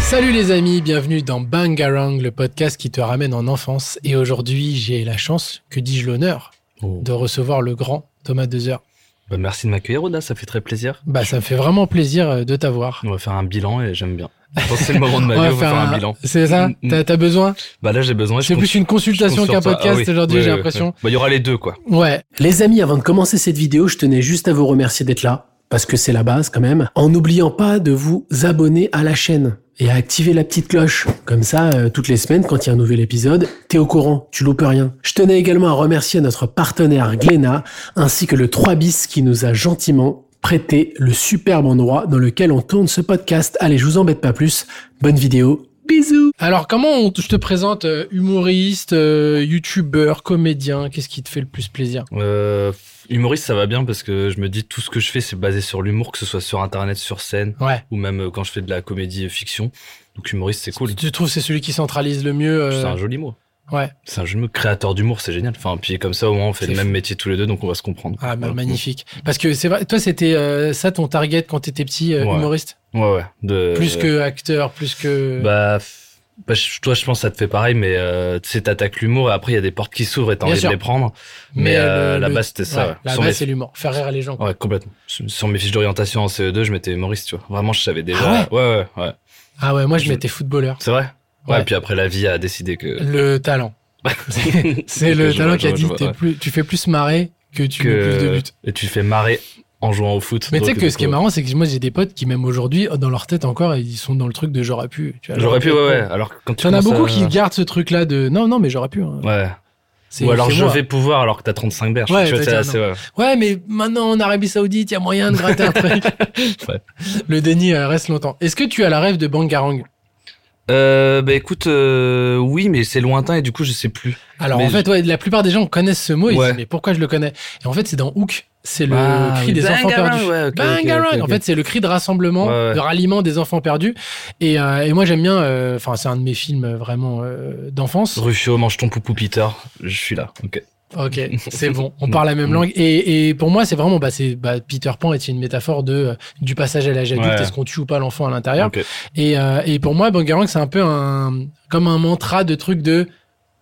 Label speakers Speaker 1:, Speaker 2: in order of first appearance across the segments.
Speaker 1: Salut les amis, bienvenue dans Bangarang, le podcast qui te ramène en enfance. Et aujourd'hui, j'ai la chance, que dis-je l'honneur,
Speaker 2: Oh.
Speaker 1: de recevoir le grand Thomas Dezer.
Speaker 2: Bah, merci de m'accueillir, Oda, ça fait très plaisir.
Speaker 1: Bah, ça me fait vraiment plaisir euh, de t'avoir.
Speaker 2: On va faire un bilan et j'aime bien. Je pense que c'est le moment de ma
Speaker 1: On va
Speaker 2: vie où on va faire un bilan.
Speaker 1: C'est ça
Speaker 2: Mm, mm.
Speaker 1: T'as t'as besoin
Speaker 2: Bah là, j'ai besoin.
Speaker 1: C'est
Speaker 2: je
Speaker 1: plus
Speaker 2: compte-
Speaker 1: une
Speaker 2: je compte
Speaker 1: consultation
Speaker 2: sur
Speaker 1: qu'un
Speaker 2: toi. Ah
Speaker 1: podcast
Speaker 2: oui,
Speaker 1: aujourd'hui,
Speaker 2: ouais,
Speaker 1: j'ai
Speaker 2: ouais,
Speaker 1: l'impression.
Speaker 2: ouais. Bah, il y aura les deux, quoi.
Speaker 1: Ouais.
Speaker 3: Les amis, avant de commencer cette vidéo, je tenais juste à vous remercier d'être là, parce que c'est la base quand même, en n'oubliant pas de vous abonner à la chaîne et à activer la petite cloche. Comme ça, euh, toutes les semaines, quand il y a un nouvel épisode, t'es au courant, tu loupes rien. Je tenais également à remercier notre partenaire Glénat, ainsi que le 3 bis qui nous a gentiment prêté le superbe endroit dans lequel on tourne ce podcast. Allez, je vous embête pas plus, bonne vidéo, bisous
Speaker 1: Alors, comment on- je te présente euh, Humoriste, euh, youtubeur, comédien, qu'est-ce qui te fait le plus plaisir
Speaker 2: Euh, humoriste, ça va bien parce que je me dis tout ce que je fais, c'est basé sur l'humour, que ce soit sur internet, sur scène,
Speaker 1: Ouais.
Speaker 2: ou même euh, quand je fais de la comédie euh, fiction. Donc, humoriste, c'est cool.
Speaker 1: Tu trouves c'est celui qui centralise le mieux euh,
Speaker 2: C'est un joli mot.
Speaker 1: Ouais.
Speaker 2: C'est un joli mot. Créateur d'humour, c'est génial. Enfin, puis comme ça, au moins, on fait
Speaker 1: C'est
Speaker 2: le même
Speaker 1: fou.
Speaker 2: métier tous les deux, donc on va se comprendre.
Speaker 1: Ah, bah,
Speaker 2: Voilà.
Speaker 1: magnifique. Parce que c'est vrai, toi, c'était euh, ça ton target quand t'étais petit, euh,
Speaker 2: Ouais.
Speaker 1: humoriste
Speaker 2: Ouais, ouais. De...
Speaker 1: Plus que acteur, plus que.
Speaker 2: Bah, f- bah, je- toi, je pense que ça te fait pareil, mais euh, tu sais, t'attaques l'humour et après, il y a des portes qui s'ouvrent et t'as
Speaker 1: Bien
Speaker 2: envie
Speaker 1: sûr.
Speaker 2: de les prendre. Mais, euh,
Speaker 1: le-
Speaker 2: la
Speaker 1: le-
Speaker 2: base, c'était ça.
Speaker 1: ouais,
Speaker 2: ouais.
Speaker 1: La
Speaker 2: Sur
Speaker 1: base,
Speaker 2: mes-
Speaker 1: c'est l'humour. Faire rire les gens. quoi.
Speaker 2: Ouais, complètement. Sur sur mes fiches d'orientation en CE2, je m'étais humoriste, tu vois. Vraiment, je savais déjà.
Speaker 1: Ah
Speaker 2: ouais, ouais, ouais.
Speaker 1: Ah ouais, moi, je
Speaker 2: Je-
Speaker 1: m'étais footballeur.
Speaker 2: C'est vrai ouais,
Speaker 1: Ouais.
Speaker 2: puis après, la vie a décidé que.
Speaker 1: Le talent. C'est le
Speaker 2: Je vois,
Speaker 1: talent
Speaker 2: je
Speaker 1: qui a
Speaker 2: vois,
Speaker 1: dit
Speaker 2: je vois,
Speaker 1: t'es
Speaker 2: ouais.
Speaker 1: plus, tu fais plus marrer que tu mets plus de
Speaker 2: que...
Speaker 1: buts.
Speaker 2: Et tu fais marrer en jouant au foot.
Speaker 1: Mais tu sais
Speaker 2: Donc,
Speaker 1: que
Speaker 2: du
Speaker 1: ce qui est
Speaker 2: coup,
Speaker 1: marrant, c'est que moi j'ai des potes qui, même aujourd'hui, dans leur tête encore, ils sont dans le truc de j'aurais pu. tu vois,
Speaker 2: J'aurais pu, ouais, ouais.
Speaker 1: être
Speaker 2: Alors que quand tu.
Speaker 1: con. T'en as
Speaker 2: commences
Speaker 1: beaucoup
Speaker 2: à-
Speaker 1: qui gardent ce truc-là de non, non, mais j'aurais pu. hein.
Speaker 2: Ouais.
Speaker 1: C'est-
Speaker 2: Ou alors
Speaker 1: c'est
Speaker 2: je
Speaker 1: moi.
Speaker 2: vais pouvoir alors que t'as 35 berges.
Speaker 1: Ouais,
Speaker 2: tu vois,
Speaker 1: t'as dit, ah,
Speaker 2: c'est c'est- ouais.
Speaker 1: Ouais, mais maintenant en Arabie Saoudite, il y a moyen de gratter un truc.
Speaker 2: Ouais.
Speaker 1: Le déni euh, reste longtemps. Est-ce que tu as la rêve de Bangarang
Speaker 2: Euh, bah écoute, euh, oui, mais c'est lointain et du coup, je sais plus.
Speaker 1: Alors
Speaker 2: Mais
Speaker 1: en fait, ouais, la plupart des gens connaissent ce mot, ils se
Speaker 2: Ouais.
Speaker 1: disent mais pourquoi je le connais Et en fait, c'est dans Hook, c'est le
Speaker 2: Ah,
Speaker 1: cri
Speaker 2: oui.
Speaker 1: des enfants
Speaker 2: Bangarang,
Speaker 1: perdus.
Speaker 2: ouais, ok, ok,
Speaker 1: Bangarang
Speaker 2: ok, ok.
Speaker 1: En fait, c'est le cri de rassemblement,
Speaker 2: Ouais, ouais.
Speaker 1: de ralliement des enfants perdus. Et, euh, et moi, j'aime bien, euh, enfin, c'est un de mes films euh, vraiment euh, d'enfance.
Speaker 2: Ruffio, mange ton poupou Peter. Je suis là. Ok.
Speaker 1: Ok, c'est bon, on parle la même langue. Et, et pour moi, c'est vraiment, bah, c'est, bah, Peter Pan est une métaphore de, euh, du passage à l'âge adulte,
Speaker 2: Ouais.
Speaker 1: est-ce qu'on tue ou pas l'enfant à l'intérieur
Speaker 2: Ok.
Speaker 1: Et, euh, et pour moi, Bangarang, c'est un peu un, comme un mantra de truc de.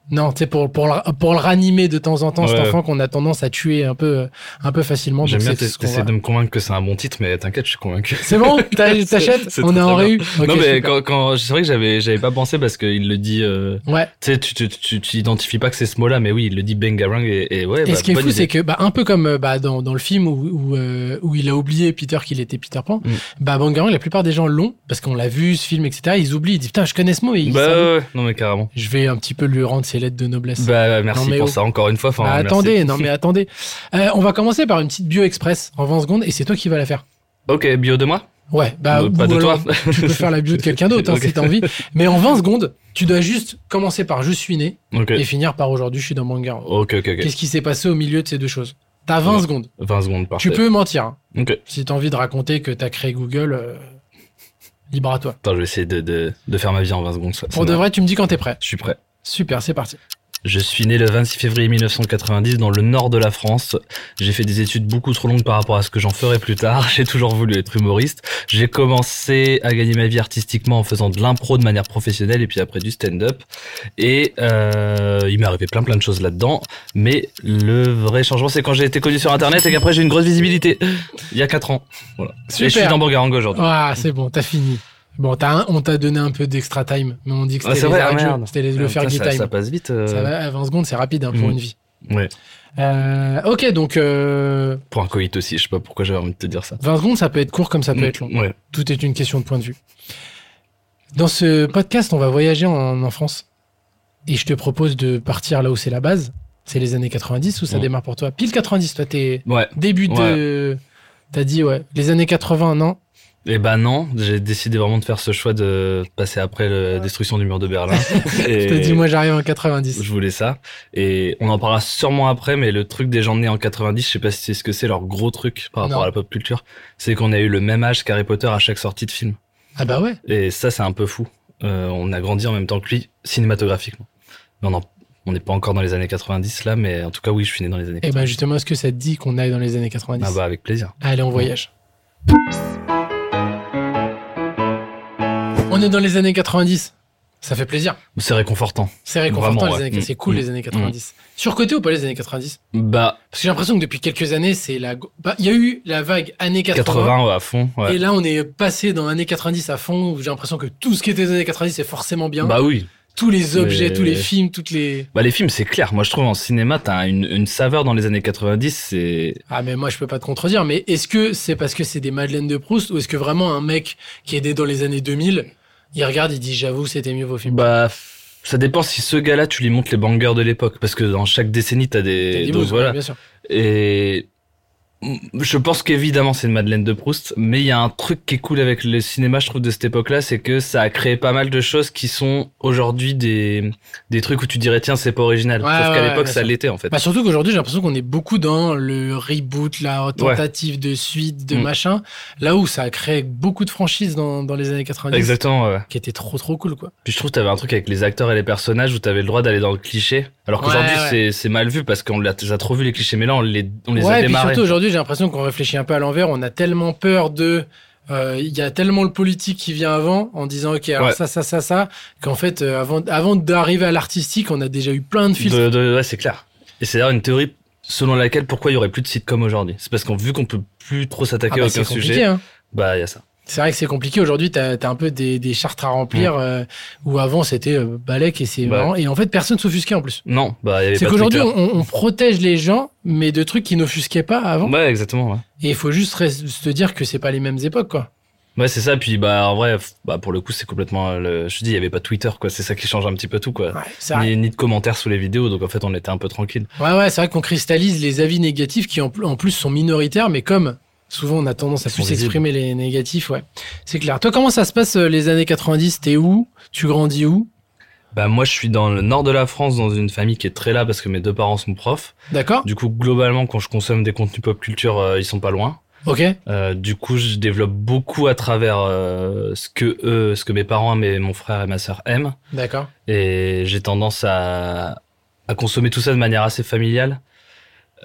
Speaker 1: Non, tu sais, pour, pour, le- pour le ranimer de temps en temps, cet
Speaker 2: Ouais.
Speaker 1: enfant qu'on a tendance à tuer un peu, euh, un peu facilement. donc
Speaker 2: J'aime bien
Speaker 1: c'est
Speaker 2: t'es-
Speaker 1: ce qu'on
Speaker 2: t'essaies
Speaker 1: va-
Speaker 2: de me convaincre que c'est un bon titre, mais t'inquiète, je suis convaincu.
Speaker 1: C'est bon T'as- T'achètes
Speaker 2: c'est
Speaker 1: On est
Speaker 2: très
Speaker 1: en
Speaker 2: bien.
Speaker 1: réu Ok,
Speaker 2: non, mais
Speaker 1: super.
Speaker 2: quand, quand- c'est vrai que j'avais, j'avais pas pensé parce qu'il le dit, euh,
Speaker 1: Ouais.
Speaker 2: tu sais, tu, tu, tu, tu identifies pas que c'est ce mot-là, mais oui, il le dit Bengarang et, et ouais.
Speaker 1: Et
Speaker 2: bah,
Speaker 1: ce qui est
Speaker 2: bonne
Speaker 1: fou,
Speaker 2: idée.
Speaker 1: c'est que, bah, un peu comme euh, bah, dans, dans le film où, où, euh, où il a oublié Peter qu'il était Peter Pan,
Speaker 2: Mm.
Speaker 1: bah, Bangarang, la plupart des gens l'ont, parce qu'on l'a vu, ce film, etc. Ils oublient, ils disent, putain, je connais ce mot. Et ils
Speaker 2: Bah
Speaker 1: savent.
Speaker 2: ouais, ouais, non, mais carrément.
Speaker 1: Je vais un petit peu lui rendre ses lettres de noblesse.
Speaker 2: Bah, merci
Speaker 1: Non, mais
Speaker 2: pour
Speaker 1: oh.
Speaker 2: ça encore une fois. Enfin,
Speaker 1: Bah,
Speaker 2: merci.
Speaker 1: attendez, non mais attendez. Euh, on va commencer par une petite bio express en 20 secondes et c'est toi qui vas la faire.
Speaker 2: Ok, bio de moi?
Speaker 1: Ouais, bah
Speaker 2: Euh, pas
Speaker 1: ou
Speaker 2: de
Speaker 1: alors,
Speaker 2: toi.
Speaker 1: tu peux faire la bio de quelqu'un d'autre hein,
Speaker 2: Ok.
Speaker 1: si t'as envie. Mais en 20 secondes, tu dois juste commencer par je suis né
Speaker 2: Ok.
Speaker 1: et finir par aujourd'hui je suis dans manga.
Speaker 2: Ok, ok, ok.
Speaker 1: Qu'est-ce qui s'est passé au milieu de ces deux choses T'as 20
Speaker 2: Ouais,
Speaker 1: secondes.
Speaker 2: 20 secondes par
Speaker 1: Tu peux mentir. hein.
Speaker 2: Ok.
Speaker 1: Si t'as envie de raconter que t'as créé Google, euh, libre à toi.
Speaker 2: Attends, je vais essayer de, de, de faire ma vie en 20 secondes. ça- ça
Speaker 1: Pour de
Speaker 2: m'a-
Speaker 1: vrai, tu me dis quand t'es prêt.
Speaker 2: Je suis prêt.
Speaker 1: Super, c'est parti.
Speaker 2: Je suis né le 26 février 1990 dans le nord de la France. J'ai fait des études beaucoup trop longues par rapport à ce que j'en ferais plus tard. J'ai toujours voulu être humoriste. J'ai commencé à gagner ma vie artistiquement en faisant de l'impro de manière professionnelle et puis après du stand-up. Et euh, il m'est arrivé plein plein de choses là-dedans. Mais le vrai changement, c'est quand j'ai été connu sur Internet et qu'après j'ai eu une grosse visibilité. Il y a 4 ans. Voilà. Et je suis
Speaker 1: Super.
Speaker 2: dans Bangarang aujourd'hui.
Speaker 1: Ah, c'est bon, t'as fini. Bon, t'as un- on t'a donné un peu d'extra time, mais on dit que
Speaker 2: Ah,
Speaker 1: c'était
Speaker 2: c'est
Speaker 1: les
Speaker 2: vrai, ah,
Speaker 1: arrêts de jeu,
Speaker 2: merde.
Speaker 1: c'était les- Oh, le
Speaker 2: Putain,
Speaker 1: Fergie
Speaker 2: ça,
Speaker 1: time.
Speaker 2: ça passe vite. euh,
Speaker 1: Ça va, à 20 secondes, c'est rapide hein, pour
Speaker 2: Mhm.
Speaker 1: une vie.
Speaker 2: Ouais.
Speaker 1: Euh, ok, donc euh,
Speaker 2: Pour un coït aussi. Je sais pas pourquoi j'avais envie de te dire ça. Mm.
Speaker 1: 20 secondes, ça peut être court comme ça peut être long.
Speaker 2: Ouais.
Speaker 1: Tout est une question de point de vue. Dans ce podcast, on va voyager en, en France. Et je te propose de partir là où c'est la base. C'est les années 90 où ça
Speaker 2: Mhm.
Speaker 1: démarre pour toi. Pile 90, toi, t'es
Speaker 2: Ouais.
Speaker 1: début de. T'as dit, ouais, les années 80, non
Speaker 2: Eh ben non, j'ai décidé vraiment de faire ce choix de passer après la destruction du mur de Berlin.
Speaker 1: Je
Speaker 2: Et
Speaker 1: te dis, moi, j'arrive en 90.
Speaker 2: Je voulais ça. Et on en parlera sûrement après, mais le truc des gens nés en 90, je sais pas si c'est ce que c'est leur gros truc par rapport
Speaker 1: Non.
Speaker 2: à la pop culture, c'est qu'on a eu le même âge qu'Harry Potter à chaque sortie de film.
Speaker 1: Ah bah ouais.
Speaker 2: Et ça, c'est un peu fou. Euh, on a grandi en même temps que lui, cinématographiquement. Mais on en- on n'est pas encore dans les années 90 là, mais en tout cas, oui, je suis né dans les années
Speaker 1: Et ben justement, est-ce que ça te dit qu'on aille dans les années 90
Speaker 2: Ah bah avec plaisir.
Speaker 1: Allez, on voyage. On on est dans les années 90. Ça fait plaisir.
Speaker 2: C'est réconfortant.
Speaker 1: C'est réconfortant,
Speaker 2: Vraiment,
Speaker 1: les
Speaker 2: ouais.
Speaker 1: années 90. C'est cool,
Speaker 2: Mm,
Speaker 1: les années 90. Surcoté ou pas, les années 90
Speaker 2: Bah,
Speaker 1: Parce que j'ai l'impression que depuis quelques années, c'est la. go- bah, Il y a eu la vague années 80.
Speaker 2: 80 ouais, à fond. ouais.
Speaker 1: Et là, on est passé dans années 90 à fond, où j'ai l'impression que tout ce qui était des années 90, c'est forcément bien.
Speaker 2: Bah oui.
Speaker 1: tous les objets,
Speaker 2: mais-
Speaker 1: tous les films, toutes les.
Speaker 2: Bah les films, c'est clair. Moi, je trouve en cinéma, t'as une, une saveur dans les années 90. C'est
Speaker 1: Ah, mais moi, je peux pas te contredire, mais est-ce que c'est parce que c'est des Madeleines de Proust, ou est-ce que vraiment un mec qui est né dans les années 2000, il regarde, il dit, j'avoue, c'était mieux vos films
Speaker 2: bah f- ça dépend si ce gars-là, tu lui montres les bangers de l'époque, parce que dans chaque décennie, t'as
Speaker 1: T'as
Speaker 2: des.
Speaker 1: des
Speaker 2: donc
Speaker 1: bouses,
Speaker 2: voilà.
Speaker 1: bien sûr.
Speaker 2: Et je pense qu'évidemment c'est une Madeleine de Proust, mais il y a un truc qui est cool avec le cinéma, je trouve, de cette époque-là, c'est que ça a créé pas mal de choses qui sont aujourd'hui des, des trucs où tu dirais tiens c'est pas original,
Speaker 1: Ouais,
Speaker 2: sauf
Speaker 1: ouais,
Speaker 2: qu'à
Speaker 1: ouais,
Speaker 2: l'époque
Speaker 1: bien
Speaker 2: ça
Speaker 1: sûr.
Speaker 2: l'était en fait.
Speaker 1: Bah, surtout qu'aujourd'hui, j'ai l'impression qu'on est beaucoup dans le reboot, la tentative de suite, de
Speaker 2: Mm.
Speaker 1: machin, là où ça a créé beaucoup de franchises dans, dans les années 90.
Speaker 2: Exactement. ouais.
Speaker 1: Qui était trop trop cool, quoi.
Speaker 2: Puis je trouve que t'avais un truc avec les acteurs et les personnages où t'avais le droit d'aller dans le cliché, alors qu'aujourd'hui
Speaker 1: Ouais, ouais.
Speaker 2: c'est- c'est mal vu parce qu'on l'a- a trop vu les clichés, mais là on les on les
Speaker 1: ouais,
Speaker 2: a
Speaker 1: et puis
Speaker 2: démarrés.
Speaker 1: surtout aujourd'hui, j'ai l'impression qu'on réfléchit un peu à l'envers. On a tellement peur de. euh, Il y a tellement le politique qui vient avant en disant ok alors
Speaker 2: Ouais.
Speaker 1: ça ça ça ça qu'en fait euh, avant avant d'arriver à l'artistique on a déjà eu plein de filtres Ah
Speaker 2: De- de- ouais, c'est clair. Et c'est d'ailleurs une théorie selon laquelle pourquoi il y aurait plus de sitcom aujourd'hui. C'est parce qu'on vu qu'on peut plus trop
Speaker 1: Ah
Speaker 2: s'attaquer
Speaker 1: bah,
Speaker 2: à
Speaker 1: c'est
Speaker 2: aucun
Speaker 1: compliqué
Speaker 2: sujet,
Speaker 1: hein.
Speaker 2: bah il y a ça.
Speaker 1: c'est vrai que c'est compliqué aujourd'hui t'as as un peu des, des chartes à remplir euh, où avant c'était euh, Balek et c'est
Speaker 2: Mm. Bah.
Speaker 1: marrant. et en fait personne s'offusquait en plus
Speaker 2: Non, bah il y avait
Speaker 1: c'est
Speaker 2: pas
Speaker 1: qu'aujourd'hui
Speaker 2: Twitter.
Speaker 1: on, on protège les gens mais de trucs qui n'offusquaient pas avant
Speaker 2: Ouais, exactement. Ouais,
Speaker 1: et il faut juste res- se dire que c'est pas les mêmes époques quoi
Speaker 2: Ouais, c'est ça. Puis bah en vrai, f- bah pour le coup, c'est complètement. euh, Le... Je te dis, il y avait pas Twitter, quoi. C'est ça qui change un petit peu tout, quoi.
Speaker 1: ouais, c'est vrai.
Speaker 2: Ni, ni de commentaires sous les vidéos, donc en fait, on était un peu tranquille.
Speaker 1: Ouais, ouais, c'est vrai qu'on cristallise les avis négatifs qui en, pl- en plus sont minoritaires, mais comme souvent on a tendance à
Speaker 2: Ils sont
Speaker 1: plus exprimer les négatifs, ouais. C'est clair. Toi, comment ça se passe euh, les années 90 T'es où Tu grandis où
Speaker 2: Bah moi, je suis dans le nord de la France, dans une famille qui est très là parce que mes deux parents sont profs.
Speaker 1: D'accord
Speaker 2: Du coup, globalement, quand je consomme des contenus pop culture, euh, ils sont pas loin.
Speaker 1: Ok.
Speaker 2: Euh, du coup, je développe beaucoup à travers euh, ce que eux, ce que mes parents, mes, mon frère et ma sœur aiment.
Speaker 1: D'accord.
Speaker 2: et j'ai tendance à, à consommer tout ça de manière assez familiale,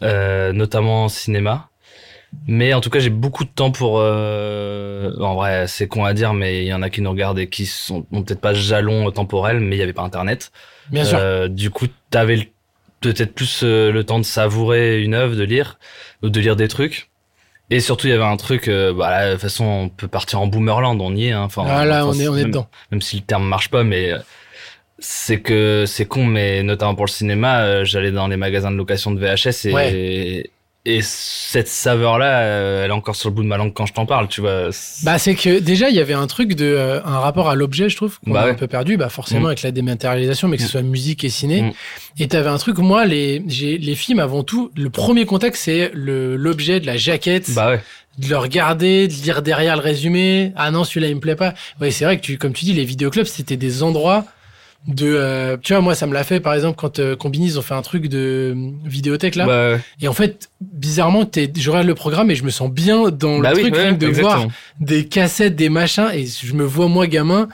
Speaker 2: euh, notamment en cinéma. Mais en tout cas, j'ai beaucoup de temps pour. euh, en vrai, c'est con à dire, mais il y en a qui nous regardent et qui sont ont peut-être pas jalons temporels, mais il n'y avait pas Internet.
Speaker 1: Bien sûr.
Speaker 2: Euh, du coup, t'avais le- peut-être plus euh, le temps de savourer une œuvre, de lire, ou de lire des trucs. Et surtout, il y avait un truc, euh, bah, là, de toute façon, on peut partir en boomerland, on y est. Hein, enfin,
Speaker 1: ah là,
Speaker 2: enfin,
Speaker 1: on est, on est
Speaker 2: même-
Speaker 1: dedans.
Speaker 2: même si le terme marche pas, mais euh, c'est que c'est con, mais notamment pour le cinéma, euh, j'allais dans les magasins de location de VHS et,
Speaker 1: Ouais.
Speaker 2: et, cette saveur-là, euh, elle est encore sur le bout de ma langue quand je t'en parle, tu vois. C'est-
Speaker 1: Bah, c'est que déjà, il y avait un truc de. euh, un rapport à l'objet, je trouve, qu'on
Speaker 2: Bah
Speaker 1: a un
Speaker 2: ouais.
Speaker 1: peu perdu, bah, forcément,
Speaker 2: Mm.
Speaker 1: avec la dématérialisation, mais que ce
Speaker 2: Mm.
Speaker 1: soit musique et ciné.
Speaker 2: Mm.
Speaker 1: Et t'avais un truc, moi, les, j'ai- les films, avant tout, le premier contact, c'est le- l'objet de la jaquette.
Speaker 2: bah ouais.
Speaker 1: de le regarder, de lire derrière le résumé. Ah non, celui-là, il me plaît pas. Oui, c'est vrai que tu, comme tu dis, les vidéoclubs, c'était des endroits de, euh, tu vois, moi, ça me l'a fait, par exemple, quand euh, Combini, ils ont fait un truc de euh, vidéothèque, là.
Speaker 2: bah, ouais.
Speaker 1: Et en fait, bizarrement, t'es- je regarde le programme et je me sens bien dans le
Speaker 2: Bah oui,
Speaker 1: truc,
Speaker 2: ouais,
Speaker 1: rien que de
Speaker 2: exactement.
Speaker 1: voir des cassettes, des machins, et je me vois, moi, gamin,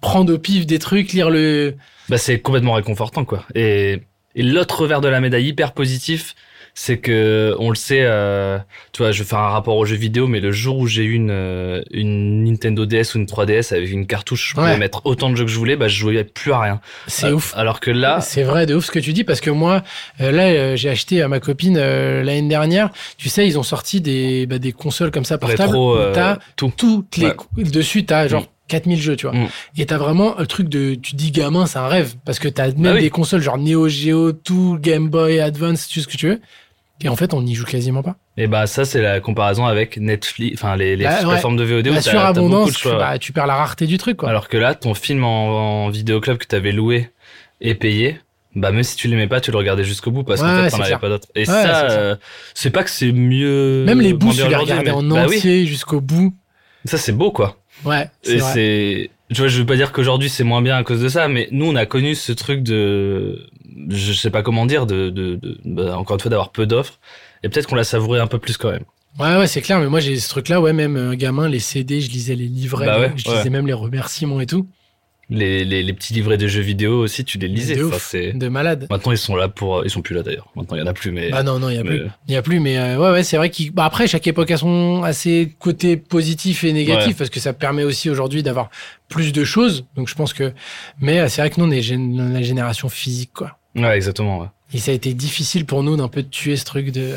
Speaker 1: prendre au pif des trucs, lire le...
Speaker 2: Bah, c'est complètement réconfortant, quoi. Et, et l'autre revers de la médaille hyper positif, c'est que, on le sait, euh, tu vois, je vais faire un rapport aux jeux vidéo, mais le jour où j'ai eu une, euh, une Nintendo DS ou une 3DS avec une cartouche, je pouvais
Speaker 1: Ouais.
Speaker 2: mettre autant de jeux que je voulais, bah, je jouais plus à rien.
Speaker 1: C'est
Speaker 2: Euh,
Speaker 1: ouf.
Speaker 2: Alors que là,
Speaker 1: C'est vrai de ouf ce que tu dis parce que moi, euh, là, euh, j'ai acheté à ma copine euh, l'année dernière. Tu sais, ils ont sorti des, bah, des consoles comme ça portables.
Speaker 2: rétro,
Speaker 1: où
Speaker 2: euh,
Speaker 1: T'as
Speaker 2: tout.
Speaker 1: toutes les
Speaker 2: Ouais.
Speaker 1: cou- dessus, t'as genre
Speaker 2: Mm.
Speaker 1: 4000 jeux, tu vois.
Speaker 2: Mm.
Speaker 1: Et t'as vraiment le truc de, tu dis gamin, c'est un rêve parce que t'as même
Speaker 2: Bah oui.
Speaker 1: des consoles genre Neo Geo, tout Game Boy Advance, tout ce que tu veux. Et en fait, on n'y joue quasiment pas.
Speaker 2: Et bah, ça, c'est la comparaison avec Netflix, enfin, les, les
Speaker 1: Bah, ouais.
Speaker 2: plateformes de VOD où
Speaker 1: La
Speaker 2: t'as- t'as beaucoup de
Speaker 1: surabondance, tu,
Speaker 2: choix.
Speaker 1: bah, tu perds la rareté du truc, quoi.
Speaker 2: Alors que là, ton film en, en vidéoclub que t'avais loué et payé, bah même si tu l'aimais pas, tu le regardais jusqu'au bout parce
Speaker 1: Ouais,
Speaker 2: qu'en fait,
Speaker 1: c'est
Speaker 2: t'en avais
Speaker 1: clair.
Speaker 2: pas d'autre. Et
Speaker 1: c'est
Speaker 2: ça,
Speaker 1: clair.
Speaker 2: euh, c'est pas que c'est mieux.
Speaker 1: même les bouts,
Speaker 2: moins
Speaker 1: tu
Speaker 2: bien
Speaker 1: les
Speaker 2: aujourd'hui,
Speaker 1: regardais en
Speaker 2: euh, mais- bah oui,
Speaker 1: entier jusqu'au bout.
Speaker 2: ça c'est beau quoi.
Speaker 1: Ouais, c'est
Speaker 2: Et
Speaker 1: vrai.
Speaker 2: c'est, tu vois, je veux pas dire qu'aujourd'hui c'est moins bien à cause de ça, mais nous on a connu ce truc de, je sais pas comment dire, de, de, de- bah, encore une fois d'avoir peu d'offres. Et peut-être qu'on l'a savouré un peu plus quand même.
Speaker 1: Ouais, ouais, c'est clair, mais moi j'ai ce truc-là, ouais, même euh, gamin, les CD, je lisais les livrets,
Speaker 2: Bah ouais,
Speaker 1: je
Speaker 2: ouais.
Speaker 1: lisais même les remerciements et tout.
Speaker 2: Les, les, les petits livrets de jeux vidéo aussi, tu les lisais.
Speaker 1: de,
Speaker 2: Enfin,
Speaker 1: ouf,
Speaker 2: c'est-
Speaker 1: de malade.
Speaker 2: Maintenant, ils sont là pour. Ils sont plus là d'ailleurs. Maintenant, il n'y en a plus, mais.
Speaker 1: Bah non, non, il n'y a
Speaker 2: mais-
Speaker 1: plus. Il n'y a plus, mais euh, ouais, ouais, c'est vrai qu'il. bah après, chaque époque a son a ses côtés positifs et négatifs
Speaker 2: Ouais.
Speaker 1: parce que ça permet aussi aujourd'hui d'avoir plus de choses. Donc je pense que. Mais euh, c'est vrai que nous, on est gén- la génération physique, quoi.
Speaker 2: Ouais, exactement. ouais.
Speaker 1: Et ça a été difficile pour nous d'un peu de tuer ce truc de. euh,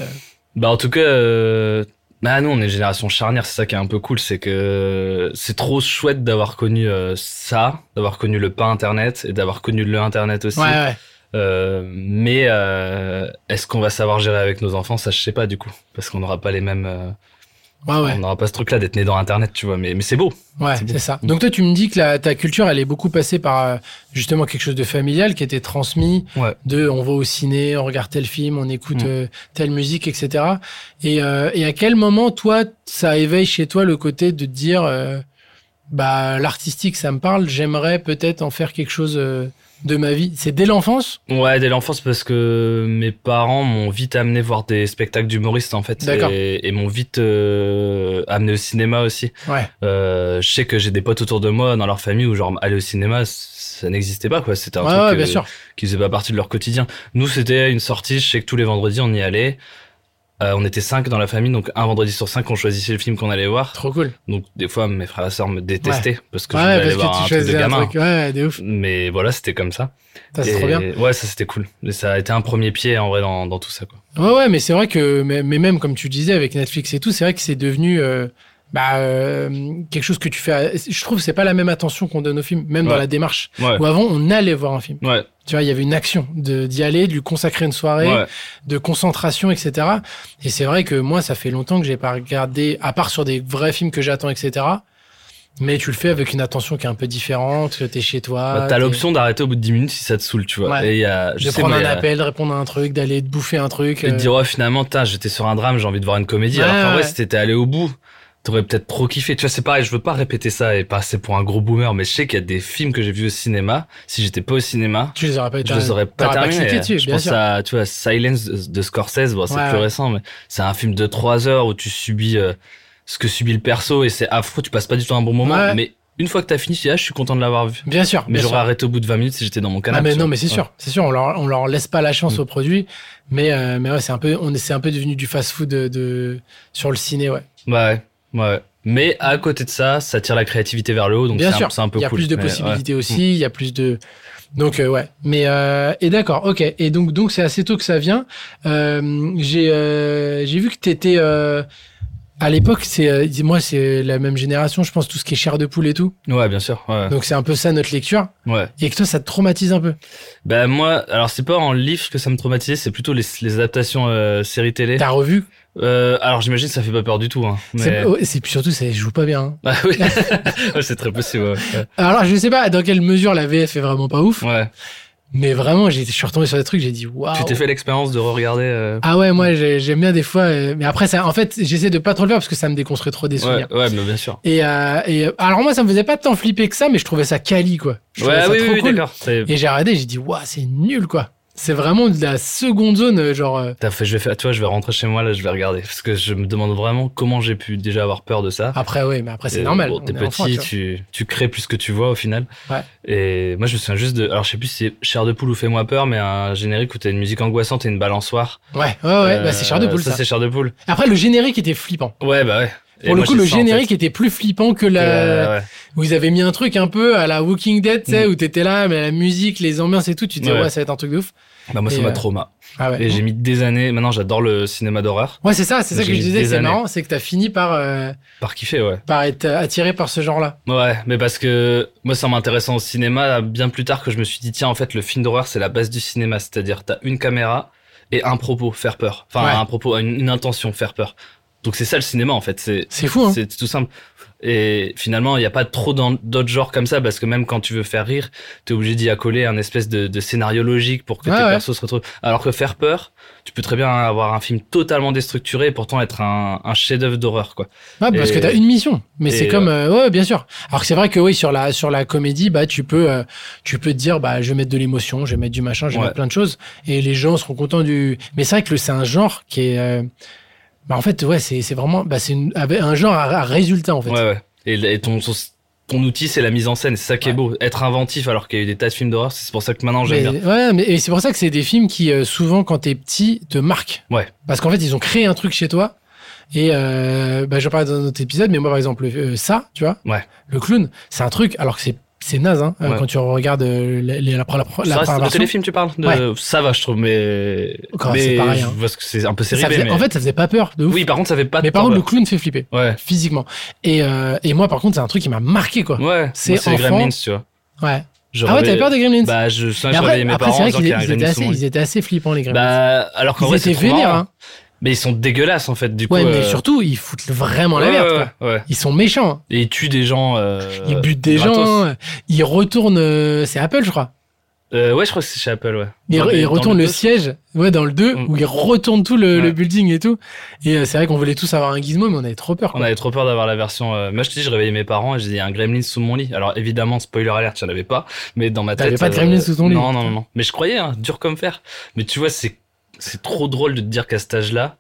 Speaker 2: Bah, en tout cas. euh, Bah nous on est une génération charnière, c'est ça qui est un peu cool, c'est que c'est trop chouette d'avoir connu euh, ça, d'avoir connu le pas internet et d'avoir connu le internet aussi.
Speaker 1: Ouais, ouais.
Speaker 2: Euh, mais euh, est-ce qu'on va savoir gérer avec nos enfants Ça, je sais pas du coup, parce qu'on n'aura pas les mêmes. euh,
Speaker 1: Ouais, ouais.
Speaker 2: On n'aura pas ce truc-là d'être né dans Internet, tu vois. Mais, mais c'est beau.
Speaker 1: Ouais,
Speaker 2: C'est bon. Mm.
Speaker 1: c'est ça. Donc toi, tu me dis que la, ta culture, elle est beaucoup passée par euh, justement quelque chose de familial qui était transmis.
Speaker 2: Ouais.
Speaker 1: De, on va au ciné, on regarde tel film, on écoute
Speaker 2: Mm.
Speaker 1: euh, telle musique, etc. Et, euh, et à quel moment, toi, ça éveille chez toi le côté de te dire, euh, bah l'artistique, ça me parle, j'aimerais peut-être en faire quelque chose euh, de ma vie. C'est dès l'enfance.
Speaker 2: Ouais, dès l'enfance, parce que mes parents m'ont vite amené voir des spectacles d'humoristes en fait,
Speaker 1: D'accord.
Speaker 2: et, et m'ont vite euh, amené au cinéma aussi.
Speaker 1: Ouais.
Speaker 2: Euh, je sais que j'ai des potes autour de moi dans leur famille où genre aller au cinéma, c- ça n'existait pas quoi. C'était un
Speaker 1: Ouais,
Speaker 2: truc
Speaker 1: ouais,
Speaker 2: euh,
Speaker 1: bien sûr.
Speaker 2: qui faisait pas partie de leur quotidien. Nous, c'était une sortie. Je sais que tous les vendredis, on y allait. Euh, on était cinq dans la famille, donc un vendredi sur cinq, on choisissait le film qu'on allait voir.
Speaker 1: Trop cool.
Speaker 2: Donc des fois, mes frères et sœurs me détestaient parce que je
Speaker 1: Ouais,
Speaker 2: voulais
Speaker 1: parce
Speaker 2: aller voir
Speaker 1: que
Speaker 2: un
Speaker 1: tu
Speaker 2: truc de
Speaker 1: choisis un
Speaker 2: gamin.
Speaker 1: truc. Ouais, Ouais, de ouf.
Speaker 2: Mais voilà, c'était comme ça.
Speaker 1: Ça, c'est
Speaker 2: Et-
Speaker 1: trop bien.
Speaker 2: Ouais, ça c'était cool. Et ça a été un premier pied en vrai dans, dans tout ça. Quoi.
Speaker 1: Ouais, ouais, mais c'est vrai que, mais, mais même comme tu disais avec Netflix et tout, c'est vrai que c'est devenu euh, bah, euh, quelque chose que tu fais. à- Je trouve que c'est pas la même attention qu'on donne au film, même dans
Speaker 2: Ouais.
Speaker 1: la démarche.
Speaker 2: Ouais,
Speaker 1: Où avant, on allait voir un film.
Speaker 2: ouais,
Speaker 1: Tu vois, il y avait une action de d'y aller, de lui consacrer une soirée,
Speaker 2: ouais.
Speaker 1: de concentration, etc. Et c'est vrai que moi, ça fait longtemps que j'ai pas regardé, à part sur des vrais films que j'attends, etc. Mais tu le fais avec une attention qui est un peu différente, que t'es chez toi.
Speaker 2: Bah, t'as
Speaker 1: Ah, t'es-
Speaker 2: l'option d'arrêter au bout de 10 minutes si ça te saoule, tu vois.
Speaker 1: Ouais.
Speaker 2: Et il y a, je
Speaker 1: de
Speaker 2: sais,
Speaker 1: prendre
Speaker 2: moi,
Speaker 1: un
Speaker 2: il y a-
Speaker 1: appel, de répondre à un truc, d'aller te bouffer un truc.
Speaker 2: Et de
Speaker 1: euh,
Speaker 2: dire, oh, finalement, tain, j'étais sur un drame, j'ai envie de voir une comédie.
Speaker 1: Ouais,
Speaker 2: Alors qu'en
Speaker 1: ouais.
Speaker 2: vrai, si t'étais allé au bout, t'aurais peut-être trop kiffé. Tu vois, c'est pareil, je veux pas répéter ça et passer pour un gros boomer, mais je sais qu'il y a des films que j'ai vus au cinéma. Si j'étais pas au cinéma,
Speaker 1: euh, tu les aurais pas
Speaker 2: je les aurais pas
Speaker 1: t'aurais pas
Speaker 2: terminés. hein.
Speaker 1: cliqué dessus,
Speaker 2: je
Speaker 1: bien
Speaker 2: pense
Speaker 1: sûr.
Speaker 2: à, tu vois, Silence de de Scorsese, bon, c'est
Speaker 1: Ouais,
Speaker 2: plus
Speaker 1: ouais.
Speaker 2: récent, mais c'est un film de trois heures où tu subis euh, ce que subit le perso et c'est affreux, tu passes pas du tout un bon moment,
Speaker 1: Ouais.
Speaker 2: mais une fois que t'as fini, tu dis, ah, je suis content de l'avoir vu.
Speaker 1: Bien sûr.
Speaker 2: Mais
Speaker 1: bien
Speaker 2: j'aurais
Speaker 1: sûr.
Speaker 2: arrêté au bout de 20 minutes si j'étais dans mon canapé.
Speaker 1: Ah mais
Speaker 2: tu
Speaker 1: non
Speaker 2: vois.
Speaker 1: mais c'est
Speaker 2: Ouais.
Speaker 1: sûr, c'est sûr, on leur, on leur laisse pas la chance
Speaker 2: Mm.
Speaker 1: au produit, mais euh, mais ouais c'est un peu on est- c'est un peu devenu du fast-food de, de- sur le ciné ouais.
Speaker 2: Bah Ouais, ouais. Mais à côté de ça, ça tire la créativité vers le haut, donc c'est
Speaker 1: Bien
Speaker 2: un,
Speaker 1: sûr,
Speaker 2: c'est un peu
Speaker 1: il y a
Speaker 2: cool.
Speaker 1: plus de
Speaker 2: Mais
Speaker 1: possibilités aussi, il y a plus de donc euh, ouais. Mais euh, et d'accord, ok. Et donc donc c'est assez tôt que ça vient. Euh, j'ai euh, j'ai vu que t'étais euh, à l'époque c'est euh, moi c'est la même génération je pense tout ce qui est chair de poule et tout.
Speaker 2: Ouais, ouais bien sûr. Ouais.
Speaker 1: Donc c'est un peu ça notre lecture
Speaker 2: ouais.
Speaker 1: et que toi ça te traumatise un peu.
Speaker 2: Bah, moi, alors c'est pas en livre que ça me traumatisait, c'est plutôt les, les adaptations euh, séries télé.
Speaker 1: T'as revu
Speaker 2: Euh, alors j'imagine que ça fait pas peur du tout. Hein, mais...
Speaker 1: C'est- oh, C'est surtout ça joue pas bien. hein.
Speaker 2: Ah oui, Ouais, c'est très possible. Ouais.
Speaker 1: Alors, je sais pas dans quelle mesure la VF est vraiment pas ouf,
Speaker 2: Ouais. Ouais.
Speaker 1: mais vraiment, j'ai- je suis retombé sur des trucs, j'ai dit waouh.
Speaker 2: Tu t'es fait l'expérience de re-regarder. euh,
Speaker 1: Ah ouais, moi j'ai- j'aime bien des fois, euh, mais après, ça, en fait, j'essaie de pas trop le faire parce que ça me déconstruit trop des souvenirs.
Speaker 2: Ouais, ouais, mais bien sûr.
Speaker 1: Et, euh, et, euh, alors, moi, ça me faisait pas tant flipper que ça, mais je trouvais ça quali, quoi. Je trouvais
Speaker 2: Ouais,
Speaker 1: ça
Speaker 2: oui,
Speaker 1: trop
Speaker 2: oui, oui,
Speaker 1: cool.
Speaker 2: d'accord. C'est-
Speaker 1: Et j'ai regardé, j'ai dit waouh, c'est nul, quoi. C'est vraiment de la seconde zone, euh, genre. euh,
Speaker 2: T'as fait, je vais faire, tu vois, je vais rentrer chez moi là, je vais regarder, parce que je me demande vraiment comment j'ai pu déjà avoir peur de ça.
Speaker 1: Après, ouais, mais après, Ah, c'est
Speaker 2: Euh,
Speaker 1: normal.
Speaker 2: bon, T'es
Speaker 1: on est
Speaker 2: petit,
Speaker 1: enfant, tu vois.
Speaker 2: tu, tu crées plus que tu vois au final.
Speaker 1: Ouais.
Speaker 2: Et moi, je me souviens juste de. Alors, je sais plus si c'est Cher de Poule ou Fais-moi peur, mais un générique où t'as une musique angoissante et une balançoire.
Speaker 1: Ouais, ouais, ouais,
Speaker 2: Euh,
Speaker 1: bah, c'est Cher de Poule, ça.
Speaker 2: c'est Cher de Poule.
Speaker 1: Après, le générique était flippant.
Speaker 2: Ouais, bah ouais. Et
Speaker 1: Pour le
Speaker 2: moi,
Speaker 1: coup,
Speaker 2: j'ai
Speaker 1: le
Speaker 2: ça en tête.
Speaker 1: générique était plus flippant que la.
Speaker 2: Euh, ouais.
Speaker 1: Où ils avaient mis un truc un peu à la Walking Dead, tu sais,
Speaker 2: Mm.
Speaker 1: où t'étais là, mais la musique, les ambiances et tout, tu te dis,
Speaker 2: Ouais.
Speaker 1: ouais. ça va être un truc de ouf.
Speaker 2: Bah, moi,
Speaker 1: Et,
Speaker 2: ça m'a
Speaker 1: euh,
Speaker 2: trauma.
Speaker 1: Ah ouais.
Speaker 2: Et j'ai mis des années. Maintenant, j'adore le cinéma d'horreur.
Speaker 1: Ouais, c'est ça, c'est ça que
Speaker 2: J'ai
Speaker 1: je disais,
Speaker 2: des
Speaker 1: c'est
Speaker 2: années.
Speaker 1: marrant, c'est que t'as fini par, euh,
Speaker 2: Par kiffer, ouais.
Speaker 1: par être attiré par ce genre-là.
Speaker 2: Ouais, mais parce que moi, ça m'intéressait au cinéma bien plus tard que je me suis dit, tiens, en fait, le film d'horreur, c'est la base du cinéma. C'est-à-dire, t'as une caméra et un propos, faire peur. Enfin,
Speaker 1: Ouais.
Speaker 2: un propos, une, une intention, faire peur. Donc, c'est ça le cinéma, en fait. C'est
Speaker 1: C'est fou, hein.
Speaker 2: C'est tout simple. Et finalement, il n'y a pas trop dans- d'autres genres comme ça, parce que même quand tu veux faire rire, t'es obligé d'y accoler un espèce de, de scénario logique pour que
Speaker 1: Ouais,
Speaker 2: tes
Speaker 1: ouais.
Speaker 2: persos se retrouvent. Alors que faire peur, tu peux très bien avoir un film totalement déstructuré et pourtant être un, un chef-d'œuvre d'horreur, quoi.
Speaker 1: Ouais, parce
Speaker 2: Et-
Speaker 1: que t'as une mission. Mais
Speaker 2: et
Speaker 1: c'est
Speaker 2: ouais.
Speaker 1: comme, euh, ouais, bien sûr. Alors que c'est vrai que oui, sur la, sur la comédie, bah, tu peux, euh, tu peux te dire, bah, je vais mettre de l'émotion, je vais mettre du machin, je vais
Speaker 2: Ouais.
Speaker 1: mettre plein de choses. Et les gens seront contents du, mais c'est vrai que le- c'est un genre qui est, euh, bah, en fait, ouais, c'est, c'est vraiment, bah, c'est une- un genre à, à résultat, en fait.
Speaker 2: Ouais, ouais. Et, et ton, ton, ton outil, c'est la mise en scène. C'est ça qui est beau. Être inventif alors qu'il y a eu des tas de films d'horreur, c'est pour ça que maintenant j'aime
Speaker 1: Mais-
Speaker 2: bien.
Speaker 1: ouais, mais et c'est pour ça que c'est des films qui, euh, souvent, quand t'es petit, te marquent.
Speaker 2: Ouais.
Speaker 1: Parce qu'en fait, ils ont créé un truc chez toi. Et euh, bah, j'en parlais dans un autre épisode, mais moi, par exemple, euh, ça, tu vois,
Speaker 2: Ouais.
Speaker 1: le clown, c'est un truc, alors que c'est, c'est naze, hein, euh,
Speaker 2: Ouais.
Speaker 1: quand tu regardes euh, la, la, la, la, la
Speaker 2: Ça, c'est
Speaker 1: première
Speaker 2: le
Speaker 1: version.
Speaker 2: téléfilm, tu parles de... Ça va, je trouve, mais.
Speaker 1: Encore,
Speaker 2: mais
Speaker 1: c'est pareil,
Speaker 2: je
Speaker 1: hein.
Speaker 2: vois que c'est un peu
Speaker 1: Ça
Speaker 2: serré.
Speaker 1: faisait- En fait, ça faisait pas peur, de ouf.
Speaker 2: oui, par contre, ça fait pas
Speaker 1: mais
Speaker 2: de
Speaker 1: par contre,
Speaker 2: temps,
Speaker 1: le clown fait flipper,
Speaker 2: Ouais.
Speaker 1: physiquement. Et, euh, et moi, par contre, c'est un truc qui m'a marqué, quoi.
Speaker 2: Ouais.
Speaker 1: C'est
Speaker 2: Moi, C'est les
Speaker 1: enfant.
Speaker 2: Gremlins, tu vois.
Speaker 1: Ouais.
Speaker 2: Je
Speaker 1: Ah ouais,
Speaker 2: réveille-
Speaker 1: t'avais peur des Gremlins
Speaker 2: Bah, je, ça,
Speaker 1: Mais
Speaker 2: je
Speaker 1: après,
Speaker 2: réveillais mes
Speaker 1: après,
Speaker 2: parents
Speaker 1: c'est
Speaker 2: en
Speaker 1: vrai
Speaker 2: disant
Speaker 1: qu'ils
Speaker 2: qu'il y a un
Speaker 1: ils étaient,
Speaker 2: Gremlin
Speaker 1: assez,
Speaker 2: sur mon lit.
Speaker 1: ils étaient assez flippants, les Gremlins.
Speaker 2: Bah, alors qu'en
Speaker 1: ils
Speaker 2: vrai,
Speaker 1: étaient
Speaker 2: c'est trop
Speaker 1: vénères,
Speaker 2: marrant.
Speaker 1: hein.
Speaker 2: Mais ils sont dégueulasses, en fait, du coup.
Speaker 1: Ouais, mais
Speaker 2: euh,
Speaker 1: surtout, ils foutent vraiment la
Speaker 2: ouais,
Speaker 1: merde,
Speaker 2: ouais,
Speaker 1: quoi.
Speaker 2: ouais.
Speaker 1: Ils sont méchants. hein.
Speaker 2: Et ils tuent des gens. euh,
Speaker 1: Ils butent des
Speaker 2: gratos.
Speaker 1: gens. hein. Ils retournent. euh, c'est Apple, je crois.
Speaker 2: Euh, ouais, je crois que c'est chez Apple, ouais.
Speaker 1: Ils,
Speaker 2: Dans
Speaker 1: ils
Speaker 2: les- dans
Speaker 1: retournent le,
Speaker 2: dos.
Speaker 1: siège. Ouais, dans le 2,
Speaker 2: Mm.
Speaker 1: où ils retournent tout le,
Speaker 2: Ouais.
Speaker 1: le building et tout. Et euh, c'est vrai qu'on voulait tous avoir un gizmo, mais on avait trop peur,
Speaker 2: On
Speaker 1: quoi.
Speaker 2: avait trop peur d'avoir la version. euh, Moi, je te dis, je réveillais mes parents et j'ai dit, il y a un gremlin sous mon lit. Alors, évidemment, spoiler alert, j'en avais pas. Mais dans ma tête. euh,
Speaker 1: T'avais pas de gremlin sous ton lit.
Speaker 2: Non, non, non, non. Mais je croyais, hein, dur comme fer. Mais tu vois, c'est, c'est trop drôle de te dire qu'à cet âge-là,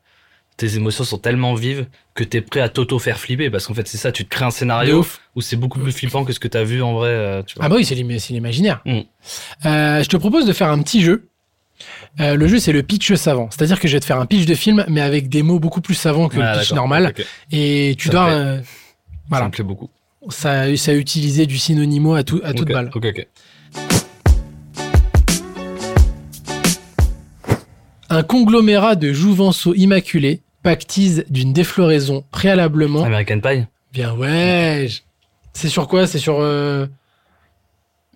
Speaker 2: tes émotions sont tellement vives que t'es prêt à t'auto faire flipper. Parce qu'en fait, c'est ça, tu te crées un
Speaker 1: De
Speaker 2: scénario
Speaker 1: ouf.
Speaker 2: où c'est beaucoup plus flippant que ce que t'as vu en vrai. euh, tu vois.
Speaker 1: Ah bah oui, c'est l'im- c'est l'imaginaire.
Speaker 2: Mm.
Speaker 1: Euh, je te propose de faire un petit jeu. Euh, le jeu, c'est le pitch savant. C'est-à-dire que je vais te faire un pitch de film, mais avec des mots beaucoup plus savants bah, que
Speaker 2: Ah,
Speaker 1: le pitch
Speaker 2: d'accord.
Speaker 1: normal.
Speaker 2: Ok.
Speaker 1: Et tu
Speaker 2: Ça
Speaker 1: dois.
Speaker 2: me plaît.
Speaker 1: euh,
Speaker 2: Ça
Speaker 1: voilà.
Speaker 2: me plaît beaucoup.
Speaker 1: Ça, ça a utilisé du synonymo à, tout, à toute
Speaker 2: Ok,
Speaker 1: balle.
Speaker 2: Ok, ok.
Speaker 1: Un conglomérat de jouvenceaux immaculés pactise d'une défloraison préalablement.
Speaker 2: American Pie.
Speaker 1: Bien ouais. je- C'est sur quoi C'est sur euh...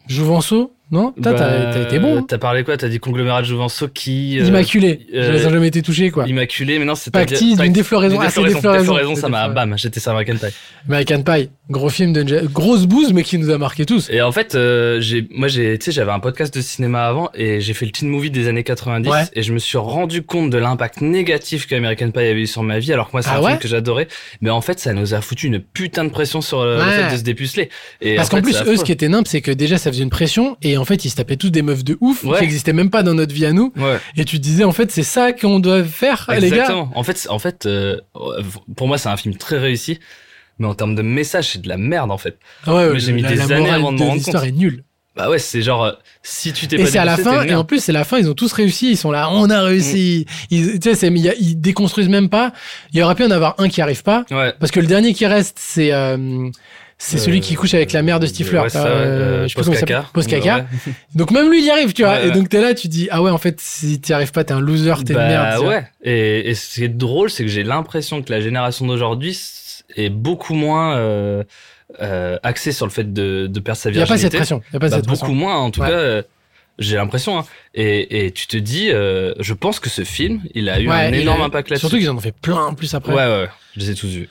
Speaker 1: Jouvenceau Non Putain, T'as
Speaker 2: Bah,
Speaker 1: t'as été bon. hein.
Speaker 2: T'as parlé quoi T'as dit conglomérat de Jouvenceau qui. euh,
Speaker 1: Immaculé.
Speaker 2: euh,
Speaker 1: Je les ai jamais été touchés quoi.
Speaker 2: Immaculé, mais non, c'est
Speaker 1: Pactise d'une défloraison. Ah, c'est
Speaker 2: défloraison,
Speaker 1: défloraison.
Speaker 2: défloraison,
Speaker 1: C'est
Speaker 2: ça m'a
Speaker 1: défloraison.
Speaker 2: bam, j'étais sur American Pie.
Speaker 1: American Pie, gros film de Nja- grosse bouse mais qui nous a marqué tous.
Speaker 2: Et en fait, euh, j'ai, moi, j'ai, tu sais, j'avais un podcast de cinéma avant et j'ai fait le teen movie des années 90
Speaker 1: Ouais.
Speaker 2: et je me suis rendu compte de l'impact négatif que American Pie avait eu sur ma vie. Alors que moi, c'est
Speaker 1: Ah
Speaker 2: un
Speaker 1: ouais
Speaker 2: film que j'adorais, mais en fait, ça nous a foutu une putain de pression sur euh, le, le
Speaker 1: Ouais.
Speaker 2: fait de se dépuceler. Et
Speaker 1: Parce
Speaker 2: en
Speaker 1: qu'en
Speaker 2: fait,
Speaker 1: plus,
Speaker 2: c'est
Speaker 1: eux, ce
Speaker 2: affreux.
Speaker 1: qui était nimble, c'est que déjà, ça faisait une pression, et en fait, ils se tapaient tous des meufs de ouf,
Speaker 2: Ouais.
Speaker 1: qui existaient même pas dans notre vie à nous,
Speaker 2: Ouais.
Speaker 1: et tu te disais, en fait, c'est ça qu'on doit faire, Ah, les gars.
Speaker 2: Exactement. En fait, c'est- en fait, euh, pour moi, c'est un film très réussi, mais en termes de message, c'est de la merde en fait.
Speaker 1: Ah ouais,
Speaker 2: Mais j'ai mis
Speaker 1: la,
Speaker 2: des
Speaker 1: la
Speaker 2: années
Speaker 1: morale
Speaker 2: avant de
Speaker 1: de
Speaker 2: m'en rendre
Speaker 1: l'histoire
Speaker 2: compte.
Speaker 1: est nulle.
Speaker 2: Bah ouais, c'est genre euh, si tu t'es pas
Speaker 1: Et c'est à la
Speaker 2: dépucelé,
Speaker 1: fin,
Speaker 2: t'es
Speaker 1: et
Speaker 2: nul.
Speaker 1: en plus, c'est la fin, ils ont tous réussi, ils sont là, on a réussi.
Speaker 2: Mm.
Speaker 1: Ils, tu sais, c'est- il y a- ils déconstruisent même pas. Il y aurait pu en avoir un qui arrive pas,
Speaker 2: Ouais.
Speaker 1: parce que le dernier qui reste, c'est, euh, c'est celui qui couche avec la mère de Stifler.
Speaker 2: Euh, Ouais, ça, ouais, euh,
Speaker 1: je sais plus comment il s'appelle.
Speaker 2: Postcaca.
Speaker 1: Postcaca.
Speaker 2: Ouais.
Speaker 1: Donc même lui, il y arrive, tu vois.
Speaker 2: Ouais,
Speaker 1: et
Speaker 2: ouais.
Speaker 1: donc t'es là, tu dis, ah ouais, en fait, si t'y arrives pas, t'es un loser, Ah, t'es
Speaker 2: Bah
Speaker 1: une merde. tu vois.
Speaker 2: ouais. Et, et ce qui est drôle, c'est que j'ai l'impression que la génération d'aujourd'hui s- est beaucoup moins euh, euh, axée sur le fait de, de perdre sa
Speaker 1: Il n'y a pas
Speaker 2: virginité.
Speaker 1: cette pression. Il a pas
Speaker 2: Bah,
Speaker 1: cette
Speaker 2: beaucoup
Speaker 1: pression.
Speaker 2: moins, en tout
Speaker 1: Ouais.
Speaker 2: cas. euh, j'ai l'impression. hein. Et, et tu te dis, euh, je pense que ce film, il a eu
Speaker 1: Ouais,
Speaker 2: un
Speaker 1: il
Speaker 2: énorme
Speaker 1: a-
Speaker 2: impact là-dessus.
Speaker 1: Surtout qu'ils en ont fait plein en plus après.
Speaker 2: Ouais, ouais, ouais. je les ai tous vus.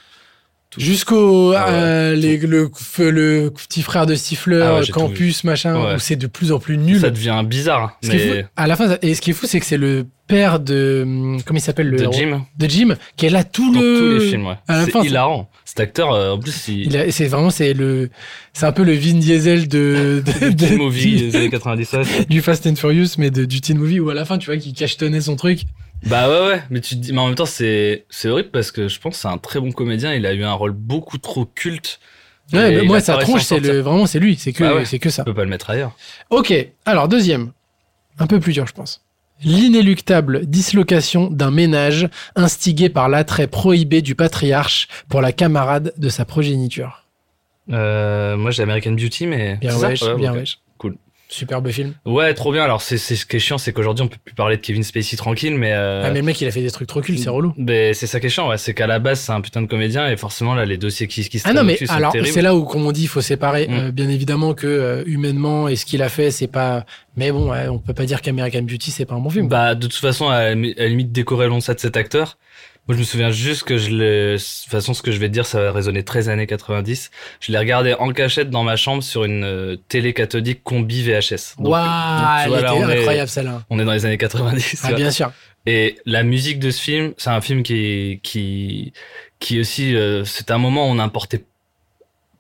Speaker 1: Jusqu'au
Speaker 2: Ah ouais.
Speaker 1: euh, les- le, f- le petit frère de Stifler,
Speaker 2: Ah ouais, j'ai tout
Speaker 1: Campus, machin,
Speaker 2: Ouais.
Speaker 1: où c'est de plus en plus nul.
Speaker 2: Ça devient bizarre. hein,
Speaker 1: Ce qui est
Speaker 2: mais
Speaker 1: fou, à la fin, ça- et ce qui est fou, c'est que c'est le père de hum, comment il s'appelle le
Speaker 2: de
Speaker 1: héros
Speaker 2: Jim,
Speaker 1: de Jim qui est là tout
Speaker 2: dans
Speaker 1: le.
Speaker 2: tous les films, ouais.
Speaker 1: à la
Speaker 2: C'est
Speaker 1: fin, c'est-
Speaker 2: hilarant. Cet acteur, euh, en plus, il,
Speaker 1: Il a- et c'est vraiment c'est le c'est un peu le Vin Diesel de, de,
Speaker 2: Le
Speaker 1: de-
Speaker 2: petit
Speaker 1: du-
Speaker 2: movie des années 97.
Speaker 1: du Fast and Furious mais de, du teen movie où à la fin tu vois qu'il cachetonnait son truc
Speaker 2: Bah ouais, ouais, mais tu te dis, mais en même temps, c'est, c'est horrible parce que je pense que c'est un très bon comédien. Il a eu un rôle beaucoup trop culte.
Speaker 1: Ouais,
Speaker 2: Et
Speaker 1: mais
Speaker 2: il
Speaker 1: moi,
Speaker 2: a
Speaker 1: sa
Speaker 2: pas réussi à
Speaker 1: tronche,
Speaker 2: en
Speaker 1: c'est
Speaker 2: sortir.
Speaker 1: le, vraiment, c'est lui, c'est que,
Speaker 2: Bah ouais.
Speaker 1: c'est que ça.
Speaker 2: On peut pas le mettre ailleurs.
Speaker 1: Ok, alors deuxième, un peu plus dur, je pense. L'inéluctable dislocation d'un ménage instigé par l'attrait prohibé du patriarche pour la camarade de sa progéniture.
Speaker 2: Euh, moi, j'ai American Beauty, mais.
Speaker 1: Bien
Speaker 2: C'est ça
Speaker 1: wesh, bien
Speaker 2: ok.
Speaker 1: wesh.
Speaker 2: Cool.
Speaker 1: Superbe film.
Speaker 2: Ouais, trop bien. Alors, c'est, c'est ce qui est chiant, c'est qu'aujourd'hui, on peut plus parler de Kevin Spacey tranquille, mais. euh,
Speaker 1: Ah, mais le mec, il a fait des trucs trop cool, c'est relou.
Speaker 2: mais c'est ça qui est chiant, ouais. C'est qu'à la base, c'est un putain de comédien et forcément, là, les dossiers qui, qui se
Speaker 1: Ah non,
Speaker 2: traînent
Speaker 1: mais
Speaker 2: dessus sont
Speaker 1: alors,
Speaker 2: terribles.
Speaker 1: c'est là où, comme on dit, il faut séparer.
Speaker 2: Mm.
Speaker 1: Euh, bien évidemment que euh, humainement, et ce qu'il a fait, c'est pas. Mais bon, ouais, on peut pas dire qu'American Beauty, c'est pas un bon film.
Speaker 2: Bah, de toute façon, à, la mi- à la limite, décorrélons ça de cet acteur. Moi, je me souviens juste que je l'ai, de toute façon, ce que je vais te dire, ça va résonner 13 années 90. Je l'ai regardé en cachette dans ma chambre sur une euh, télé cathodique combi VHS. Donc,
Speaker 1: Waouh,
Speaker 2: tu
Speaker 1: elle
Speaker 2: vois,
Speaker 1: était
Speaker 2: là, on est-
Speaker 1: incroyable celle-là.
Speaker 2: On est dans les années 90.
Speaker 1: Ah,
Speaker 2: tu vois.
Speaker 1: bien sûr.
Speaker 2: Et la musique de ce film, c'est un film qui, qui, qui aussi, euh, c'est un moment où on n'importait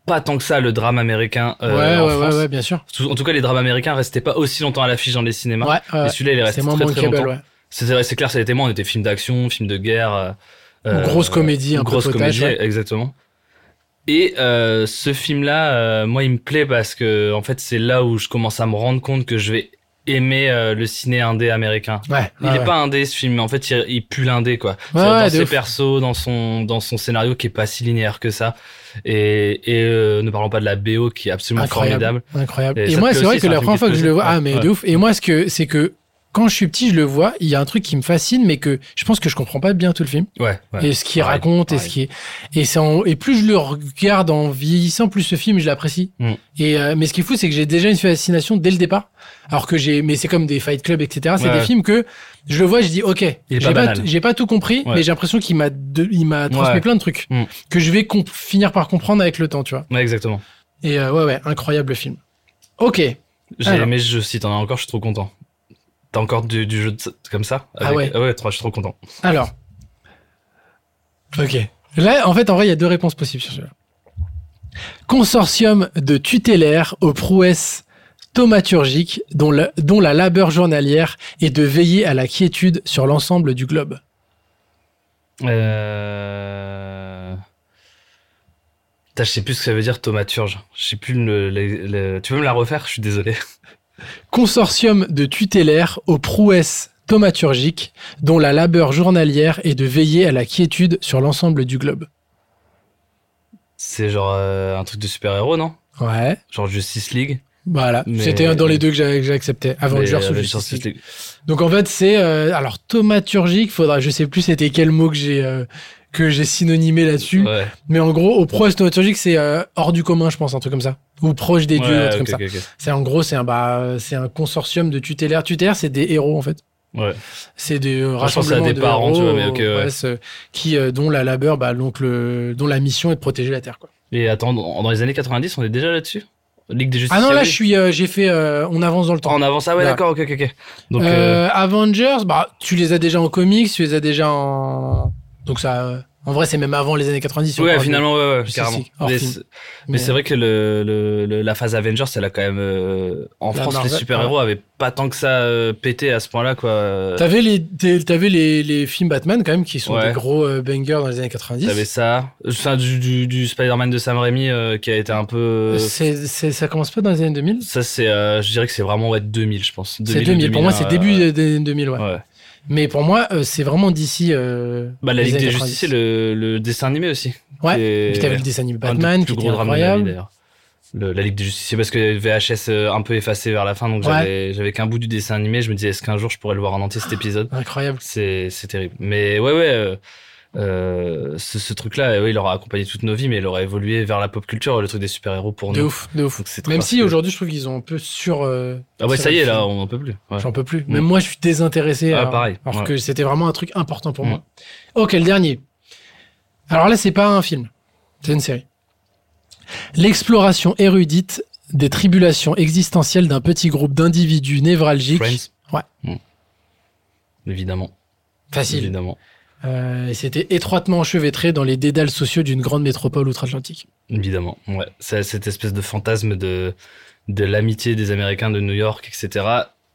Speaker 2: pas tant que ça le drame américain euh, en
Speaker 1: ouais, ouais,
Speaker 2: France.
Speaker 1: ouais, ouais, bien sûr.
Speaker 2: Tout- En tout cas, les drames américains restaient pas aussi longtemps à l'affiche dans les cinémas.
Speaker 1: Ouais, ouais,
Speaker 2: Et
Speaker 1: ouais.
Speaker 2: celui-là, il est resté
Speaker 1: c'est moins
Speaker 2: très, très
Speaker 1: bankable,
Speaker 2: longtemps.
Speaker 1: ouais.
Speaker 2: C'est vrai, c'est clair, ça a été moins. On était film d'action, film de guerre. euh,
Speaker 1: Ou grosse
Speaker 2: euh,
Speaker 1: comédie, un peu
Speaker 2: grosse
Speaker 1: potage,
Speaker 2: comédie,
Speaker 1: ouais.
Speaker 2: exactement. Et euh, ce film-là, euh, moi, il me plaît parce que, en fait, c'est là où je commence à me rendre compte que je vais aimer euh, le ciné indé américain.
Speaker 1: Ouais.
Speaker 2: Il
Speaker 1: ouais,
Speaker 2: est
Speaker 1: Ah ouais.
Speaker 2: pas indé ce film, mais en fait il, il pue l'indé quoi.
Speaker 1: Ouais,
Speaker 2: dans
Speaker 1: ouais, de
Speaker 2: ses
Speaker 1: ouf.
Speaker 2: persos, dans son dans son scénario qui est pas si linéaire que ça. Et, et euh, ne parlons pas de la BO qui est absolument
Speaker 1: Incroyable.
Speaker 2: formidable.
Speaker 1: Incroyable.
Speaker 2: Et
Speaker 1: Et,
Speaker 2: ça
Speaker 1: moi,
Speaker 2: te
Speaker 1: c'est
Speaker 2: plaît
Speaker 1: vrai
Speaker 2: aussi,
Speaker 1: que
Speaker 2: c'est
Speaker 1: la
Speaker 2: un
Speaker 1: première
Speaker 2: film
Speaker 1: fois
Speaker 2: qui
Speaker 1: que
Speaker 2: te
Speaker 1: je le
Speaker 2: plaît,
Speaker 1: vois,
Speaker 2: ouais.
Speaker 1: ah mais
Speaker 2: Ouais.
Speaker 1: de ouf. Et moi, ce que c'est que quand je suis petit, je le vois, il y a un truc qui me fascine, mais que je pense que je comprends pas bien tout le film.
Speaker 2: Ouais. ouais.
Speaker 1: et ce qu'il
Speaker 2: pareil,
Speaker 1: raconte et
Speaker 2: pareil.
Speaker 1: ce qui est et c'est en- et plus je le regarde en vieillissant plus ce film je l'apprécie
Speaker 2: Mm.
Speaker 1: et euh, mais ce qui est fou c'est que j'ai déjà une fascination dès le départ alors que j'ai mais c'est comme des Fight Club etc c'est
Speaker 2: Ouais.
Speaker 1: des films que je le vois je dis ok
Speaker 2: Il est
Speaker 1: j'ai
Speaker 2: pas
Speaker 1: pas,
Speaker 2: banal.
Speaker 1: t- j'ai pas tout compris
Speaker 2: Ouais.
Speaker 1: mais j'ai l'impression qu'il m'a de- il m'a transmis
Speaker 2: Ouais.
Speaker 1: plein de trucs
Speaker 2: Mm.
Speaker 1: que je vais comp- finir par comprendre avec le temps tu vois
Speaker 2: Ouais, exactement.
Speaker 1: et euh, ouais ouais incroyable film ok
Speaker 2: J'ai
Speaker 1: Alors.
Speaker 2: aimé ce jeu. Si t'en as encore, je suis trop content. T'as encore du, du jeu de- comme ça
Speaker 1: Ah ouais.
Speaker 2: Ouais, trois, je suis trop content.
Speaker 1: alors ok là en fait en vrai il y a deux réponses possibles sur celui-là consortium de tutélaires aux prouesses thaumaturgiques dont, la- dont la labeur journalière est de veiller à la quiétude sur l'ensemble du globe.
Speaker 2: Euh... Putain, je sais plus ce que ça veut dire thaumaturge. Je sais plus le, le- le- Tu peux me la refaire Je suis désolé.
Speaker 1: Consortium de tutélaires aux prouesses thaumaturgiques dont la labeur journalière est de veiller à la quiétude sur l'ensemble du globe.
Speaker 2: C'est genre euh, un truc de super-héros, non
Speaker 1: Ouais,
Speaker 2: Genre Justice League.
Speaker 1: voilà.
Speaker 2: Mais-
Speaker 1: C'était dans les deux que j'a- que j'ai accepté.
Speaker 2: mais,
Speaker 1: Avengers
Speaker 2: euh,
Speaker 1: ou
Speaker 2: Avengers,
Speaker 1: Justice League.
Speaker 2: League.
Speaker 1: Donc en fait, c'est euh, alors thaumaturgique, faudra je sais plus c'était quel mot que j'ai euh, que j'ai synonymé là-dessus.
Speaker 2: Ouais.
Speaker 1: Mais en gros, au prouesse thaumaturgique, c'est euh, hors du commun, je pense, un truc comme ça. Ou proche des dieux,
Speaker 2: Ouais,
Speaker 1: un truc
Speaker 2: ok,
Speaker 1: comme ça.
Speaker 2: ok,
Speaker 1: C'est en gros, c'est un, bah, euh, c'est un consortium de tutélaires. Tutélaires, c'est des héros, en fait.
Speaker 2: ok. Ouais.
Speaker 1: C'est des euh,
Speaker 2: je pense à
Speaker 1: rassemblements
Speaker 2: des
Speaker 1: de
Speaker 2: parents,
Speaker 1: héros,
Speaker 2: hein, tu vois, mais ok, ouais.
Speaker 1: ouais, ce- qui, euh, dont la labeur, bah, donc le, dont la mission est de protéger la Terre, quoi.
Speaker 2: Et attends, dans dans les années 90, on est déjà là-dessus Ligue des Justices.
Speaker 1: Ah non, là, je suis, euh, j'ai fait, euh, on avance dans le temps.
Speaker 2: En avance, ah ouais,
Speaker 1: Là.
Speaker 2: d'accord, ok, ok, ok. Donc, euh,
Speaker 1: Euh, Avengers, bah, tu les as déjà en comics, tu les as déjà en, donc ça, euh, en vrai, c'est même avant les années 90. si on
Speaker 2: ouais,
Speaker 1: parle de-
Speaker 2: finalement, ouais, ouais,
Speaker 1: Justice
Speaker 2: carrément.
Speaker 1: League, Oh, hors
Speaker 2: Mais
Speaker 1: film.
Speaker 2: c'est- Mais c'est vrai que le, le- le- la phase Avengers, elle a quand même. euh, en
Speaker 1: La
Speaker 2: France,
Speaker 1: Marvel,
Speaker 2: les super-héros avaient pas tant que ça euh, pété à ce point-là, quoi. Euh,
Speaker 1: T'avais les, t'es- t'avais les, les films Batman quand même qui sont
Speaker 2: Ouais.
Speaker 1: des gros euh, bangers dans les années 90.
Speaker 2: T'avais ça. Enfin, du, du, du Spider-Man de Sam Raimi euh, qui a été un peu. euh,
Speaker 1: C'est- c'est- ça commence pas dans les années 2000
Speaker 2: ça, c'est. euh, je dirais que c'est vraiment ouais, 2000, je pense.
Speaker 1: C'est 2000. Pour moi, c'est
Speaker 2: 2001,
Speaker 1: début
Speaker 2: euh,
Speaker 1: des années 2000. Ouais.
Speaker 2: ouais.
Speaker 1: Mais pour moi, euh, c'est vraiment d'ici. euh,
Speaker 2: Bah, la
Speaker 1: les
Speaker 2: Ligue
Speaker 1: années
Speaker 2: des
Speaker 1: 90.
Speaker 2: Justices, le, le dessin animé aussi.
Speaker 1: Ouais,
Speaker 2: Et-
Speaker 1: Puis t'avais le dessin animé
Speaker 2: Un des
Speaker 1: Batman
Speaker 2: plus
Speaker 1: qui était
Speaker 2: gros drames de ma vie,
Speaker 1: incroyable.
Speaker 2: d'ailleurs. Le- la Ligue des Justiciers, parce que VHS euh, un peu effacé vers la fin, donc
Speaker 1: Ouais.
Speaker 2: j'avais j'avais qu'un bout du dessin animé. Je me disais, est-ce qu'un jour je pourrais le voir en entier
Speaker 1: Ah.
Speaker 2: cet épisode
Speaker 1: Incroyable.
Speaker 2: C'est c'est terrible. Mais ouais, ouais, euh, euh, ce, ce truc-là, euh, ouais, il aura accompagné toutes nos vies, mais il aura évolué vers la pop culture, le truc des super-héros pour
Speaker 1: De
Speaker 2: nous.
Speaker 1: ouf, de ouf.
Speaker 2: Donc c'est trop
Speaker 1: Même si
Speaker 2: particulier.
Speaker 1: aujourd'hui, je trouve qu'ils ont un peu sur. euh,
Speaker 2: Ah ouais,
Speaker 1: sur
Speaker 2: ça
Speaker 1: le
Speaker 2: y est,
Speaker 1: film.
Speaker 2: là, on n'en peut plus. Ouais.
Speaker 1: J'en peux plus.
Speaker 2: Mm.
Speaker 1: Même moi, je suis désintéressé.
Speaker 2: Ah,
Speaker 1: alors,
Speaker 2: pareil,
Speaker 1: Alors
Speaker 2: ouais.
Speaker 1: que c'était vraiment un truc important pour
Speaker 2: Mm.
Speaker 1: moi. Ok, le dernier. Alors là, c'est pas un film, c'est une série. L'exploration érudite des tribulations existentielles d'un petit groupe d'individus névralgiques.
Speaker 2: Friends
Speaker 1: Ouais.
Speaker 2: Mm. Évidemment.
Speaker 1: Facile.
Speaker 2: Évidemment.
Speaker 1: Euh, et c'était étroitement enchevêtré dans les dédales sociaux d'une grande métropole outre-Atlantique.
Speaker 2: Évidemment, ouais. C'est cette espèce de fantasme de, de l'amitié des Américains de New York, etc.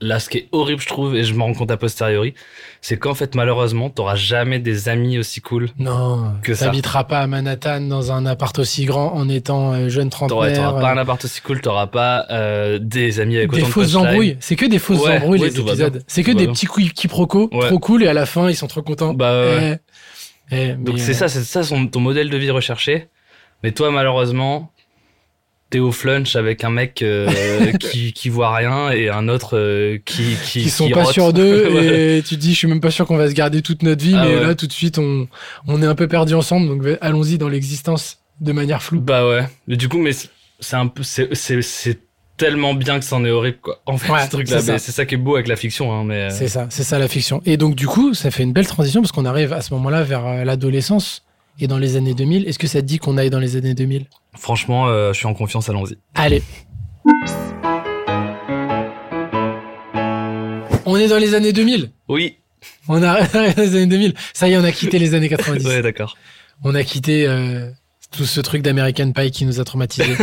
Speaker 2: Là, ce qui est horrible, je trouve, et je m'en rends compte a posteriori, c'est qu'en fait, malheureusement, t'auras jamais des amis aussi cool.
Speaker 1: Non,
Speaker 2: Que ça.
Speaker 1: t'habiteras pas à Manhattan dans un appart aussi grand en étant euh, jeune
Speaker 2: T'auras,
Speaker 1: trentenaire.
Speaker 2: t'auras pas un appart aussi cool, t'auras pas euh, des amis avec
Speaker 1: euh, des
Speaker 2: autant de
Speaker 1: fausses
Speaker 2: punchline.
Speaker 1: embrouilles. C'est que des fausses
Speaker 2: Ouais,
Speaker 1: embrouilles,
Speaker 2: ouais,
Speaker 1: les
Speaker 2: tout va
Speaker 1: épisodes.
Speaker 2: bien.
Speaker 1: C'est que
Speaker 2: Tout va
Speaker 1: des
Speaker 2: bien.
Speaker 1: petits qui- quiproquos
Speaker 2: Ouais.
Speaker 1: trop cool et à la fin, ils sont trop contents.
Speaker 2: Bah, ouais.
Speaker 1: Eh, eh,
Speaker 2: Donc
Speaker 1: mais,
Speaker 2: c'est
Speaker 1: euh,
Speaker 2: ça, c'est ça son- ton modèle de vie recherché. Mais toi, malheureusement, t'es au flunch avec un mec euh, qui, qui voit rien et un autre euh, qui, qui,
Speaker 1: Qui sont
Speaker 2: qui
Speaker 1: pas
Speaker 2: rote.
Speaker 1: sûrs d'eux
Speaker 2: Ouais.
Speaker 1: et tu te dis, je suis même pas sûr qu'on va se garder toute notre vie,
Speaker 2: Ah
Speaker 1: mais
Speaker 2: ouais.
Speaker 1: là, tout de suite, on, on est un peu perdu ensemble, donc va- allons-y dans l'existence de manière floue.
Speaker 2: Bah ouais. Mais du coup, mais c'est- c'est un peu, c'est, c'est, c'est tellement bien que c'en est horrible, quoi. En fait,
Speaker 1: Ouais,
Speaker 2: ce truc-là,
Speaker 1: c'est ça.
Speaker 2: mais c'est ça qui est beau avec la fiction, hein, mais. euh,
Speaker 1: C'est ça, c'est ça la fiction. Et donc, du coup, ça fait une belle transition parce qu'on arrive à ce moment-là vers euh, l'adolescence et dans les années 2000. Est-ce que ça te dit qu'on aille dans les années 2000
Speaker 2: Franchement, euh, je suis en confiance, allons-y.
Speaker 1: Allez. On est dans les années 2000.
Speaker 2: Oui.
Speaker 1: On a arrêté les années 2000. Ça y est, on a quitté les années 90.
Speaker 2: Ouais, d'accord.
Speaker 1: On a quitté euh, tout ce truc d'American Pie qui nous a traumatisés.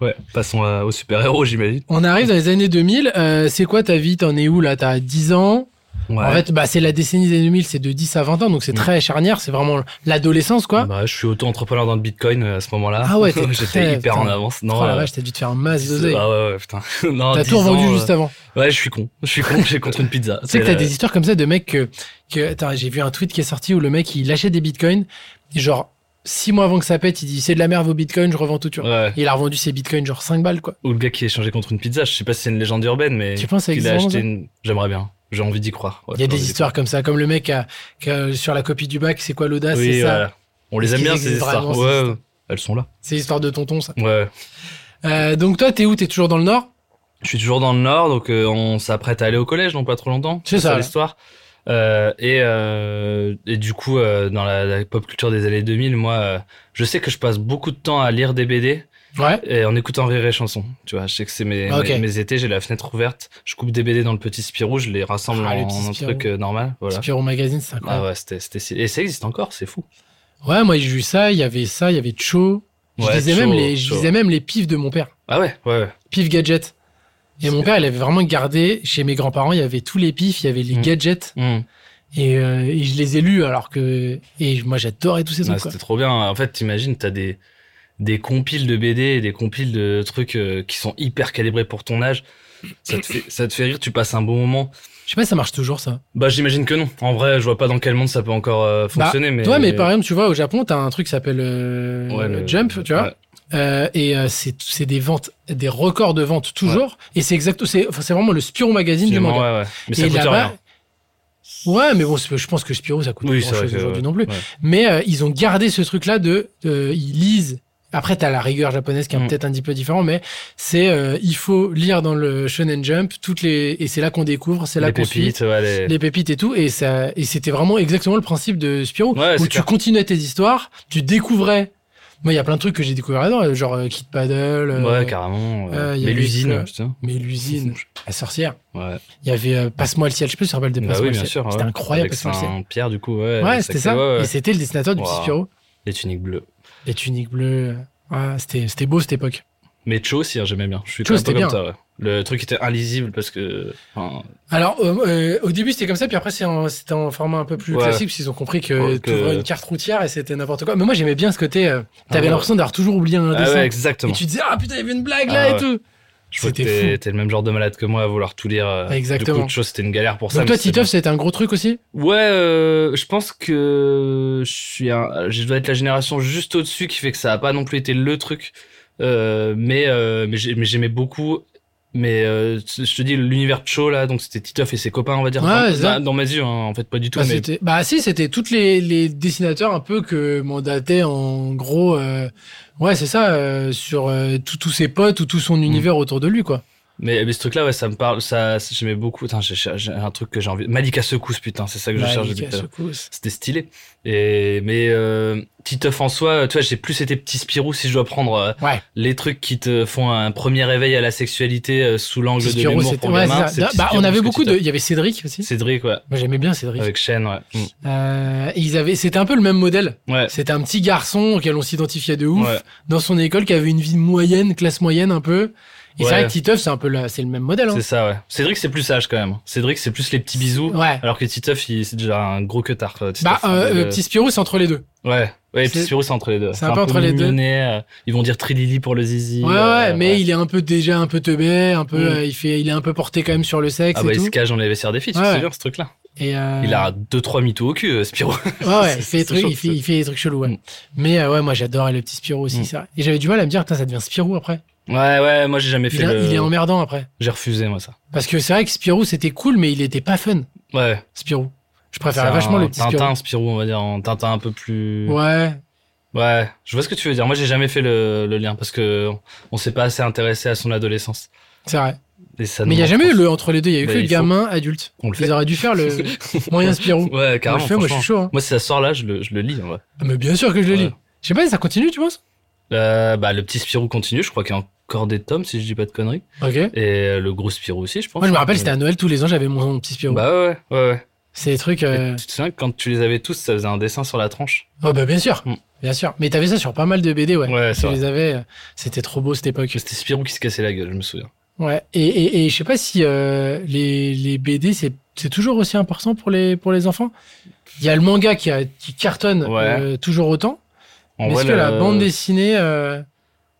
Speaker 2: Ouais. Passons à- aux super-héros, j'imagine.
Speaker 1: on arrive dans les années 2000. euh, c'est quoi ta vie T'en es où là T'as 10 ans
Speaker 2: Ouais.
Speaker 1: En fait, bah, c'est la décennie des 2000, c'est de 10 à 20 ans, donc c'est
Speaker 2: Mm.
Speaker 1: très charnière, c'est vraiment l'adolescence, quoi.
Speaker 2: Bah, je suis auto-entrepreneur dans le Bitcoin euh, à ce moment-là.
Speaker 1: Ah ouais, t'es
Speaker 2: j'étais
Speaker 1: très-
Speaker 2: hyper en
Speaker 1: putain.
Speaker 2: avance.
Speaker 1: Oh
Speaker 2: Non,
Speaker 1: la
Speaker 2: euh,
Speaker 1: vache, t'as dû te faire un masse
Speaker 2: dix-
Speaker 1: d'oseille.
Speaker 2: ah ouais, ouais, putain. Non,
Speaker 1: T'as
Speaker 2: 10
Speaker 1: tout revendu
Speaker 2: ans, euh,
Speaker 1: juste avant.
Speaker 2: Ouais, je suis con. Je suis con. J'ai compris une pizza.
Speaker 1: Tu sais que t'as des histoires comme ça de mecs que, que- attends, j'ai vu un tweet qui est sorti où le mec il achète des bitcoins, et genre six mois avant que ça pète, il dit c'est de la merde vos bitcoins, je revends tout, tu vois.
Speaker 2: Ouais.
Speaker 1: Et il a revendu ses bitcoins genre 5 balles quoi.
Speaker 2: Ou le gars qui est échangé contre une pizza. Je sais pas si c'est une légende urbaine, mais.
Speaker 1: Tu penses que ça
Speaker 2: qu'il a
Speaker 1: existe
Speaker 2: acheté
Speaker 1: vraiment,
Speaker 2: une. J'aimerais bien. J'ai envie d'y croire. Ouais,
Speaker 1: Il y a
Speaker 2: j'ai
Speaker 1: des
Speaker 2: envie d'y
Speaker 1: histoires comme ça, comme le mec a- qui a- sur la copie du bac, c'est quoi l'audace,
Speaker 2: croire. Oui,
Speaker 1: Ah, c'est ça.
Speaker 2: voilà. On les aime
Speaker 1: Est-ce
Speaker 2: bien,
Speaker 1: qu'ils
Speaker 2: ces
Speaker 1: existent
Speaker 2: histoires.
Speaker 1: vraiment, ces
Speaker 2: Ouais,
Speaker 1: histoires
Speaker 2: elles sont là.
Speaker 1: C'est l'histoire de tonton ça.
Speaker 2: Ouais.
Speaker 1: Euh, donc toi t'es où T'es toujours dans le nord
Speaker 2: Je suis toujours dans le Nord, donc euh, on s'apprête à aller au collège dans pas trop longtemps.
Speaker 1: C'est ça, là.
Speaker 2: l'histoire. Euh, et, euh, et du coup, euh, dans la, la pop culture des années 2000, moi, euh, je sais que je passe beaucoup de temps à lire des BD
Speaker 1: Ouais.
Speaker 2: et en écoutant rire et chansons. Tu vois, je sais que c'est mes,
Speaker 1: Ah, Ok.
Speaker 2: mes, mes étés, j'ai la fenêtre ouverte, je coupe des BD dans le petit Spirou, je les rassemble
Speaker 1: Ah, le
Speaker 2: en,
Speaker 1: petit
Speaker 2: en un
Speaker 1: Spirou.
Speaker 2: truc euh, normal. Voilà.
Speaker 1: Spirou Magazine, c'est
Speaker 2: Ah
Speaker 1: incroyable.
Speaker 2: ouais, c'était, c'était, si- et ça existe encore, c'est fou.
Speaker 1: ouais. moi j'ai vu ça, il y avait ça, il y avait Cho. Je
Speaker 2: Ah Ouais,
Speaker 1: lisais
Speaker 2: chaud,
Speaker 1: même les, je
Speaker 2: chaud.
Speaker 1: lisais même les pifs de mon père.
Speaker 2: Ah ouais, ouais, ouais.
Speaker 1: pif gadget. Et mon père, il avait vraiment gardé, chez mes grands-parents, il y avait tous les pifs, il y avait les
Speaker 2: Mm.
Speaker 1: gadgets,
Speaker 2: Hmm.
Speaker 1: et, euh, et je les ai lus, alors que... Et moi, j'adorais tous ces
Speaker 2: Ouais,
Speaker 1: trucs, quoi.
Speaker 2: c'était trop bien. En fait, t'imagines, t'as des, des compiles de BD et des compiles de trucs euh, qui sont hyper calibrés pour ton âge. Ça te, fait, ça te fait rire, tu passes un bon moment.
Speaker 1: Je sais pas si ça marche toujours, ça.
Speaker 2: Bah, j'imagine que non. En vrai, je vois pas dans quel monde ça peut encore euh, fonctionner. mais,
Speaker 1: Bah, Toi, mais par exemple, tu vois, au Japon, t'as un truc qui s'appelle euh,
Speaker 2: Ouais, le-
Speaker 1: Jump, tu vois,
Speaker 2: ouais.
Speaker 1: euh, et euh, c'est c'est des ventes, des records de ventes, toujours, et c'est exact, c'est enfin, c'est vraiment le Spirou Magazine
Speaker 2: Finalement,
Speaker 1: du manga.
Speaker 2: ouais, ouais. Mais ça
Speaker 1: Et
Speaker 2: coûte
Speaker 1: là-bas-
Speaker 2: rien.
Speaker 1: Ouais, mais bon, c'est- je pense que Spirou, ça coûte
Speaker 2: Oui,
Speaker 1: pas
Speaker 2: c'est vrai
Speaker 1: grand-chose
Speaker 2: que-
Speaker 1: aujourd'hui non plus.
Speaker 2: ouais.
Speaker 1: Mais euh, ils ont gardé ce truc-là de, euh, ils lisent. Après, t'as la rigueur japonaise qui est
Speaker 2: Mm.
Speaker 1: peut-être un petit peu différent, mais c'est euh, il faut lire dans le Shonen Jump toutes les et c'est là qu'on découvre, c'est là
Speaker 2: les
Speaker 1: qu'on suit
Speaker 2: pépites, ouais, les-
Speaker 1: les pépites et tout et ça et c'était vraiment exactement le principe de Spirou
Speaker 2: Ouais,
Speaker 1: où tu
Speaker 2: c'est clair.
Speaker 1: continuais tes histoires, tu découvrais. Moi, il y a plein de trucs que j'ai découvert là-dedans, euh, genre euh, Kid Paddle, euh,
Speaker 2: Ouais, carrément. ouais.
Speaker 1: euh, il y
Speaker 2: mais
Speaker 1: avait
Speaker 2: l'usine,
Speaker 1: plein-
Speaker 2: putain.
Speaker 1: mais l'usine, la sorcière.
Speaker 2: Ouais.
Speaker 1: Il y avait euh, Passe-moi le ciel, je sais pas si tu te rappelles de
Speaker 2: Bah
Speaker 1: Passe-moi le
Speaker 2: oui, bien
Speaker 1: ciel.
Speaker 2: sûr. ouais.
Speaker 1: C'était incroyable
Speaker 2: Avec
Speaker 1: Passe-moi le ciel.
Speaker 2: Saint-Pierre, du coup, ouais.
Speaker 1: Ouais,
Speaker 2: avec
Speaker 1: c'était ça.
Speaker 2: Saint-Pierre, ouais, ouais.
Speaker 1: Et c'était le dessinateur du petit
Speaker 2: Wow.
Speaker 1: Spirou.
Speaker 2: Les tuniques bleues.
Speaker 1: Les tuniques bleues. Ah, c'était, c'était beau cette époque.
Speaker 2: Mais Cho aussi, hein, j'aimais bien. Je suis
Speaker 1: Cho,
Speaker 2: un peu
Speaker 1: c'était
Speaker 2: comme
Speaker 1: bien.
Speaker 2: toi, ouais. Le truc était illisible parce que. enfin,
Speaker 1: Alors, euh, euh, au début, c'était comme ça, puis après, c'est en- c'était en format un peu plus
Speaker 2: Ouais.
Speaker 1: classique, parce qu'ils ont compris que
Speaker 2: Ouais,
Speaker 1: tu
Speaker 2: que-
Speaker 1: ouvrais une carte routière et c'était n'importe quoi. Mais moi, j'aimais bien ce côté. euh, t'avais
Speaker 2: Ah ouais.
Speaker 1: l'impression d'avoir toujours oublié un
Speaker 2: Ah
Speaker 1: dessin.
Speaker 2: ouais,
Speaker 1: et
Speaker 2: exactement.
Speaker 1: tu disais, ah putain, il y avait une blague
Speaker 2: Ah
Speaker 1: là et
Speaker 2: ouais.
Speaker 1: tout.
Speaker 2: Je vois que
Speaker 1: C'était
Speaker 2: t'es
Speaker 1: fou.
Speaker 2: t'es le même genre de malade que moi à vouloir tout lire. euh,
Speaker 1: Exactement.
Speaker 2: Du coup, Cho, c'était une galère pour ça.
Speaker 1: Donc, toi,
Speaker 2: mais c'est
Speaker 1: Titeuf, c'était un gros truc aussi
Speaker 2: bien. Ouais, euh, je pense que je suis un. Je dois être la génération juste au-dessus qui fait que ça a pas non plus été le truc. Euh, mais euh, mais j'ai- mais j'aimais beaucoup. Mais euh, je te dis, l'univers Cho, là, donc c'était Titeuf et ses copains, on va dire.
Speaker 1: Ouais,
Speaker 2: Enfin,
Speaker 1: c'est ça.
Speaker 2: dans, dans mes yeux, hein, en fait, pas du tout.
Speaker 1: bah,
Speaker 2: mais
Speaker 1: c'était- bah, si, c'était tous les, les dessinateurs un peu que mandataient en gros. euh, Ouais, c'est ça, euh, sur euh, tout- tous ses potes ou tout
Speaker 2: Hmm.
Speaker 1: son univers autour de lui, quoi.
Speaker 2: Mais, mais ce truc-là, ouais, ça me parle, ça, ça- j'aimais beaucoup. Putain, j'ai- j'ai j'ai un truc que j'ai envie. Malika Secousse, putain, c'est ça que je
Speaker 1: Bah,
Speaker 2: cherche
Speaker 1: Mickey
Speaker 2: depuis tout à l'heure.
Speaker 1: Secousse.
Speaker 2: C'était stylé. Et, mais euh, Titeuf en soi, tu vois, j'ai plus été petit Spirou si je dois prendre euh,
Speaker 1: Ouais.
Speaker 2: les trucs qui te font un premier réveil à la sexualité euh, sous l'angle de
Speaker 1: Spirou,
Speaker 2: l'humour
Speaker 1: c'était-
Speaker 2: pour
Speaker 1: ouais,
Speaker 2: gamin.
Speaker 1: c'est ça. Bah, on avait beaucoup de. Il y avait Cédric aussi.
Speaker 2: Cédric, ouais.
Speaker 1: Moi j'aimais bien Cédric.
Speaker 2: Avec Shane, ouais. Mm.
Speaker 1: Euh, et ils avaient, c'était un peu le même modèle.
Speaker 2: Ouais.
Speaker 1: C'était un petit garçon auquel on s'identifiait de ouf hein.
Speaker 2: Ouais.
Speaker 1: dans son école qui avait une vie moyenne, classe moyenne un peu. Et c'est
Speaker 2: Ouais.
Speaker 1: vrai que Titeuf c'est un peu la- c'est le même modèle. Hein.
Speaker 2: C'est ça, ouais. Cédric, c'est plus sage quand même. Cédric, c'est plus les petits bisous.
Speaker 1: Ouais.
Speaker 2: Alors que Titeuf, il- c'est déjà un gros queutard. quoi. Titeuf,
Speaker 1: Bah
Speaker 2: Euh, un
Speaker 1: euh,
Speaker 2: bel-
Speaker 1: euh, petit Spirou c'est entre les deux.
Speaker 2: Ouais, ouais, et
Speaker 1: C'est-
Speaker 2: puis Spirou, c'est entre les deux.
Speaker 1: c'est un peu entre les deux.
Speaker 2: mignonnet, euh, ils vont dire Trilili pour le zizi.
Speaker 1: Ouais
Speaker 2: euh,
Speaker 1: ouais, mais il est un peu déjà un peu teubé, un peu
Speaker 2: Mm.
Speaker 1: euh, il fait il est un peu porté quand même sur le sexe
Speaker 2: Ah bah,
Speaker 1: et
Speaker 2: il
Speaker 1: tout.
Speaker 2: se cache dans les vestiaires des filles, tu
Speaker 1: Ouais.
Speaker 2: te souviens, ce truc-là.
Speaker 1: Et euh,
Speaker 2: Il a 2-3 mythos au cul, euh, Spirou.
Speaker 1: Ouais, ouais, il
Speaker 2: C'est-
Speaker 1: fait des
Speaker 2: c'est
Speaker 1: trucs,
Speaker 2: chaud,
Speaker 1: il fait,
Speaker 2: ça.
Speaker 1: il fait des trucs chelous. Ouais.
Speaker 2: Mm.
Speaker 1: Mais euh, ouais, moi j'adorais le petit Spirou aussi.
Speaker 2: Mm.
Speaker 1: c'est vrai. Et j'avais du mal à me dire, putain, ça devient Spirou après.
Speaker 2: ouais, ouais, moi, j'ai jamais
Speaker 1: Il,
Speaker 2: fait
Speaker 1: a-
Speaker 2: le...
Speaker 1: il est emmerdant après.
Speaker 2: J'ai refusé, moi, ça.
Speaker 1: Parce que c'est vrai que Spirou, c'était cool, mais il était pas fun,
Speaker 2: Ouais.
Speaker 1: Spirou. Je
Speaker 2: C'est
Speaker 1: préférais
Speaker 2: un
Speaker 1: vachement le petit
Speaker 2: Tintin, Spirou. on va dire, en Tintin un peu plus...
Speaker 1: Spirou. Ouais.
Speaker 2: Ouais, je vois ce que tu veux dire. Moi, j'ai jamais fait le, le lien parce que on s'est pas assez intéressé à son adolescence.
Speaker 1: C'est vrai.
Speaker 2: Et ça
Speaker 1: mais il
Speaker 2: nous
Speaker 1: y a
Speaker 2: manque,
Speaker 1: jamais eu
Speaker 2: franchement.
Speaker 1: le entre les deux, il y a eu
Speaker 2: Bah,
Speaker 1: que le
Speaker 2: il faut.
Speaker 1: gamin adulte.
Speaker 2: On le
Speaker 1: Ils
Speaker 2: fait.
Speaker 1: auraient dû faire le moyen Spirou. Moi,
Speaker 2: Ouais, carrément.
Speaker 1: je fais, moi je
Speaker 2: franchement.
Speaker 1: suis chaud. hein.
Speaker 2: Moi, si ça sort là, je le, je le lis, en vrai.
Speaker 1: Ah, Mais bien sûr que je le
Speaker 2: Ouais.
Speaker 1: lis. Je sais pas, ça continue, tu penses
Speaker 2: Euh, bah, le petit Spirou continue, je crois qu'il y a encore des tomes, si je dis pas de conneries.
Speaker 1: Ok.
Speaker 2: Et euh, le gros Spirou aussi, je pense.
Speaker 1: Moi, je me rappelle, c'était à Noël tous les ans, j'avais mon mon petit Spirou.
Speaker 2: Bah ouais, ouais, ouais.
Speaker 1: C'est des trucs. euh,
Speaker 2: Et Tu te souviens que quand tu les avais tous, ça faisait un dessin sur la tranche
Speaker 1: Oh, bah bien sûr.
Speaker 2: Mm.
Speaker 1: Bien sûr. Mais t'avais ça sur pas mal de BD, ouais.
Speaker 2: Ouais,
Speaker 1: Tu
Speaker 2: c'est vrai.
Speaker 1: les avais. euh, C'était trop beau cette époque.
Speaker 2: Que C'était Spirou qui se cassait la gueule, je me souviens.
Speaker 1: Ouais, et, et, et je sais pas si euh, les, les BD, c'est c'est toujours aussi important pour les, pour les enfants. Il y a le manga qui, a- qui cartonne
Speaker 2: Ouais.
Speaker 1: euh, toujours autant.
Speaker 2: En
Speaker 1: Mais
Speaker 2: vrai,
Speaker 1: Est-ce que
Speaker 2: le-
Speaker 1: la bande dessinée. euh,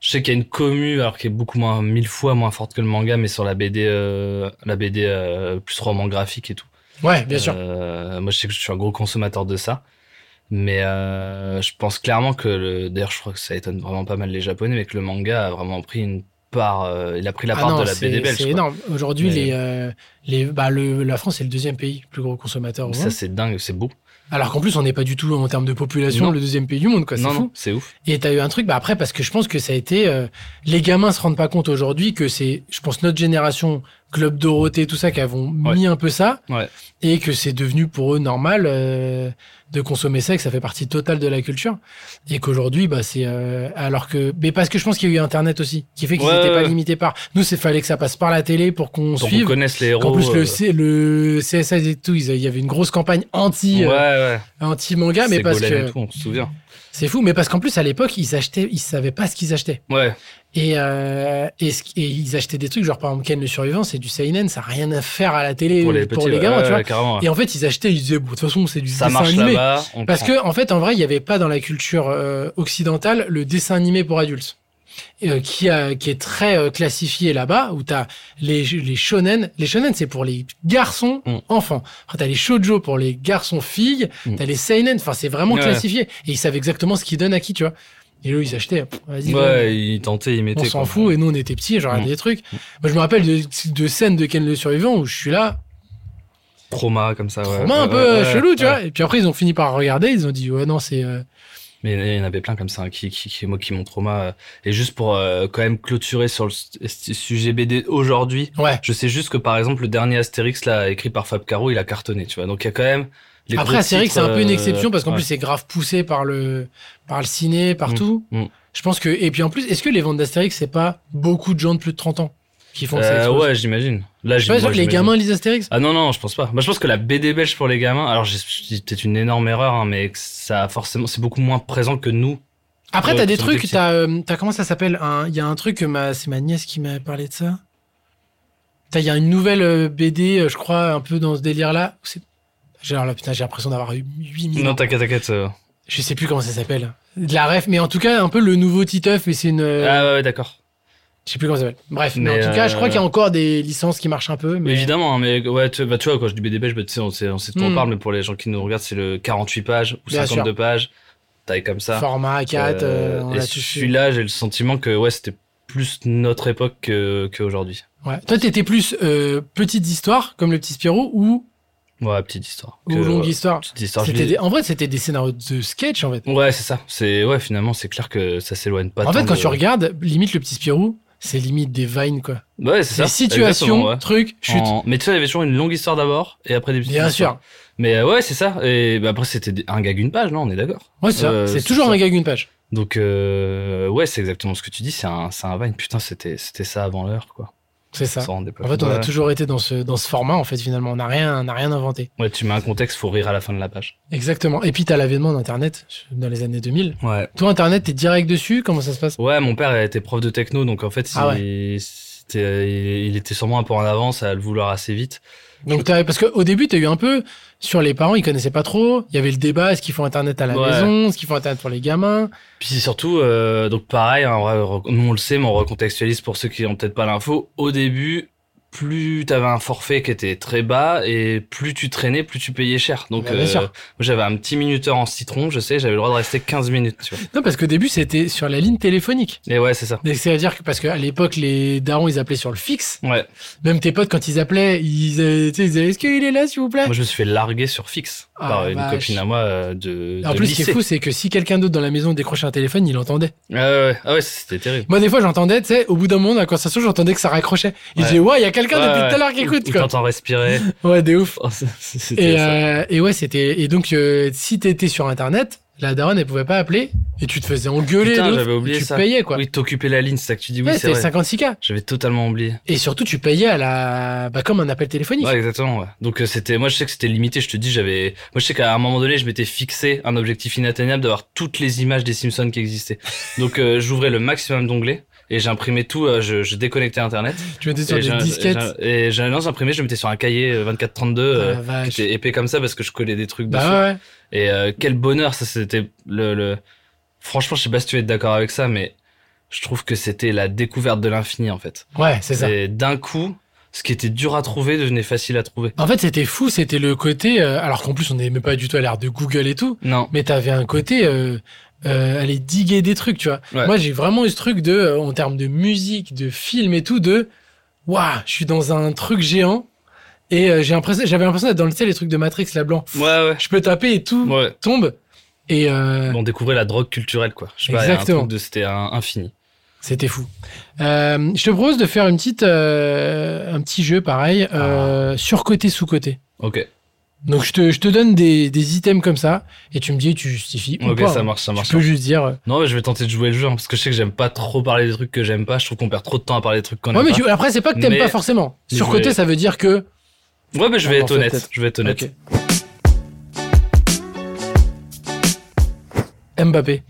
Speaker 2: Je sais qu'il y a une commu, alors qui est beaucoup moins, mille fois moins forte que le manga, mais sur la BD, euh, la BD euh, plus roman graphique et tout.
Speaker 1: Ouais, bien sûr.
Speaker 2: Euh, moi, je sais que je suis un gros consommateur de ça. Mais euh, je pense clairement que, le... d'ailleurs, je crois que ça étonne vraiment pas mal les Japonais, mais que le manga a vraiment pris une part, euh, il a pris la
Speaker 1: Ah
Speaker 2: part
Speaker 1: non,
Speaker 2: de la
Speaker 1: c'est-
Speaker 2: BD belge.
Speaker 1: C'est
Speaker 2: quoi.
Speaker 1: énorme. Aujourd'hui,
Speaker 2: Mais-
Speaker 1: les, euh, les, bah, le- la France est le deuxième pays le plus gros consommateur au
Speaker 2: Donc
Speaker 1: monde.
Speaker 2: Ça, c'est dingue, c'est
Speaker 1: Bah,
Speaker 2: beau.
Speaker 1: Alors qu'en plus, on n'est pas du tout en termes de population
Speaker 2: Non.
Speaker 1: le deuxième pays du monde, quoi. C'est
Speaker 2: non,
Speaker 1: fou.
Speaker 2: non, c'est ouf.
Speaker 1: Et t'as eu un truc, bah après, parce que je pense que ça a été. euh, les gamins se rendent pas compte aujourd'hui que c'est, je pense, notre génération, Club Dorothée, tout ça, qui avons
Speaker 2: Ouais.
Speaker 1: mis un peu ça.
Speaker 2: Ouais.
Speaker 1: Et que c'est devenu pour eux normal euh, de consommer ça, que ça fait partie totale de la culture. Et qu'aujourd'hui, bah c'est. euh, alors que. Mais parce que je pense qu'il y a eu Internet aussi, qui fait qu'ils
Speaker 2: Ouais,
Speaker 1: n'étaient pas
Speaker 2: ouais.
Speaker 1: limités par. Nous, c'est fallait que ça passe par la télé pour qu'on
Speaker 2: Pour
Speaker 1: suive.
Speaker 2: qu'on connaisse les héros.
Speaker 1: En plus, le,
Speaker 2: euh,
Speaker 1: C- le CSA et tout, ils- il y avait une grosse campagne anti,
Speaker 2: Ouais,
Speaker 1: euh,
Speaker 2: ouais.
Speaker 1: anti-manga, mais parce
Speaker 2: Ségolène
Speaker 1: que.
Speaker 2: et tout, on se souvient.
Speaker 1: C'est fou, mais parce qu'en plus, à l'époque, ils achetaient, ils savaient pas ce qu'ils achetaient.
Speaker 2: Ouais,
Speaker 1: Et, euh, et, ce- et ils achetaient des trucs, genre par exemple, Ken le survivant, c'est du Seinen, ça n'a rien à faire à la télé
Speaker 2: pour les petits. ouais,
Speaker 1: gamins,
Speaker 2: ouais,
Speaker 1: tu vois.
Speaker 2: ouais, carrément, ouais.
Speaker 1: Et en fait, ils achetaient, ils disaient, bon, de toute façon, c'est du
Speaker 2: Ça
Speaker 1: dessin
Speaker 2: marche
Speaker 1: animé.
Speaker 2: là-bas. on
Speaker 1: Parce
Speaker 2: prend.
Speaker 1: que, en fait, en vrai, il n'y avait pas dans la culture euh, occidentale le dessin animé pour adultes, euh, qui, a- qui est très euh, classifié là-bas, où tu as les, les shonen. Les shonen, c'est pour les garçons
Speaker 2: Mm.
Speaker 1: enfants. Après, tu as les shoujo pour les garçons filles,
Speaker 2: Mm.
Speaker 1: tu as les seinen, enfin, c'est vraiment
Speaker 2: Ouais.
Speaker 1: classifié. Et ils savaient exactement ce qu'ils donnent à qui, tu vois. Et eux, ils achetaient, pff, vas-y, donne.
Speaker 2: Ouais, il tentait, il mettait.
Speaker 1: on s'en
Speaker 2: quoi.
Speaker 1: fout. Et nous, on était petits, genre,
Speaker 2: Mm.
Speaker 1: des trucs. Moi, je me rappelle de, de scènes de Ken le survivant où je suis là,
Speaker 2: Trauma, comme ça, ouais.
Speaker 1: trauma un
Speaker 2: Ouais,
Speaker 1: peu
Speaker 2: ouais,
Speaker 1: euh,
Speaker 2: ouais,
Speaker 1: chelou, tu
Speaker 2: ouais.
Speaker 1: vois. Et puis après, ils ont fini par regarder, ils ont dit, ouais, non, c'est. euh,
Speaker 2: Mais il y en avait plein comme ça, hein, qui, qui, qui, moi, qui m'ont trauma. euh. Et juste pour euh, quand même clôturer sur le st- st- sujet BD aujourd'hui,
Speaker 1: Ouais.
Speaker 2: je sais juste que par exemple, le dernier Astérix, là, écrit par Fab Caro, il a cartonné, tu vois. Donc il y a quand même. Les
Speaker 1: Après,
Speaker 2: gros
Speaker 1: Astérix, c'est
Speaker 2: titres,
Speaker 1: un peu une
Speaker 2: euh,
Speaker 1: exception parce qu'en
Speaker 2: ouais.
Speaker 1: plus, c'est grave poussé par le, par le ciné, partout.
Speaker 2: Mm, mm.
Speaker 1: Je pense que, et puis en plus, est-ce que les ventes d'Astérix, c'est pas beaucoup de gens de plus de 30 ans qui font
Speaker 2: Euh,
Speaker 1: ça
Speaker 2: ouais, j'imagine. Là,
Speaker 1: Je suis pas
Speaker 2: j'im-
Speaker 1: sûr
Speaker 2: moi,
Speaker 1: que les
Speaker 2: j'imagine.
Speaker 1: gamins lisent Astérix.
Speaker 2: Ah non, non, je pense pas. Moi, je pense que la BD belge pour les gamins, alors j'ai- c'est peut-être une énorme erreur, hein, mais que ça a forcément, c'est beaucoup moins présent que nous.
Speaker 1: Après,
Speaker 2: ouais,
Speaker 1: t'as des
Speaker 2: c'est
Speaker 1: trucs,
Speaker 2: objectif.
Speaker 1: t'as, euh, t'as- comment ça s'appelle un- Il y a un truc, que ma, c'est ma nièce qui m'a parlé de ça. T'as- Il y a une nouvelle euh, BD, euh, je crois, un peu dans ce délire-là. C'est- J'ai alors là, putain, j'ai l'impression d'avoir eu 8000
Speaker 2: Non, t'inquiète, t'inquiète. euh.
Speaker 1: Je sais plus comment ça s'appelle. De la ref, mais en tout cas, un peu le nouveau Titeuf, et c'est une. euh,
Speaker 2: Ah ouais, ouais, d'accord.
Speaker 1: Je sais plus comment ça s'appelle. Bref, mais,
Speaker 2: Mais,
Speaker 1: en tout cas, je crois
Speaker 2: euh,
Speaker 1: qu'il y a encore des licences qui marchent un peu. Mais...
Speaker 2: Évidemment, hein, mais ouais, tu, bah, tu vois, quand je dis BD belge, bah, tu sais, on sait, on sait de quoi on
Speaker 1: Hmm.
Speaker 2: parle, mais pour les gens qui nous regardent, c'est le 48 pages ou
Speaker 1: Bien
Speaker 2: 52 pages, taille comme ça.
Speaker 1: Format
Speaker 2: Euh,
Speaker 1: 4, euh, on
Speaker 2: et
Speaker 1: l'a tous eu.
Speaker 2: celui-là, j'ai le sentiment que ouais, c'était plus notre époque que- qu'aujourd'hui.
Speaker 1: Ouais. Toi, t'étais plus euh, petites histoires, comme le petit Spirou, ou,
Speaker 2: ouais, petite histoire.
Speaker 1: ou
Speaker 2: Que-
Speaker 1: longues
Speaker 2: ouais,
Speaker 1: histoires
Speaker 2: petite histoire. je
Speaker 1: C'était
Speaker 2: dis-
Speaker 1: des- En vrai, c'était des scénarios de sketch, en fait.
Speaker 2: Ouais, c'est ça. C'est ouais, finalement, c'est clair que ça s'éloigne pas.
Speaker 1: en fait,
Speaker 2: tant
Speaker 1: quand
Speaker 2: de-
Speaker 1: tu regardes, limite le petit Spirou, c'est limite des vines, quoi.
Speaker 2: ouais, c'est ça.
Speaker 1: Des situations,
Speaker 2: exactement, ouais.
Speaker 1: trucs, chutes.
Speaker 2: En- Mais tu sais, il y avait toujours une longue histoire d'abord et après des petites.
Speaker 1: Bien
Speaker 2: histoires.
Speaker 1: sûr.
Speaker 2: Mais euh, ouais, c'est ça. Et bah, après, c'était des- un gag une page, non On est d'accord.
Speaker 1: Ouais, c'est ça.
Speaker 2: Euh,
Speaker 1: c'est
Speaker 2: c'est
Speaker 1: toujours
Speaker 2: ça.
Speaker 1: un gag, une page.
Speaker 2: Donc euh, ouais, c'est exactement ce que tu dis, c'est un c'est un Vine. Putain, c'était c'était ça avant l'heure quoi.
Speaker 1: C'est
Speaker 2: On
Speaker 1: ça.
Speaker 2: s'en rendait pas
Speaker 1: En fait, on a
Speaker 2: compte.
Speaker 1: toujours été dans ce, dans ce format, en fait, finalement. On n'a rien, on n'a rien inventé.
Speaker 2: Ouais, tu mets un contexte, faut rire à la fin de la page.
Speaker 1: Exactement. Et puis, t'as l'avènement d'Internet dans les années 2000.
Speaker 2: Ouais.
Speaker 1: Toi, Internet, t'es direct dessus Comment ça se passe
Speaker 2: Ouais, mon père il était prof de techno, donc en fait,
Speaker 1: Ah
Speaker 2: il, c'était- il- il était sûrement un peu en avance à le vouloir assez vite.
Speaker 1: Donc t'as- parce qu'au début, tu as eu un peu sur les parents, ils connaissaient pas trop. Il y avait le débat est-ce qu'ils font Internet à la
Speaker 2: Ouais.
Speaker 1: maison, est-ce qu'ils font Internet pour les gamins.
Speaker 2: Puis surtout, euh, donc pareil, hein, on re- nous on le sait, mais on recontextualise pour ceux qui ont peut-être pas l'info. Au début, plus t'avais un forfait qui était très bas et plus tu traînais, plus tu payais cher. Donc euh,
Speaker 1: Bah, bien sûr.
Speaker 2: moi, j'avais un petit minuteur en citron, je sais, j'avais le droit de rester 15 minutes. Tu vois.
Speaker 1: Non, parce qu'au début, c'était sur la ligne téléphonique.
Speaker 2: Et ouais, c'est ça.
Speaker 1: Donc, C'est-à-dire que parce qu'à l'époque, les darons, ils appelaient sur le fixe.
Speaker 2: Ouais.
Speaker 1: Même tes potes, quand ils appelaient, ils, avaient- tu sais, ils disaient est-ce qu'il est là, s'il vous plaît
Speaker 2: Moi, je me suis fait larguer sur fixe
Speaker 1: Ah,
Speaker 2: par
Speaker 1: la
Speaker 2: une
Speaker 1: vache.
Speaker 2: copine à moi euh, de.
Speaker 1: En
Speaker 2: de
Speaker 1: plus, ce
Speaker 2: lycée.
Speaker 1: qui est fou, c'est que si quelqu'un d'autre dans la maison décrochait un téléphone, il l'entendait.
Speaker 2: Ah ouais, ah ouais, c'était terrible.
Speaker 1: Moi, des fois, j'entendais, tu sais, au bout d'un moment, dans la conversation, j'entendais que ça raccrochait. Il
Speaker 2: Ouais.
Speaker 1: disait, ouais, il y a quelqu'un
Speaker 2: Ouais,
Speaker 1: depuis tout à
Speaker 2: ouais.
Speaker 1: l'heure qui écoute,
Speaker 2: Ou
Speaker 1: quoi.
Speaker 2: T'entends respirer.
Speaker 1: Ouais, des ouf.
Speaker 2: Oh, c'est- c'est- c'était
Speaker 1: Et,
Speaker 2: ça.
Speaker 1: euh, et ouais, c'était. Et donc, euh, si t'étais sur Internet, la daronne, elle pouvait pas appeler et tu te faisais engueuler.
Speaker 2: Putain,
Speaker 1: l'autre,
Speaker 2: j'avais
Speaker 1: et
Speaker 2: oublié
Speaker 1: tu
Speaker 2: ça.
Speaker 1: payais, quoi.
Speaker 2: Oui, t'occupais la ligne, c'est ça que tu dis. Oui,
Speaker 1: ouais,
Speaker 2: c'est
Speaker 1: c'était
Speaker 2: vrai.
Speaker 1: 56K.
Speaker 2: J'avais totalement oublié.
Speaker 1: Et surtout, tu payais à la. Bah, comme un appel téléphonique.
Speaker 2: Ouais, exactement. ouais. Donc euh, c'était, moi je sais que c'était limité. Je te dis, j'avais, moi je sais qu'à un moment donné, je m'étais fixé un objectif inatteignable d'avoir toutes les images des Simpsons qui existaient. Donc euh, j'ouvrais le maximum d'onglets et j'imprimais tout, euh, je, je déconnectais Internet.
Speaker 1: Tu mettais sur
Speaker 2: et
Speaker 1: des
Speaker 2: j'im-
Speaker 1: disquettes.
Speaker 2: j'im- Et j'allais non, j'imprimais, je mettais sur un cahier euh, 2432
Speaker 1: Ah, la
Speaker 2: euh, qui
Speaker 1: vache.
Speaker 2: était épais comme ça parce que je collais des trucs dessus.
Speaker 1: Bah ouais, ouais.
Speaker 2: Et euh, quel bonheur, ça c'était le, le. Franchement, je sais pas si tu es d'accord avec ça, mais je trouve que c'était la découverte de l'infini en fait.
Speaker 1: Ouais, c'est ça.
Speaker 2: Et d'un coup, ce qui était dur à trouver devenait facile à trouver.
Speaker 1: En fait, c'était fou, c'était le côté. euh, alors qu'en plus, on n'aimait pas du tout à l'ère de Google et tout,
Speaker 2: Non,
Speaker 1: mais t'avais un côté. Euh, euh, aller diguer des trucs, tu vois.
Speaker 2: Ouais.
Speaker 1: Moi, j'ai vraiment eu ce truc de, euh, en termes de musique, de film et tout, de waouh, je suis dans un truc géant et euh, j'ai l'impression, j'avais l'impression d'être dans le ciel, les trucs de Matrix, la blanc.
Speaker 2: ouais,
Speaker 1: Je peux taper et tout
Speaker 2: ouais. ouais.
Speaker 1: tombe. Et euh,
Speaker 2: On découvrait la drogue culturelle, quoi. Je sais pas, il y a un
Speaker 1: Exactement.
Speaker 2: truc de- C'était un- infini.
Speaker 1: C'était fou. Euh, je te propose de faire une petite, euh, un petit jeu pareil,
Speaker 2: Ah.
Speaker 1: euh, surcoté, sous-coté.
Speaker 2: Ok,
Speaker 1: Donc je te, je te donne des, des items comme ça et tu me dis, tu justifies. ou
Speaker 2: ok,
Speaker 1: pas,
Speaker 2: ça
Speaker 1: hein.
Speaker 2: marche, ça marche.
Speaker 1: Tu peux juste dire. euh,
Speaker 2: Non, mais je vais tenter de jouer le jeu hein, parce que je sais que j'aime pas trop parler des trucs que j'aime pas. Je trouve qu'on perd trop de temps à parler des trucs qu'on
Speaker 1: Ouais,
Speaker 2: aime
Speaker 1: mais
Speaker 2: pas.
Speaker 1: tu- après, c'est pas que t'aimes
Speaker 2: Mais-
Speaker 1: pas forcément.
Speaker 2: Mais
Speaker 1: Surcoté,
Speaker 2: je vais-
Speaker 1: ça veut dire que.
Speaker 2: Ouais, mais je vais
Speaker 1: On en
Speaker 2: être
Speaker 1: fait
Speaker 2: honnête.
Speaker 1: peut-être.
Speaker 2: Je vais être honnête.
Speaker 1: Ok. Mbappé.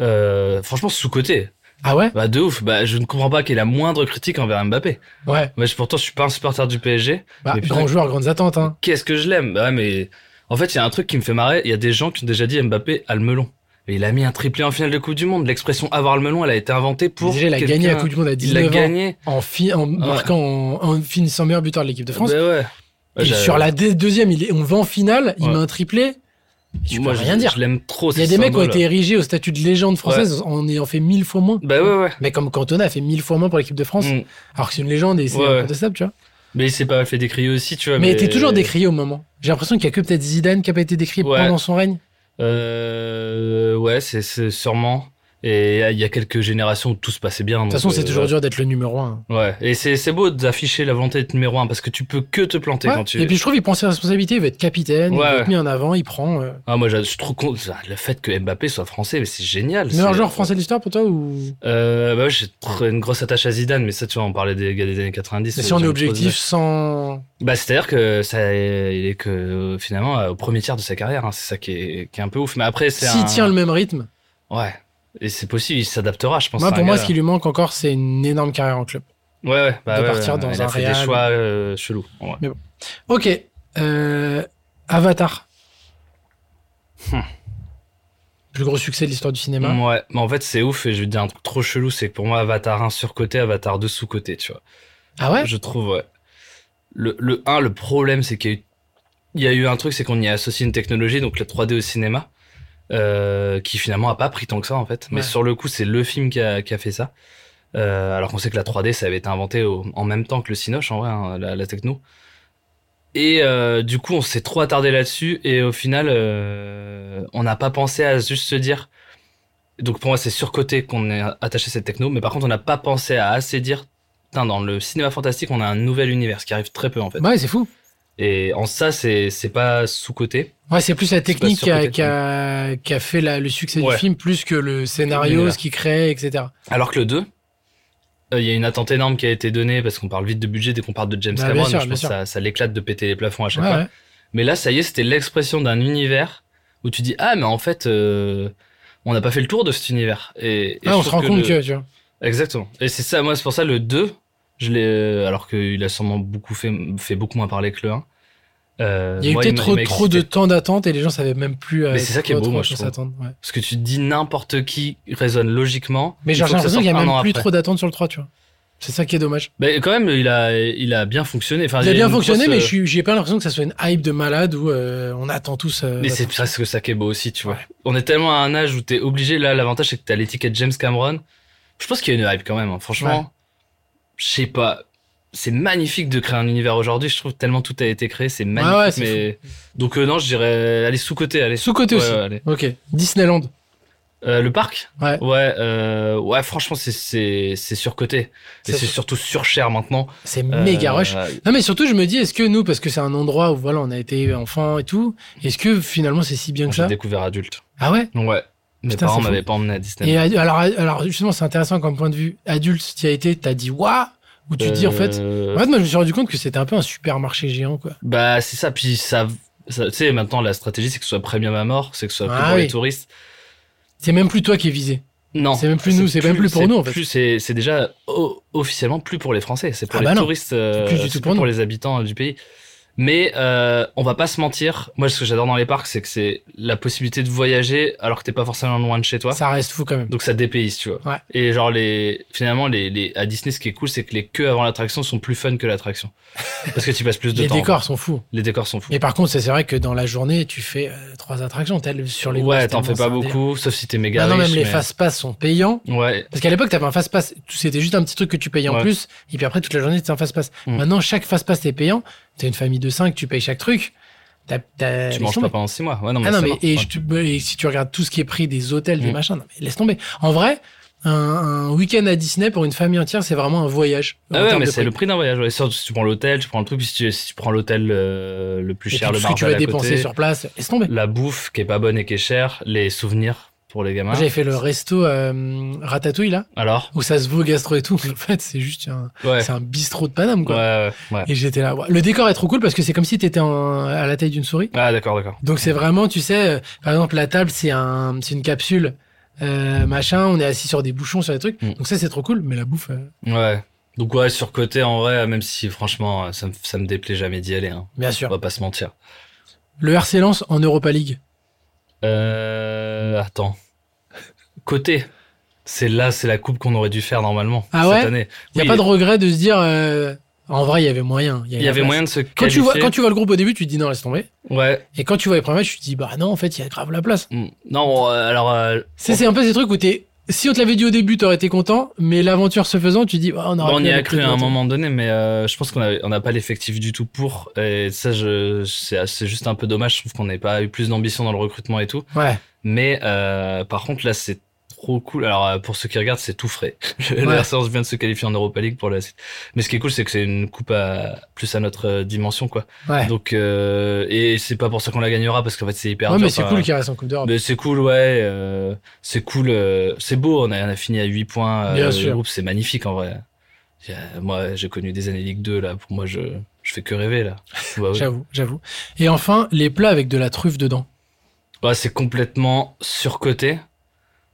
Speaker 2: Euh, franchement, sous côté.
Speaker 1: Ah ouais
Speaker 2: Bah de ouf. Bah je ne comprends pas qu'il y ait la moindre critique envers Mbappé.
Speaker 1: Ouais.
Speaker 2: Mais je- pourtant, je suis pas un supporter du PSG.
Speaker 1: Bah,
Speaker 2: Mais putain-
Speaker 1: grand joueur, grandes attentes. Hein.
Speaker 2: Qu'est-ce que je l'aime Bah mais en fait, il y a un truc qui me fait marrer. Il y a des gens qui ont déjà dit Mbappé a le melon. Et il a mis un triplé en finale de Coupe du Monde. L'expression avoir le melon, elle a été inventée pour.
Speaker 1: Déjà, il a
Speaker 2: quelqu'un-
Speaker 1: gagné la Coupe du Monde à
Speaker 2: Il l'a
Speaker 1: 19 ans
Speaker 2: gagné.
Speaker 1: en, fi- en marquant en, en finissant meilleur buteur de l'équipe de France.
Speaker 2: Bah ouais. Bah,
Speaker 1: et
Speaker 2: j'ai-
Speaker 1: sur la dé- deuxième, il est- on va en finale, il
Speaker 2: Ouais.
Speaker 1: met un triplé. Tu
Speaker 2: moi,
Speaker 1: peux
Speaker 2: je-
Speaker 1: rien dire.
Speaker 2: Je l'aime trop.
Speaker 1: Il y a
Speaker 2: ce
Speaker 1: des mecs qui ont
Speaker 2: symbole.
Speaker 1: été érigés au statut de légende française en ayant fait mille fois moins.
Speaker 2: Bah ouais ouais.
Speaker 1: Mais comme Cantona a fait mille fois moins pour l'équipe de France,
Speaker 2: Mm.
Speaker 1: alors que c'est une légende et c'est
Speaker 2: Ouais, ouais.
Speaker 1: incontestable, tu vois.
Speaker 2: Mais il s'est pas fait décrier aussi, tu vois.
Speaker 1: mais il était toujours décrié au moment. J'ai l'impression qu'il y a que peut-être Zidane qui a pas été décrit
Speaker 2: Ouais.
Speaker 1: pendant son règne.
Speaker 2: Euh, ouais, c'est, c'est sûrement. Et il y a quelques générations où tout se passait bien. euh,
Speaker 1: De toute façon, c'est toujours dur d'être le numéro un.
Speaker 2: Ouais, et c'est, c'est beau d'afficher la volonté d'être numéro un parce que tu peux que te planter
Speaker 1: Ouais.
Speaker 2: quand tu.
Speaker 1: Et puis je trouve qu'il prend ses responsabilités, il veut être capitaine, il veut
Speaker 2: Ouais, ouais.
Speaker 1: être mis en avant, il prend. euh,
Speaker 2: Ah, moi, je je trouve con- ça, le fait que Mbappé soit français, mais c'est génial.
Speaker 1: Meilleur
Speaker 2: c'est-
Speaker 1: joueur français de l'histoire pour toi ou
Speaker 2: Euh, bah ouais, j'ai tr- une grosse attache à Zidane, mais ça, tu vois, on parlait des gars des années 90.
Speaker 1: Mais si
Speaker 2: euh,
Speaker 1: on est
Speaker 2: j'aime trop
Speaker 1: objectif,
Speaker 2: Zidane.
Speaker 1: sans.
Speaker 2: Bah, c'est-à-dire que ça, il est que euh, finalement euh, au premier tiers de sa carrière. hein, c'est ça qui est, qui est un peu ouf. Mais après, c'est
Speaker 1: S'il
Speaker 2: un-
Speaker 1: tient le même rythme,
Speaker 2: Ouais. Et c'est possible, il s'adaptera, je pense.
Speaker 1: moi
Speaker 2: c'est un
Speaker 1: pour moi,
Speaker 2: gars-
Speaker 1: ce qui lui manque encore, c'est une énorme carrière en club.
Speaker 2: Ouais, ouais, bah
Speaker 1: de
Speaker 2: ouais,
Speaker 1: partir
Speaker 2: ouais,
Speaker 1: dans
Speaker 2: il
Speaker 1: un
Speaker 2: a fait des
Speaker 1: Real.
Speaker 2: choix euh, chelous. ouais.
Speaker 1: Ok. euh, Avatar.
Speaker 2: Hmm.
Speaker 1: Plus gros succès de l'histoire du cinéma.
Speaker 2: Ouais, mais en fait, c'est ouf et je vais te dire un truc trop chelou, c'est que pour moi, Avatar 1 surcoté, Avatar 2 sous-coté, tu vois.
Speaker 1: Ah ouais
Speaker 2: Je trouve, ouais. Le, le 1, le problème, c'est qu'il y a eu, il y a eu un truc, c'est qu'on y a associé une technologie, donc la 3D au cinéma, euh, qui finalement a pas pris tant que ça, en fait. Mais
Speaker 1: Ouais.
Speaker 2: sur le coup, c'est le film qui a, qui a fait ça. Euh, alors qu'on sait que la 3D, ça avait été inventé au- en même temps que le Cinoche, en vrai, hein, la, la techno. Et euh, du coup, on s'est trop attardé là-dessus, et au final, euh, on n'a pas pensé à juste se dire. Donc pour moi, c'est surcoté qu'on ait attaché cette techno, mais par contre, on n'a pas pensé à assez dire Putain, dans le cinéma fantastique, on a un nouvel univers ce qui arrive très peu en fait.
Speaker 1: Bah Ouais, c'est fou.
Speaker 2: Et en ça, c'est c'est pas sous-côté.
Speaker 1: Ouais, c'est plus la technique qui a,
Speaker 2: surcoté,
Speaker 1: qui a- qui a fait la- le succès
Speaker 2: Ouais.
Speaker 1: du film, plus que le scénario,
Speaker 2: L'univers.
Speaker 1: ce qu'il crée, etc.
Speaker 2: Alors que le 2, euh, il y a une attente énorme qui a été donnée parce qu'on parle vite de budget dès qu'on parle de James
Speaker 1: Bah, bien
Speaker 2: Cameron.
Speaker 1: sûr,
Speaker 2: je
Speaker 1: bien
Speaker 2: pense
Speaker 1: sûr.
Speaker 2: que ça, ça l'éclate de péter les plafonds à chaque
Speaker 1: Ouais,
Speaker 2: fois.
Speaker 1: ouais.
Speaker 2: Mais là, ça y est, c'était l'expression d'un univers où tu dis Ah, mais en fait, euh, on n'a pas fait le tour de cet univers. Et, et
Speaker 1: Ah,
Speaker 2: je
Speaker 1: on se
Speaker 2: trouve
Speaker 1: rend compte
Speaker 2: le-
Speaker 1: que, tu vois.
Speaker 2: Exactement. Et c'est ça, moi, c'est pour ça le 2, je l'ai, euh, alors qu'il a sûrement beaucoup fait, fait beaucoup moins parler que le 1. Euh,
Speaker 1: Il y a eu
Speaker 2: moi,
Speaker 1: peut-être
Speaker 2: m'a-
Speaker 1: trop,
Speaker 2: m'a
Speaker 1: trop
Speaker 2: excité.
Speaker 1: de temps d'attente et les gens savaient même plus. à
Speaker 2: Mais c'est ça qui est
Speaker 1: quoi-
Speaker 2: beau, moi,
Speaker 1: quoi
Speaker 2: je trouve.
Speaker 1: s'attendre, ouais.
Speaker 2: Parce que tu dis n'importe qui raisonne logiquement.
Speaker 1: Mais
Speaker 2: il
Speaker 1: j'ai
Speaker 2: faut que ça
Speaker 1: l'impression qu'il y a
Speaker 2: sorte un
Speaker 1: même
Speaker 2: an
Speaker 1: plus
Speaker 2: après.
Speaker 1: trop d'attente sur le 3, tu vois. C'est ça qui est dommage.
Speaker 2: Mais quand même, il a, il a bien fonctionné. Enfin,
Speaker 1: Il a
Speaker 2: y
Speaker 1: bien
Speaker 2: une
Speaker 1: fonctionné,
Speaker 2: grosse- euh,
Speaker 1: mais je suis- j'ai pas l'impression que ça soit une hype de malade où euh, on attend tous. euh,
Speaker 2: Mais
Speaker 1: la-
Speaker 2: c'est presque ça qui est beau aussi, tu vois. On est tellement à un âge où t'es obligé. Là, l'avantage, c'est que t'as l'étiquette James Cameron. Je pense qu'il y a une hype quand même. hein. Franchement,
Speaker 1: Ouais.
Speaker 2: je sais pas. C'est magnifique de créer un univers aujourd'hui. Je trouve tellement tout a été créé. C'est magnifique.
Speaker 1: Ouais, ouais, c'est
Speaker 2: mais... Donc, euh, non, je dirais. Allez, sous-côté, allez.
Speaker 1: Sous-côté
Speaker 2: Ouais,
Speaker 1: aussi.
Speaker 2: ouais, allez.
Speaker 1: Ok. Disneyland.
Speaker 2: Euh, le parc
Speaker 1: Ouais.
Speaker 2: Ouais, euh, ouais franchement, c'est- c'est c'est surcoté. Et
Speaker 1: Ça,
Speaker 2: c'est
Speaker 1: c'est-
Speaker 2: surtout surcher maintenant.
Speaker 1: C'est méga
Speaker 2: Euh,
Speaker 1: rush. Non, mais surtout, je me dis, est-ce que nous, parce que c'est un endroit où voilà, on a été enfant et tout, est-ce que finalement c'est si bien que
Speaker 2: J'ai
Speaker 1: ça
Speaker 2: découvert adulte.
Speaker 1: Ah ouais
Speaker 2: Ouais. Mes
Speaker 1: Putain,
Speaker 2: parents
Speaker 1: c'est fou.
Speaker 2: m'avaient pas emmené à Disney.
Speaker 1: Et adu- alors, alors, justement, c'est intéressant comme point de vue. Adulte, tu as été, t'as dit waouh Ou tu dis en fait.
Speaker 2: Euh,
Speaker 1: En fait, moi, je me suis rendu compte que c'était un peu un supermarché géant, quoi.
Speaker 2: Bah, c'est ça. Puis ça. ça- tu sais, maintenant, la stratégie, c'est que ce soit premium à mort, c'est que ce soit que
Speaker 1: Ah
Speaker 2: pour
Speaker 1: oui.
Speaker 2: les touristes.
Speaker 1: C'est même plus toi qui es visé.
Speaker 2: Non.
Speaker 1: C'est même plus nous, c'est même plus pour nous, en fait.
Speaker 2: plus- C'est c'est déjà o- officiellement plus pour les Français, c'est pour
Speaker 1: Ah
Speaker 2: les
Speaker 1: bah non,
Speaker 2: touristes, euh,
Speaker 1: c'est plus du
Speaker 2: c'est
Speaker 1: tout
Speaker 2: plus
Speaker 1: pour
Speaker 2: pour,
Speaker 1: nous.
Speaker 2: les habitants euh, du pays. Mais euh, on va pas se mentir. Moi, ce que j'adore dans les parcs, c'est que c'est la possibilité de voyager alors que t'es pas forcément loin de chez toi.
Speaker 1: Ça reste fou quand même.
Speaker 2: Donc ça dépayse, tu vois.
Speaker 1: Ouais.
Speaker 2: Et genre les finalement les, les à Disney ce qui est cool c'est que les queues avant l'attraction sont plus fun que l'attraction parce que tu passes plus de
Speaker 1: Les
Speaker 2: temps.
Speaker 1: décors sont fous.
Speaker 2: Les décors sont fous.
Speaker 1: Mais par contre, ça, c'est vrai que dans la journée, tu fais euh, trois attractions. T'as le- sur les
Speaker 2: ouais,
Speaker 1: grosses,
Speaker 2: t'en fais
Speaker 1: tellement
Speaker 2: pas
Speaker 1: c'est un délire.
Speaker 2: beaucoup sauf si t'es méga
Speaker 1: Maintenant,
Speaker 2: riche.
Speaker 1: Ah même les Euh,
Speaker 2: mais-
Speaker 1: fast-pass sont payants.
Speaker 2: Ouais.
Speaker 1: Parce qu'à l'époque, t'avais un fast-pass. Tout- C'était juste un petit truc que tu payais en
Speaker 2: Ouais.
Speaker 1: plus. Et puis après, toute la journée, c'était un fast-pass.
Speaker 2: Mm.
Speaker 1: Maintenant, chaque fast-pass, t'es payant. T'as une famille de 5, tu payes chaque truc. T'as- t'as-
Speaker 2: Tu
Speaker 1: laisse
Speaker 2: manges pas
Speaker 1: tomber.
Speaker 2: pendant six mois. Ouais, non, mais
Speaker 1: Ah non,
Speaker 2: Mmh. ça
Speaker 1: mais
Speaker 2: va.
Speaker 1: et,
Speaker 2: Ouais.
Speaker 1: je te- et si tu regardes tout ce qui est prix des hôtels, des
Speaker 2: Mm.
Speaker 1: machins, non, mais laisse tomber. En vrai, un, un week-end à Disney pour une famille entière, c'est vraiment un voyage. en
Speaker 2: Ah ouais,
Speaker 1: termes
Speaker 2: mais
Speaker 1: de
Speaker 2: c'est
Speaker 1: prix.
Speaker 2: le prix d'un voyage. ouais. Surtout si tu prends l'hôtel, tu prends le truc, puis si tu, si tu prends l'hôtel euh, le plus
Speaker 1: Et
Speaker 2: cher,
Speaker 1: puis,
Speaker 2: le
Speaker 1: ce que tu vas
Speaker 2: Marvel à
Speaker 1: dépenser
Speaker 2: côté,
Speaker 1: sur place, laisse tomber.
Speaker 2: la bouffe qui est pas bonne et qui est chère, les souvenirs pour les gamins.
Speaker 1: Moi, J'avais fait le resto euh, Ratatouille, là,
Speaker 2: Alors,
Speaker 1: où ça se vaut gastro et tout. En fait, c'est juste un,
Speaker 2: ouais,
Speaker 1: c'est un bistrot de Paname,
Speaker 2: ouais,
Speaker 1: quoi.
Speaker 2: ouais, ouais.
Speaker 1: Et j'étais là. ouais. Le décor est trop cool parce que c'est comme si t'étais en- à la taille d'une souris.
Speaker 2: Ah d'accord, d'accord.
Speaker 1: Donc c'est vraiment, tu sais, euh, par exemple la table c'est un, c'est une capsule, euh, machin. On est assis sur des bouchons, sur des trucs.
Speaker 2: Mm.
Speaker 1: Donc ça c'est trop cool. Mais la bouffe, euh,
Speaker 2: Ouais. Donc ouais, sur côté en vrai, même si franchement, ça me, ça me déplaît jamais d'y aller. Hein.
Speaker 1: bien
Speaker 2: On
Speaker 1: sûr.
Speaker 2: va pas se mentir.
Speaker 1: Le RC Lens en Europa League.
Speaker 2: Euh, attends. Côté. C'est là, c'est la coupe qu'on aurait dû faire normalement
Speaker 1: Ah
Speaker 2: cette
Speaker 1: ouais
Speaker 2: année.
Speaker 1: Il y a
Speaker 2: Oui,
Speaker 1: pas de regret de se dire, euh, en vrai il y avait moyen.
Speaker 2: Il
Speaker 1: la
Speaker 2: y avait
Speaker 1: place.
Speaker 2: moyen de se qualifier.
Speaker 1: Quand tu vois, quand tu vois le groupe au début, tu te dis non laisse tomber.
Speaker 2: Ouais.
Speaker 1: Et quand tu vois les premiers matchs, tu te dis bah non en fait il y a grave la place.
Speaker 2: Mm. Non, euh, alors euh,
Speaker 1: C'est c'est un peu ces trucs où t'es, si on te l'avait dit au début, t'aurais été content. Mais l'aventure se faisant, tu te dis bah, on, aurait
Speaker 2: Bon, on
Speaker 1: pu
Speaker 2: y a
Speaker 1: aller
Speaker 2: cru
Speaker 1: plus
Speaker 2: à un
Speaker 1: loin.
Speaker 2: moment donné, mais euh, je pense qu'on a- on n'a pas l'effectif du tout pour. Et ça, je, c'est c'est juste un peu dommage. Je trouve qu'on n'ait pas eu plus d'ambition dans le recrutement et tout.
Speaker 1: Ouais.
Speaker 2: Mais euh, par contre, là, c'est trop cool. Alors, euh, pour ceux qui regardent, c'est tout frais. Le
Speaker 1: Ouais.
Speaker 2: La séance vient de se qualifier en Europa League pour la suite. Mais ce qui est cool, c'est que c'est une coupe à, plus à notre euh, dimension, quoi.
Speaker 1: Ouais.
Speaker 2: Donc, euh, et c'est pas pour ça qu'on la gagnera, parce qu'en fait, c'est hyper
Speaker 1: Ouais,
Speaker 2: dur.
Speaker 1: mais c'est
Speaker 2: Enfin,
Speaker 1: cool qu'il reste en Coupe d'Europe.
Speaker 2: mais c'est cool, ouais. euh, c'est cool. euh, c'est beau, on a, on a fini à 8 points. euh,
Speaker 1: Bien
Speaker 2: le
Speaker 1: sûr.
Speaker 2: groupe, c'est magnifique en vrai. Il y a- Moi, j'ai connu des années Ligue 2, là. Pour moi, je, je fais que rêver, là. Bah oui.
Speaker 1: J'avoue, j'avoue. Et enfin, les plats avec de la truffe dedans.
Speaker 2: Ouais, c'est complètement surcoté.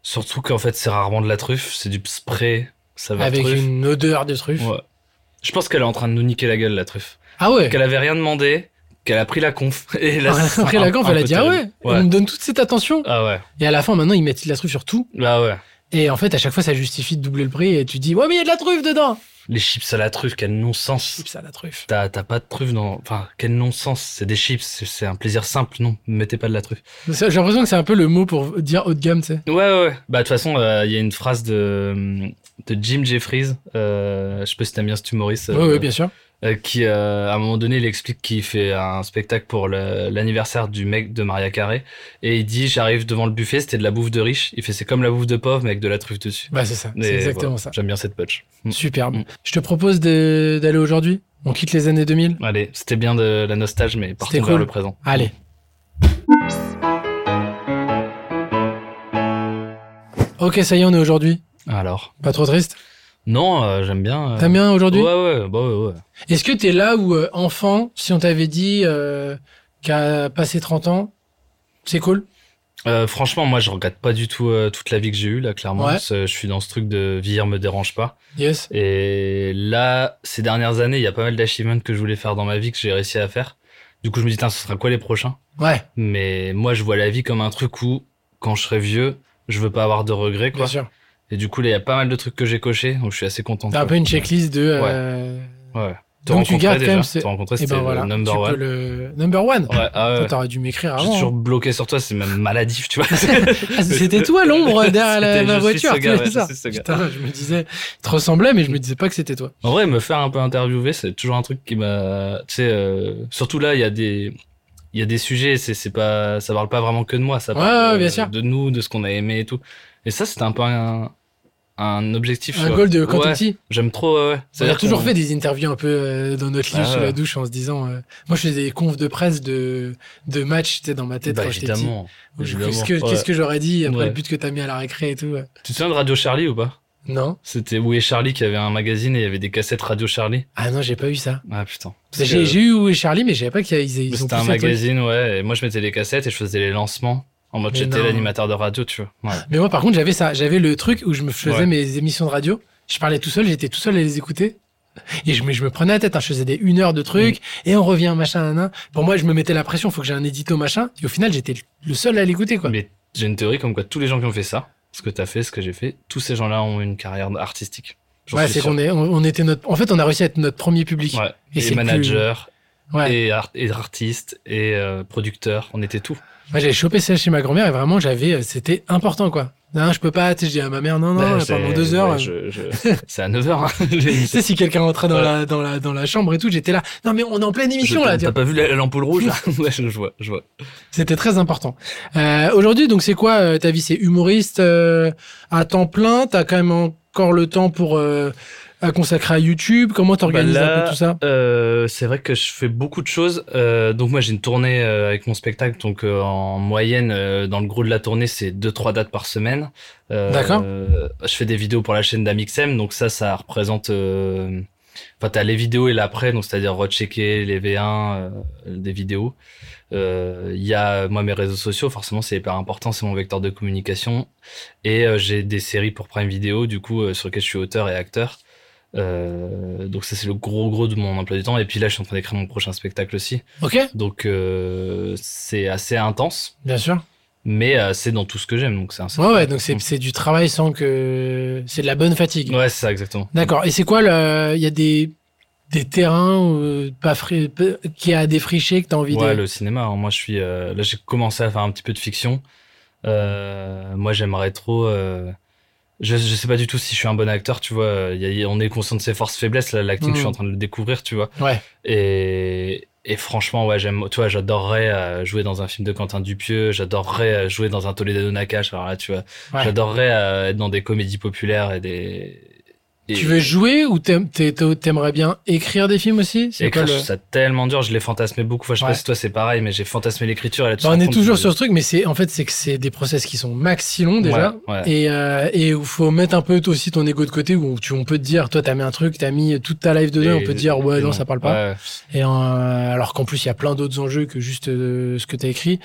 Speaker 2: Surtout qu'en fait, c'est rarement de la truffe. C'est du spray. Ça va
Speaker 1: avec
Speaker 2: truffe.
Speaker 1: une odeur de truffe.
Speaker 2: Ouais. Je pense qu'elle est en train de nous niquer la gueule, la truffe.
Speaker 1: Ah ouais.
Speaker 2: Qu'elle avait rien demandé, qu'elle a pris la conf. Et là, c'est
Speaker 1: Après
Speaker 2: un-
Speaker 1: la gaffe,
Speaker 2: un
Speaker 1: elle a
Speaker 2: peu
Speaker 1: dit ah ouais,
Speaker 2: terrible.
Speaker 1: on me donne toute cette attention.
Speaker 2: Ah ouais.
Speaker 1: Et à la fin, maintenant, ils mettent de la truffe sur tout.
Speaker 2: Bah ouais.
Speaker 1: Et en fait, à chaque fois, ça justifie de doubler le prix. Et tu dis ouais, mais il y a de la truffe dedans.
Speaker 2: Les chips à la truffe, quel non-sens.
Speaker 1: Chips à la truffe.
Speaker 2: T'as t'as pas de truffe dans. Enfin, quel non-sens. C'est des chips, c'est- c'est un plaisir simple, non. Mettez pas de la truffe.
Speaker 1: Ça, J'ai l'impression que c'est un peu le mot pour dire haut de gamme, tu sais.
Speaker 2: Ouais, ouais, ouais. Bah, de toute façon, il y a une phrase de, euh, de Jim Jeffries. Euh, je sais pas si t'aimes bien cet humoriste.
Speaker 1: Oui,
Speaker 2: euh,
Speaker 1: oui, bien sûr.
Speaker 2: euh, qui, euh, à un moment donné, il explique qu'il fait un spectacle pour le- l'anniversaire du mec de Maria Carré. Et il dit J'arrive devant le buffet, c'était de la bouffe de riche. Il fait C'est comme la bouffe de pauvre, mais avec de la truffe dessus.
Speaker 1: Bah c'est ça,
Speaker 2: Et
Speaker 1: c'est exactement
Speaker 2: voilà.
Speaker 1: ça.
Speaker 2: J'aime bien cette punch. Mm.
Speaker 1: Superbe.
Speaker 2: Mm.
Speaker 1: Je te propose de- d'aller aujourd'hui. On quitte les années 2000.
Speaker 2: Allez, c'était bien de la nostalgie, mais partons vers
Speaker 1: cool.
Speaker 2: le présent.
Speaker 1: Allez. Ok, ça y est, on est aujourd'hui.
Speaker 2: Alors
Speaker 1: Pas trop triste.
Speaker 2: Non, euh, j'aime bien. euh,
Speaker 1: T'aimes bien aujourd'hui
Speaker 2: Ouais, ouais, bah ouais, ouais.
Speaker 1: Est-ce que t'es là où, euh, enfant, si on t'avait dit euh, qu'à passer 30 ans, c'est cool
Speaker 2: Euh, franchement, moi, je regrette pas du tout euh, toute la vie que j'ai eue, là, clairement.
Speaker 1: Ouais.
Speaker 2: Parce que Je suis dans ce truc de vieillir me dérange pas.
Speaker 1: Yes.
Speaker 2: Et là, ces dernières années, il y a pas mal d'achievements que je voulais faire dans ma vie que j'ai réussi à faire. Du coup, je me dis, tiens, ce sera quoi les prochains
Speaker 1: Ouais,
Speaker 2: Mais moi, je vois la vie comme un truc où, quand je serai vieux, je veux pas avoir de regrets,
Speaker 1: bien
Speaker 2: quoi.
Speaker 1: sûr.
Speaker 2: Et du coup, là, il y a pas mal de trucs que j'ai cochés, donc je suis assez content.
Speaker 1: T'as un
Speaker 2: quoi.
Speaker 1: peu une checklist de. euh,
Speaker 2: Ouais. Te
Speaker 1: Donc tu
Speaker 2: rencontrer,
Speaker 1: gardes quand
Speaker 2: déjà.
Speaker 1: même, c'est-
Speaker 2: Te rencontrer,
Speaker 1: Et
Speaker 2: c'était
Speaker 1: ben
Speaker 2: le
Speaker 1: voilà.
Speaker 2: number
Speaker 1: tu
Speaker 2: one.
Speaker 1: peux le. Number one
Speaker 2: Ouais, ah ouais.
Speaker 1: Toi, T'aurais dû m'écrire
Speaker 2: Je suis
Speaker 1: avant.
Speaker 2: toujours
Speaker 1: hein.
Speaker 2: bloqué sur toi, c'est même maladif, tu vois.
Speaker 1: Ah, C'était toi l'ombre derrière la-
Speaker 2: C'était-
Speaker 1: ma
Speaker 2: je suis ce
Speaker 1: voiture.
Speaker 2: gars,
Speaker 1: c'est
Speaker 2: ouais,
Speaker 1: ça.
Speaker 2: je suis ce gars.
Speaker 1: Putain, je me disais, te ressemblais, mais je me disais pas que c'était toi.
Speaker 2: En vrai, me faire un peu interviewer, c'est toujours un truc qui m'a, tu sais, euh, surtout là, il y a des, il y a des sujets, c'est, c'est pas, ça parle pas vraiment que de moi, ça
Speaker 1: Ouais,
Speaker 2: parle
Speaker 1: ouais,
Speaker 2: de,
Speaker 1: bien sûr.
Speaker 2: de nous, de ce qu'on a aimé et tout. Et ça, c'était un peu un, un objectif. tu
Speaker 1: Un
Speaker 2: vois.
Speaker 1: goal de quand
Speaker 2: Ouais,
Speaker 1: t'es petit.
Speaker 2: J'aime trop, ouais,
Speaker 1: On
Speaker 2: ouais.
Speaker 1: a
Speaker 2: C'est-à-dire
Speaker 1: toujours
Speaker 2: qu'on-
Speaker 1: fait des interviews un peu euh, dans notre lit
Speaker 2: Ah
Speaker 1: sous
Speaker 2: ouais.
Speaker 1: la douche en se disant. euh, Moi, je faisais des confs de presse de de matchs, tu sais, dans ma tête
Speaker 2: Bah,
Speaker 1: quand j'étais petit.
Speaker 2: évidemment.
Speaker 1: Je-
Speaker 2: évidemment.
Speaker 1: Qu'est-ce que,
Speaker 2: Ouais.
Speaker 1: qu'est-ce que j'aurais dit après
Speaker 2: Ouais.
Speaker 1: le but que t'as mis à la récré et tout euh.
Speaker 2: Tu te souviens de Radio Charlie ou pas?
Speaker 1: Non.
Speaker 2: C'était Où est Charlie qui avait un magazine et il y avait des cassettes Radio Charlie.
Speaker 1: Ah non, j'ai pas eu ça.
Speaker 2: Ah, putain.
Speaker 1: J'ai, j'ai eu Charlie, mais je savais pas qu'ils ils ont
Speaker 2: C'était
Speaker 1: poussé
Speaker 2: un
Speaker 1: le truc.
Speaker 2: magazine, ouais. Et moi, je mettais les cassettes et je faisais les lancements. En mode
Speaker 1: Mais
Speaker 2: j'étais
Speaker 1: non.
Speaker 2: l'animateur de radio, tu vois. Ouais.
Speaker 1: Mais moi, par contre, j'avais ça. J'avais le truc où je me faisais
Speaker 2: Ouais.
Speaker 1: mes émissions de radio. Je parlais tout seul, j'étais tout seul à les écouter. Et je, me- je me prenais la tête, hein. je faisais des une heure de trucs,
Speaker 2: Mm.
Speaker 1: et on revient, machin, nan, nan. Pour moi, je me mettais la pression, faut que j'ai un édito, machin. Et au final, j'étais le seul à l'écouter, quoi.
Speaker 2: Mais j'ai une théorie comme quoi tous les gens qui ont fait ça, ce que t'as fait, ce que j'ai fait, tous ces gens-là ont une carrière artistique. J'en
Speaker 1: Ouais,
Speaker 2: suis
Speaker 1: c'est
Speaker 2: sûr.
Speaker 1: qu'on est, on, on était notre, en fait, on a réussi à être notre premier public.
Speaker 2: Ouais.
Speaker 1: Et c'est
Speaker 2: Et,
Speaker 1: plus-
Speaker 2: manager,
Speaker 1: Ouais.
Speaker 2: et, art- et artiste, et euh, producteur, on était tout.
Speaker 1: Moi, j'avais chopé ça chez ma grand-mère, et vraiment, j'avais, euh, c'était important, quoi. Non, je peux pas, tu sais, je dis à ma mère, non, non,
Speaker 2: Bah, c'est-
Speaker 1: pendant deux heures.
Speaker 2: ouais,
Speaker 1: euh,
Speaker 2: je- je- c'est à 9h. Hein.
Speaker 1: Tu sais, si quelqu'un rentrait dans,
Speaker 2: Ouais.
Speaker 1: la, dans, la, dans la chambre et tout, j'étais là. Non, mais on est en pleine émission, là. tu vois.
Speaker 2: T'as pas vu la- l'ampoule rouge là Ouais, je je vois, je vois.
Speaker 1: C'était très important. Euh, Aujourd'hui, donc, c'est quoi euh, ta vie C'est humoriste euh, à temps plein T'as quand même encore le temps pour euh, à consacrer à YouTube Comment t'organises
Speaker 2: Bah là,
Speaker 1: un peu tout ça
Speaker 2: Euh, c'est vrai que je fais beaucoup de choses. Euh, donc moi j'ai une tournée euh, avec mon spectacle, donc euh, en moyenne euh, dans le gros de la tournée c'est deux trois dates par semaine. Euh,
Speaker 1: D'accord.
Speaker 2: euh, je fais des vidéos pour la chaîne d'Amixem, donc ça ça représente. euh, Enfin t'as les vidéos et l'après, donc c'est-à-dire rechecker les V1 euh, des vidéos. Euh, Il y a moi mes réseaux sociaux, forcément c'est hyper important, c'est mon vecteur de communication. Et euh, j'ai des séries pour Prime Video, du coup, euh, sur lesquelles je suis auteur et acteur. Euh, donc ça c'est le gros gros de mon emploi du temps et puis là je suis en train d'écrire mon prochain spectacle aussi
Speaker 1: Ok,
Speaker 2: donc euh, c'est assez intense
Speaker 1: bien sûr.
Speaker 2: mais euh, c'est dans tout ce que j'aime donc c'est un
Speaker 1: Ouais, ouais, donc c'est c'est du travail sans que. C'est de la bonne fatigue.
Speaker 2: ouais c'est ça exactement
Speaker 1: D'accord. Et c'est quoi le. Il y a des, des terrains euh, pas fri- peu- qui a défriché que t'as envie
Speaker 2: ouais
Speaker 1: de.
Speaker 2: le cinéma hein. moi je suis euh, là j'ai commencé à faire un petit peu de fiction Euh, moi j'aimerais trop euh, je, je sais pas du tout si je suis un bon acteur tu vois Il y a- on est conscient de ses forces faiblesses là l'acting
Speaker 1: Mhm.
Speaker 2: je suis en train de le découvrir tu vois
Speaker 1: Ouais.
Speaker 2: Et, et franchement, ouais, j'aime. Tu vois, j'adorerais euh, jouer dans un film de Quentin Dupieux. J'adorerais euh, jouer dans un Toledo Nakash. Alors là, tu vois,
Speaker 1: Ouais.
Speaker 2: j'adorerais euh, être dans des comédies populaires et des. et-
Speaker 1: Tu veux jouer ou t'aimes- t'es- t'es- t'aimerais bien écrire des films aussi C'est
Speaker 2: écrire,
Speaker 1: quoi
Speaker 2: je
Speaker 1: le-
Speaker 2: trouve ça tellement dur. Je l'ai fantasmé beaucoup. Enfin, je sais
Speaker 1: Ouais.
Speaker 2: pas si toi c'est pareil, mais j'ai fantasmé l'écriture. et là, tu
Speaker 1: Bah,
Speaker 2: te
Speaker 1: on
Speaker 2: rends
Speaker 1: est
Speaker 2: compte
Speaker 1: toujours
Speaker 2: que-
Speaker 1: sur ce truc, mais c'est en fait c'est que c'est des process qui sont maxi longs déjà.
Speaker 2: Ouais, ouais.
Speaker 1: Et, euh, et où faut mettre un peu toi aussi ton ego de côté où tu, on peut te dire toi t'as mis un truc t'as mis toute ta life dedans on
Speaker 2: Et-
Speaker 1: peut te dire ouais
Speaker 2: et
Speaker 1: non ça parle pas
Speaker 2: Ouais.
Speaker 1: et euh, alors qu'en plus il y a plein d'autres enjeux que juste euh, ce que t'as écrit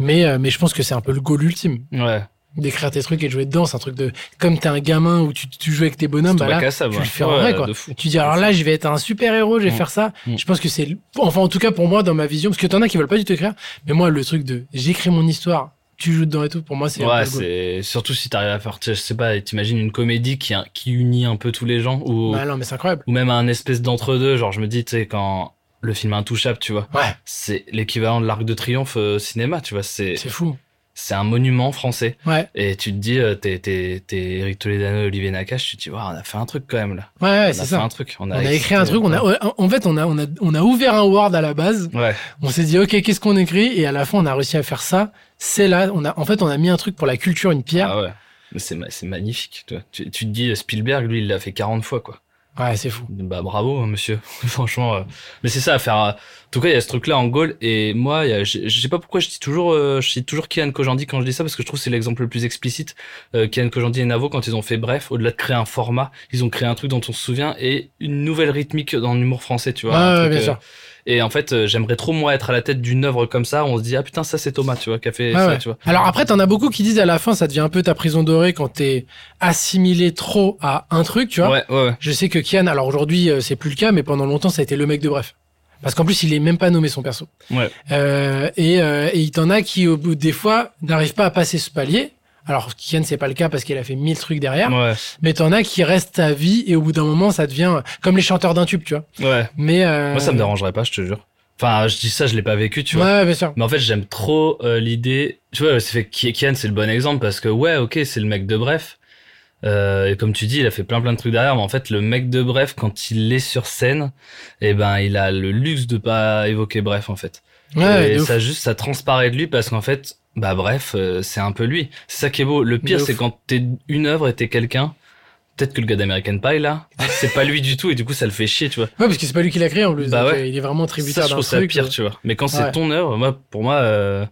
Speaker 1: mais euh, mais je pense que c'est un peu le goal ultime
Speaker 2: Ouais.
Speaker 1: d'écrire tes trucs et de jouer dedans c'est un truc de comme t'es un gamin où tu, tu joues avec tes bonhommes bah
Speaker 2: C'est
Speaker 1: là
Speaker 2: incassable,
Speaker 1: tu le
Speaker 2: ouais.
Speaker 1: fais en
Speaker 2: Ouais,
Speaker 1: vrai, quoi.
Speaker 2: de fou.
Speaker 1: tu dis alors là je vais être un super héros je vais
Speaker 2: Mm.
Speaker 1: faire ça
Speaker 2: Mm.
Speaker 1: je pense que c'est le- enfin en tout cas pour moi dans ma vision parce que t'en as qui veulent pas du tout écrire mais moi le truc de j'écris mon histoire tu joues dedans et tout pour moi c'est un peu
Speaker 2: Ouais,
Speaker 1: le goal.
Speaker 2: c'est surtout si t'arrives à faire, tu sais, je sais pas, t'imagines une comédie qui, qui unit un peu tous les gens ou
Speaker 1: Bah non mais c'est incroyable
Speaker 2: ou même un espèce d'entre-deux. Genre, je me dis, tu sais, quand le film Intouchable, tu vois,
Speaker 1: ouais
Speaker 2: c'est l'équivalent de l'Arc de Triomphe euh, au cinéma, tu vois, c'est,
Speaker 1: c'est fou
Speaker 2: c'est un monument français.
Speaker 1: ouais
Speaker 2: Et tu te dis, euh, t'es, t'es, t'es Eric Toledano, Olivier Nakache, tu te dis, Waouh, on a fait un truc quand même là.
Speaker 1: Ouais, ouais,
Speaker 2: on a
Speaker 1: c'est
Speaker 2: fait
Speaker 1: ça.
Speaker 2: un truc.
Speaker 1: On a écrit un truc, on a, ouais, en fait, on a, on a, on a ouvert un Word à la base.
Speaker 2: Ouais,
Speaker 1: On s'est dit, OK, qu'est-ce qu'on écrit? Et à la fin, on a réussi à faire ça. C'est là, on a, en fait, on a mis un truc pour la culture, une pierre.
Speaker 2: ah ouais. Mais c'est, ma- c'est magnifique, tu vois. Tu, tu te dis, Spielberg, lui, il l'a fait 40 fois, quoi.
Speaker 1: Ouais, c'est fou.
Speaker 2: Bah bravo hein, monsieur, franchement. euh. Mais c'est ça à faire. euh. En tout cas, il y a ce truc-là en goal et moi, il y a- je je sais pas pourquoi je dis toujours, euh, je dis toujours Kian Kojandi quand je dis ça parce que je trouve que c'est l'exemple le plus explicite. Euh, Kian Kojandi et Navo quand ils ont fait bref, au-delà de créer un format, ils ont créé un truc dont on se souvient et une nouvelle rythmique dans l'humour français, tu vois.
Speaker 1: Ouais,
Speaker 2: un
Speaker 1: ouais,
Speaker 2: truc,
Speaker 1: bien
Speaker 2: euh,
Speaker 1: sûr.
Speaker 2: Et en fait, euh, j'aimerais trop moi être à la tête d'une œuvre comme ça. où On se dit ah putain ça c'est Thomas, tu vois, qui a fait
Speaker 1: Ouais,
Speaker 2: ça,
Speaker 1: ouais.
Speaker 2: tu vois.
Speaker 1: Alors après, t'en as beaucoup qui disent à la fin, ça devient un peu ta prison dorée quand t'es assimilé trop à un truc, tu vois.
Speaker 2: ouais, ouais, ouais.
Speaker 1: Je sais que Kian, alors aujourd'hui, euh, c'est plus le cas, mais pendant longtemps, ça a été le mec de bref. Parce qu'en plus, il est même pas nommé son perso.
Speaker 2: Ouais.
Speaker 1: Euh, et, euh, et il t'en a qui, au bout des fois, n'arrivent pas à passer ce palier. Alors, Kian, c'est pas le cas parce qu'il a fait mille trucs derrière.
Speaker 2: Ouais,
Speaker 1: Mais t'en as qui restent à vie et au bout d'un moment, ça devient euh, comme les chanteurs d'un tube, tu vois.
Speaker 2: ouais.
Speaker 1: Mais euh...
Speaker 2: Moi ça me dérangerait pas, je te jure. Enfin, je dis ça, je l'ai pas vécu, tu vois.
Speaker 1: Ouais, ouais, bien sûr.
Speaker 2: Mais en fait, j'aime trop euh, l'idée. Tu vois, c'est fait Ki- Kian, c'est le bon exemple parce que ouais, ok, c'est le mec de bref. Euh, et comme tu dis, il a fait plein plein de trucs derrière, mais en fait, le mec de bref, quand il est sur scène, eh ben, il a le luxe de pas évoquer bref en fait.
Speaker 1: Ouais,
Speaker 2: et
Speaker 1: de ouf.
Speaker 2: ça juste, ça transparaît de lui parce qu'en fait, bah bref, euh, c'est un peu lui. C'est ça qui est beau. Le pire,
Speaker 1: De
Speaker 2: c'est
Speaker 1: ouf.
Speaker 2: quand t'es une œuvre et t'es quelqu'un. Peut-être que le gars d'American Pie là, c'est pas lui du tout et du coup, ça le fait chier, tu vois.
Speaker 1: Ouais, parce que c'est pas lui qui l'a créé en plus.
Speaker 2: Bah
Speaker 1: donc,
Speaker 2: ouais.
Speaker 1: euh, Il est vraiment
Speaker 2: Ça,
Speaker 1: tributaire
Speaker 2: je
Speaker 1: d'un
Speaker 2: trouve ça
Speaker 1: truc. euh.
Speaker 2: pire, tu vois. Mais quand c'est
Speaker 1: Ouais.
Speaker 2: ton œuvre, moi, pour moi, euh,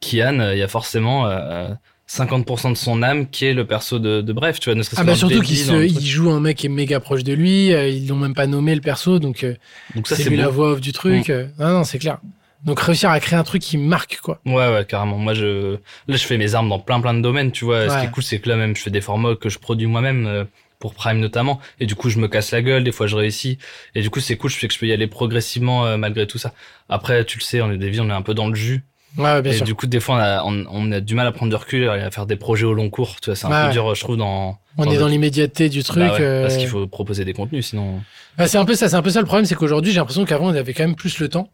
Speaker 2: Kian, euh, il y a forcément euh, 50% de son âme qui est le perso de, de Bref, tu vois. Ne serait-ce
Speaker 1: Ah
Speaker 2: que
Speaker 1: bah
Speaker 2: dans le
Speaker 1: surtout
Speaker 2: débit,
Speaker 1: qu'il
Speaker 2: dans
Speaker 1: se,
Speaker 2: le truc.
Speaker 1: il joue un mec qui est méga proche de lui. euh, ils l'ont même pas nommé le perso, donc euh,
Speaker 2: Donc ça,
Speaker 1: c'est
Speaker 2: c'est Mm.
Speaker 1: lui la
Speaker 2: beau.
Speaker 1: voix off du truc. euh, Non, non, c'est clair. Donc réussir à créer un truc qui marque, quoi.
Speaker 2: Ouais, ouais, carrément. Moi, je, là, je fais mes armes dans plein, plein de domaines, tu vois. Ce qui
Speaker 1: Ouais.
Speaker 2: est cool, c'est que là, même, je fais des formats que je produis moi-même, euh, pour Prime notamment. Et du coup, je me casse la gueule, des fois, je réussis. Et du coup, c'est cool, je sais que je peux y aller progressivement, euh, malgré tout ça. Après, tu le sais, on est des vies, on est un peu dans le jus.
Speaker 1: Ouais, ouais, bien
Speaker 2: et
Speaker 1: sûr.
Speaker 2: du coup, des fois, on a, on, on a du mal à prendre du recul et à faire des projets au long cours. Tu vois, c'est un
Speaker 1: Ouais,
Speaker 2: peu
Speaker 1: ouais.
Speaker 2: dur, je trouve, dans,
Speaker 1: On
Speaker 2: dans
Speaker 1: est
Speaker 2: le-
Speaker 1: dans l'immédiateté du truc.
Speaker 2: Bah ouais,
Speaker 1: euh,
Speaker 2: Parce qu'il faut proposer des contenus, sinon.
Speaker 1: Bah, c'est un peu ça, c'est un peu ça le problème, c'est qu'aujourd'hui j'ai l'impression qu'avant on avait quand même plus le temps.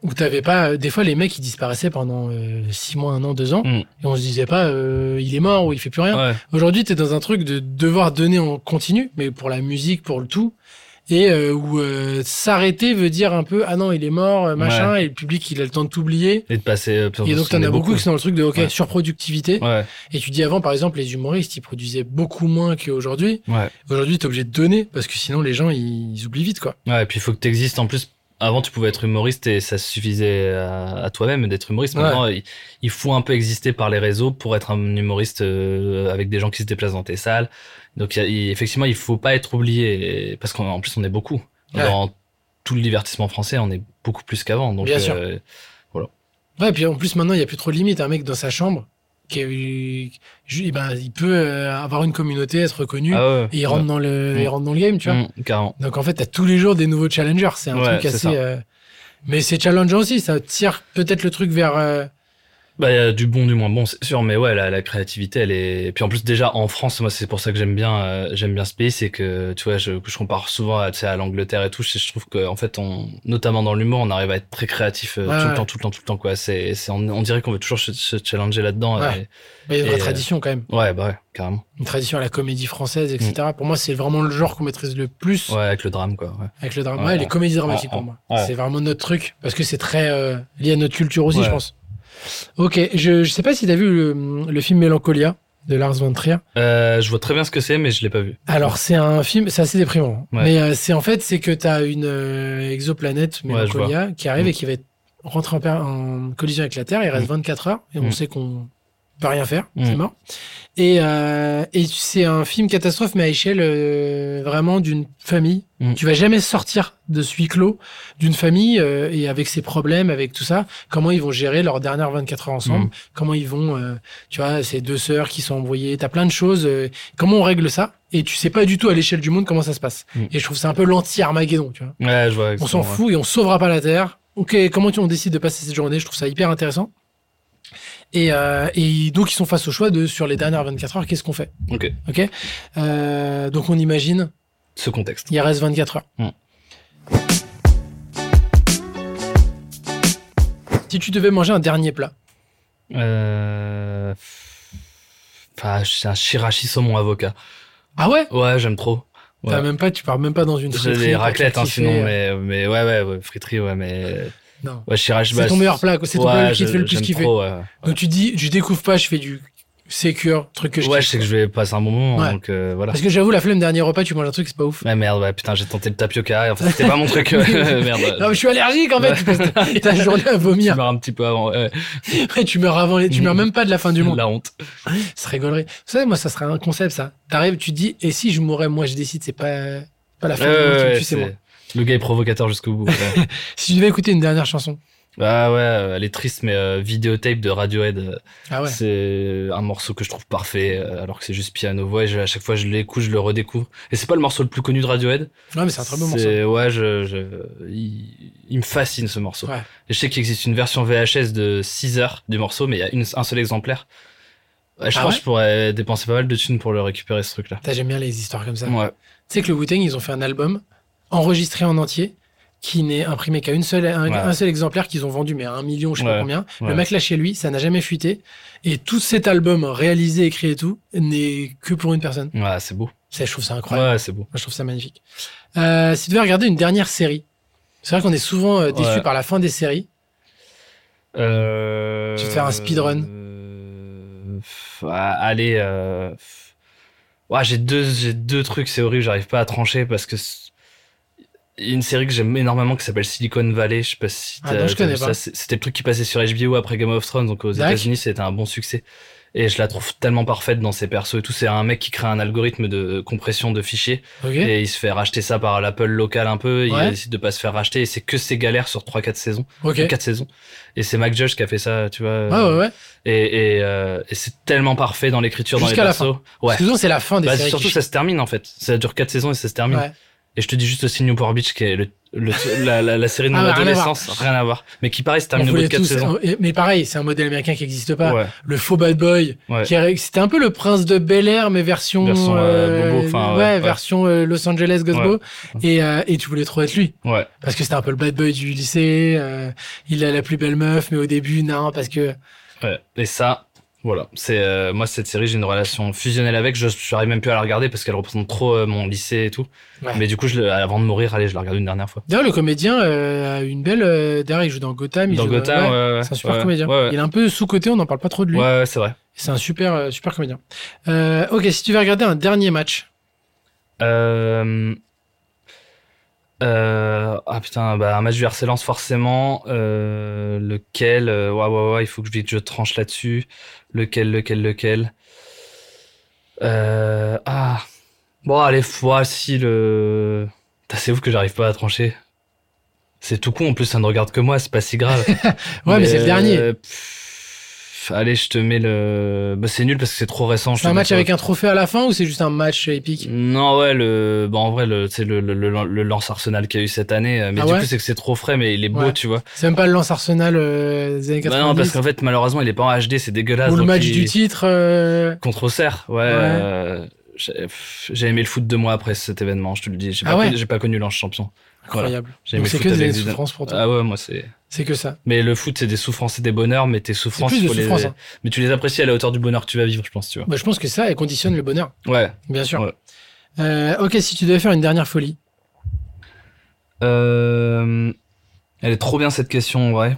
Speaker 1: Où t'avais pas, euh, des fois les mecs ils disparaissaient pendant 6 mois, 1 an, 2 ans,
Speaker 2: Mm.
Speaker 1: et on se disait pas euh, il est mort ou il fait plus rien.
Speaker 2: Ouais.
Speaker 1: Aujourd'hui t'es dans un truc de devoir donner en continu, mais pour la musique, pour le tout, et euh, où euh, s'arrêter veut dire un peu ah non il est mort, euh, machin, et le public il a le temps de t'oublier.
Speaker 2: Et de passer. euh,
Speaker 1: Et donc
Speaker 2: parce qu'on
Speaker 1: t'en
Speaker 2: est
Speaker 1: as beaucoup qui sont dans le truc de ok
Speaker 2: Ouais.
Speaker 1: surproductivité.
Speaker 2: Ouais,
Speaker 1: Et tu dis avant par exemple les humoristes ils produisaient beaucoup moins qu'aujourd'hui.
Speaker 2: ouais.
Speaker 1: Aujourd'hui t'es obligé de donner parce que sinon les gens ils, ils oublient vite quoi.
Speaker 2: Ouais, et puis il faut que tu existes. En plus, avant, tu pouvais être humoriste et ça suffisait à, à toi-même d'être humoriste.
Speaker 1: Ouais.
Speaker 2: Maintenant, il, il faut un peu exister par les réseaux pour être un humoriste euh, avec des gens qui se déplacent dans tes salles. Donc, il y a- il- effectivement, il faut pas être oublié et- parce qu'en en plus, on est beaucoup.
Speaker 1: Ouais.
Speaker 2: Dans tout le divertissement français, on est beaucoup plus qu'avant. Donc,
Speaker 1: Bien sûr.
Speaker 2: euh,
Speaker 1: Ouais, puis en plus maintenant il y a plus trop de limites. Un mec dans sa chambre, qui est- ju- eh ben, il peut euh, avoir une communauté, être reconnu,
Speaker 2: ah ouais,
Speaker 1: et il rentre dans le,
Speaker 2: Mm.
Speaker 1: il rentre dans le game, tu vois.
Speaker 2: Mm, carrément.
Speaker 1: Donc en fait t'as tous les jours des nouveaux challengers. C'est un
Speaker 2: Ouais,
Speaker 1: truc
Speaker 2: c'est
Speaker 1: assez.
Speaker 2: ça.
Speaker 1: euh, Mais c'est challengeant aussi. Ça tire peut-être le truc vers. euh,
Speaker 2: Bah, il y a du bon, du moins bon, c'est sûr, mais ouais, la, la créativité, elle est. Et puis en plus, déjà en France, moi, c'est pour ça que j'aime bien, euh, j'aime bien ce pays, c'est que tu vois, je, je compare souvent à, tu sais, à l'Angleterre et tout. Je, je trouve que en fait, on, notamment dans l'humour, on arrive à être très créatif euh,
Speaker 1: Ouais,
Speaker 2: tout
Speaker 1: ouais.
Speaker 2: le temps, tout le temps, tout le temps, quoi. C'est, c'est, on, on dirait qu'on veut toujours se, se challenger là-dedans.
Speaker 1: Ouais.
Speaker 2: Ouais.
Speaker 1: bah, Il y a une vraie
Speaker 2: Et, euh,
Speaker 1: tradition quand même.
Speaker 2: Et... ouais, bah ouais, carrément.
Speaker 1: Une tradition à la comédie française, etc.
Speaker 2: mm.
Speaker 1: Pour moi c'est vraiment le genre qu'on maîtrise le plus
Speaker 2: Ouais, avec le drame, quoi. Ouais.
Speaker 1: avec le drama
Speaker 2: Ouais,
Speaker 1: et les
Speaker 2: ouais.
Speaker 1: comédies dramatiques
Speaker 2: Ouais,
Speaker 1: pour moi.
Speaker 2: ouais.
Speaker 1: C'est vraiment notre truc parce que c'est très euh, lié à notre culture aussi,
Speaker 2: Ouais.
Speaker 1: je pense. Ok, je, je sais pas si t'as vu le, le film Mélancolia de Lars von Trier.
Speaker 2: Euh, je vois très bien ce que c'est, mais je l'ai pas vu.
Speaker 1: Alors c'est un film, c'est assez déprimant.
Speaker 2: Ouais.
Speaker 1: Mais euh, c'est en fait c'est que t'as une euh, exoplanète
Speaker 2: Ouais, je vois.
Speaker 1: Mélancolia qui arrive
Speaker 2: Mm.
Speaker 1: et qui va être rentrée en, per- en collision avec la Terre. Il reste
Speaker 2: Mm.
Speaker 1: 24 heures et on
Speaker 2: Mm.
Speaker 1: sait qu'on peut rien faire,
Speaker 2: Mm.
Speaker 1: c'est mort. Et, euh, et c'est un film catastrophe mais à échelle euh, vraiment d'une famille.
Speaker 2: Mm.
Speaker 1: Tu vas jamais sortir de ce huis clos d'une famille euh, et avec ses problèmes, avec tout ça. Comment ils vont gérer leurs dernières 24 heures ensemble
Speaker 2: Mm.
Speaker 1: Comment ils vont euh, tu vois, ces deux sœurs qui sont envoyées, t'as plein de choses. euh, comment on règle ça Et tu sais pas du tout à l'échelle du monde comment ça se passe.
Speaker 2: Mm.
Speaker 1: Et je trouve que c'est un peu l'anti-Armageddon, tu vois.
Speaker 2: Ouais, je vois.
Speaker 1: On s'en
Speaker 2: exactement,
Speaker 1: fout et on sauvera pas la Terre. Ok, comment tu, on décide de passer cette journée Je trouve ça hyper intéressant. Et, euh, et donc ils sont face au choix de sur les dernières 24 heures, qu'est-ce qu'on fait
Speaker 2: ouais. Ok.
Speaker 1: Ok. Euh, donc on imagine,
Speaker 2: Ce contexte.
Speaker 1: il reste 24 heures.
Speaker 2: Mm.
Speaker 1: Si tu devais manger un dernier plat,
Speaker 2: Euh... Enfin, c'est un shirashi saumon avocat.
Speaker 1: ah ouais
Speaker 2: Ouais, j'aime trop. Ouais.
Speaker 1: T'as même pas, tu pars même pas dans une
Speaker 2: J'ai
Speaker 1: friterie.
Speaker 2: des
Speaker 1: pour
Speaker 2: raclettes, hein,
Speaker 1: kiffer,
Speaker 2: sinon,
Speaker 1: euh,
Speaker 2: mais, mais ouais, ouais, ouais, friterie, ouais, mais.
Speaker 1: Non.
Speaker 2: Ouais, Shirash
Speaker 1: C'est ton meilleur plat, quoi. C'est ton plat qui te fait le plus kiffer.
Speaker 2: Trop, ouais.
Speaker 1: Donc tu dis, je découvre pas, je fais du sécure, truc que je
Speaker 2: ouais, je
Speaker 1: kiffe.
Speaker 2: sais que je vais passer un bon moment,
Speaker 1: Ouais.
Speaker 2: donc euh, voilà.
Speaker 1: Parce que j'avoue, la flemme, dernier repas, tu manges un truc, c'est pas ouf.
Speaker 2: Ouais, merde, ouais, putain, j'ai tenté le tapioca, et en fait, c'était pas mon truc. ouais, merde.
Speaker 1: Non, mais je suis allergique en fait.
Speaker 2: Ouais.
Speaker 1: tu passes ta- Ta journée à
Speaker 2: Tu
Speaker 1: vomir.
Speaker 2: meurs un petit peu avant. ouais.
Speaker 1: Après, tu meurs avant, les- tu meurs
Speaker 2: Mm.
Speaker 1: même pas de la fin du monde.
Speaker 2: La honte.
Speaker 1: Ça rigolerait. Vous savez, moi, ça serait un concept, ça. T'arrives, tu te dis, et si je mourais, moi, je décide, c'est pas, pas la fin
Speaker 2: Ouais,
Speaker 1: du monde qui me
Speaker 2: ouais,
Speaker 1: tue, c'est
Speaker 2: c'est-
Speaker 1: moi.
Speaker 2: Le gars est provocateur jusqu'au bout. ouais.
Speaker 1: Si tu devais écouter une dernière chanson.
Speaker 2: ah ouais, euh, elle est triste, mais euh, vidéotape de Radiohead. euh,
Speaker 1: Ah ouais.
Speaker 2: C'est un morceau que je trouve parfait, euh, alors que c'est juste piano voix. Et je- à chaque fois, je l'écoute, je le redécouvre. Et c'est pas le morceau le plus connu de Radiohead.
Speaker 1: Non, mais c'est un très bon morceau.
Speaker 2: C'est- Ouais, je, je- il, il me fascine ce morceau.
Speaker 1: Ouais.
Speaker 2: Et je sais qu'il existe une version VHS de 6 heures du morceau, mais il y a une- un seul exemplaire. Ouais, je
Speaker 1: Ah
Speaker 2: pense
Speaker 1: ouais
Speaker 2: que je pourrais dépenser pas mal de thunes pour le récupérer, ce truc-là.
Speaker 1: Putain, J'aime bien les histoires comme ça.
Speaker 2: Ouais.
Speaker 1: Tu sais que le Wu-Tang, ils ont fait un album enregistré en entier qui n'est imprimé qu'à une seule, un,
Speaker 2: Ouais.
Speaker 1: un seul exemplaire qu'ils ont vendu, mais à un million, je sais pas
Speaker 2: Ouais,
Speaker 1: combien. Le
Speaker 2: ouais.
Speaker 1: mec là chez lui, ça n'a jamais fuité. Et tout cet album réalisé, écrit et tout, n'est que pour une personne.
Speaker 2: Ouais, c'est beau.
Speaker 1: Ça, je trouve ça incroyable.
Speaker 2: Ouais, c'est beau.
Speaker 1: Moi, je trouve ça magnifique. Euh, si tu devais regarder une dernière série, c'est vrai qu'on est souvent euh, déçu
Speaker 2: Ouais.
Speaker 1: par la fin des séries.
Speaker 2: Euh...
Speaker 1: Tu veux faire un speedrun
Speaker 2: euh, pff, ah, Allez. euh, pff. Ouais, j'ai deux, j'ai deux trucs, c'est horrible, j'arrive pas à trancher parce que. c'est- une série que j'aime énormément qui s'appelle Silicon Valley. Je sais pas si
Speaker 1: Ah
Speaker 2: t'as
Speaker 1: non, je
Speaker 2: t'as vu
Speaker 1: connais pas.
Speaker 2: ça. C'est- C'était le truc qui passait sur HBO après Game of Thrones. Donc aux
Speaker 1: D'accord.
Speaker 2: États-Unis, c'était un bon succès. Et je la trouve tellement parfaite dans ses persos et tout. C'est un mec qui crée un algorithme de compression de fichiers
Speaker 1: Ok.
Speaker 2: et il se fait racheter ça par l'Apple local un peu.
Speaker 1: Ouais.
Speaker 2: Il décide de pas se faire racheter et c'est que ses galères sur 3-4 saisons.
Speaker 1: ok. Ah
Speaker 2: Quatre euh, saisons. Et c'est Mac Judge qui a fait ça, tu vois.
Speaker 1: Ouais, ouais, ouais.
Speaker 2: Et, et, euh, et c'est tellement parfait dans l'écriture, dans les
Speaker 1: Jusqu'à la
Speaker 2: persos. Ouais.
Speaker 1: Parce que souvent, c'est la fin des
Speaker 2: Bah,
Speaker 1: séries.
Speaker 2: surtout,
Speaker 1: qui-
Speaker 2: ça se termine en fait. Ça dure 4 saisons et ça se termine.
Speaker 1: Ouais.
Speaker 2: Et je te dis juste aussi Newport Beach, qui est le, le- la, la, la série de
Speaker 1: Ah
Speaker 2: mon
Speaker 1: ouais, rien à
Speaker 2: adolescence, rien à, voir. Mais qui pareil se
Speaker 1: On
Speaker 2: termine au bout de
Speaker 1: voulait
Speaker 2: 4
Speaker 1: tous- hein.
Speaker 2: saisons.
Speaker 1: et- mais pareil, c'est un modèle américain qui n'existe pas.
Speaker 2: Ouais,
Speaker 1: Le faux bad boy.
Speaker 2: ouais.
Speaker 1: qui a- C'était un peu le prince de Bel Air, mais version.
Speaker 2: Version, euh, bobo,
Speaker 1: ouais,
Speaker 2: enfin, ouais, ouais.
Speaker 1: version euh, Los Angeles Gosbo. Et, euh, et tu voulais trop être lui.
Speaker 2: ouais.
Speaker 1: Parce que c'était un peu le bad boy du lycée. euh, il a la plus belle meuf, mais au début, non, parce que.
Speaker 2: Ouais. Et ça, voilà. C'est euh, moi cette série, j'ai une relation fusionnelle avec. Je n'arrive même plus à la regarder parce qu'elle représente trop euh, mon lycée et tout.
Speaker 1: Ouais.
Speaker 2: Mais du coup, je, le- avant de mourir, allez, je la regarde une dernière fois.
Speaker 1: D'ailleurs, le comédien euh, a une belle. euh, D'ailleurs, il joue dans Gotham. il
Speaker 2: Dans
Speaker 1: joue dans-
Speaker 2: Gotham,
Speaker 1: ouais.
Speaker 2: ouais, ouais,
Speaker 1: C'est un super
Speaker 2: ouais,
Speaker 1: comédien.
Speaker 2: Ouais, ouais.
Speaker 1: Il est un peu sous-côté, on n'en parle pas trop de lui.
Speaker 2: Ouais, ouais, c'est vrai.
Speaker 1: C'est un super, euh, super comédien. Euh, ok, si tu veux regarder un dernier match,
Speaker 2: Euh... euh, Ah putain, bah, un match du RC Lens forcément. euh, Lequel euh, Ouais, ouais, ouais, il faut que je, vite je tranche là-dessus. Lequel, lequel, lequel Euh, Ah Bon, allez, voici le. Putain, C'est ouf que j'arrive pas à trancher. C'est tout con, en plus ça ne regarde que moi, c'est pas si grave. Euh,
Speaker 1: Ouais, mais c'est le dernier.
Speaker 2: pff, Allez, je te mets le. Bah, c'est nul parce que c'est trop récent. je Mm.
Speaker 1: c'est un
Speaker 2: te
Speaker 1: match
Speaker 2: mets
Speaker 1: avec un trophée à la fin ou c'est juste un match épique
Speaker 2: non, ouais, le, bah, en vrai, le, c'est le, le, le, le lance Arsenal qu'il y a eu cette année. euh, Mais
Speaker 1: Ah
Speaker 2: du
Speaker 1: ouais
Speaker 2: coup, c'est que c'est trop frais, mais il est beau,
Speaker 1: Ouais.
Speaker 2: tu vois.
Speaker 1: C'est même pas le lance Arsenal euh, des années
Speaker 2: Bah
Speaker 1: 90
Speaker 2: non, parce qu'en fait, malheureusement, il est pas en HD, c'est dégueulasse.
Speaker 1: ou le
Speaker 2: donc
Speaker 1: match
Speaker 2: il-
Speaker 1: du titre. euh,
Speaker 2: Contre Auxerre, ouais. euh, j'ai pff, j'ai aimé le foot deux mois après cet événement, je te le dis. J'ai
Speaker 1: Ah
Speaker 2: pas,
Speaker 1: ouais
Speaker 2: connu- j'ai pas connu l'ange champion. Voilà.
Speaker 1: Incroyable.
Speaker 2: J'ai
Speaker 1: Donc
Speaker 2: aimé
Speaker 1: c'est
Speaker 2: le
Speaker 1: que
Speaker 2: foot
Speaker 1: des
Speaker 2: avec
Speaker 1: souffrances pour toi.
Speaker 2: Ah ouais, moi, c'est.
Speaker 1: C'est que ça.
Speaker 2: Mais le foot, c'est des souffrances et des bonheurs, mais tes
Speaker 1: C'est
Speaker 2: souffrances,
Speaker 1: plus de
Speaker 2: faut les-
Speaker 1: souffrance. hein.
Speaker 2: mais tu les apprécies à la hauteur du bonheur que tu vas vivre, je pense, tu vois.
Speaker 1: Bah, je pense que ça, elle conditionne le bonheur,
Speaker 2: Ouais.
Speaker 1: bien sûr.
Speaker 2: Ouais.
Speaker 1: Euh, ok, si tu devais faire une dernière folie.
Speaker 2: Euh, elle est trop bien cette question, ouais.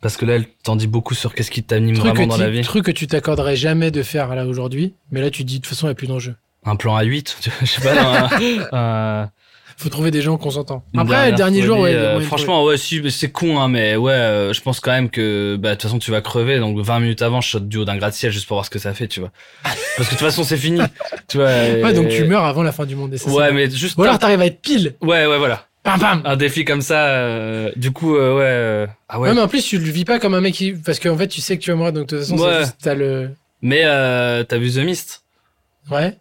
Speaker 2: Parce que là, elle t'en dit beaucoup sur qu'est-ce qui t'anime
Speaker 1: Truc
Speaker 2: vraiment dans la
Speaker 1: que, tu,
Speaker 2: vie.
Speaker 1: truc que tu t'accorderais jamais de faire là aujourd'hui, mais là tu te dis de toute façon il n'y a plus d'enjeu.
Speaker 2: Un plan à 8, tu vois, je sais pas. non, un- un-
Speaker 1: Faut trouver des gens qu'on s'entend.
Speaker 2: une
Speaker 1: Après, le
Speaker 2: dernière
Speaker 1: dernier jour, ouais,
Speaker 2: folie,
Speaker 1: il y a
Speaker 2: euh,
Speaker 1: moyen de trouver.
Speaker 2: franchement, ouais, si, mais c'est con, hein, mais ouais, euh, je pense quand même que bah, de toute façon, tu vas crever. Donc 20 minutes avant, je saute du haut d'un gratte-ciel juste pour voir ce que ça fait, tu vois. Parce que de toute façon, c'est fini. tu vois,
Speaker 1: Ouais,
Speaker 2: et-
Speaker 1: donc tu meurs avant la fin du monde. et ça, c'est
Speaker 2: Ouais,
Speaker 1: bon.
Speaker 2: mais juste.
Speaker 1: Ou alors t'arrives à être pile.
Speaker 2: Ouais, ouais, voilà.
Speaker 1: Pam pam.
Speaker 2: Un défi comme ça, euh, du coup, euh, ouais. euh, Ah ouais.
Speaker 1: Ouais, mais en plus tu le vis pas comme un mec qui, parce qu'en fait tu sais que tu vas mourir, donc de toute façon c'est
Speaker 2: Ouais.
Speaker 1: juste, t'as le.
Speaker 2: Mais euh, t'as vu The Mist
Speaker 1: Ouais.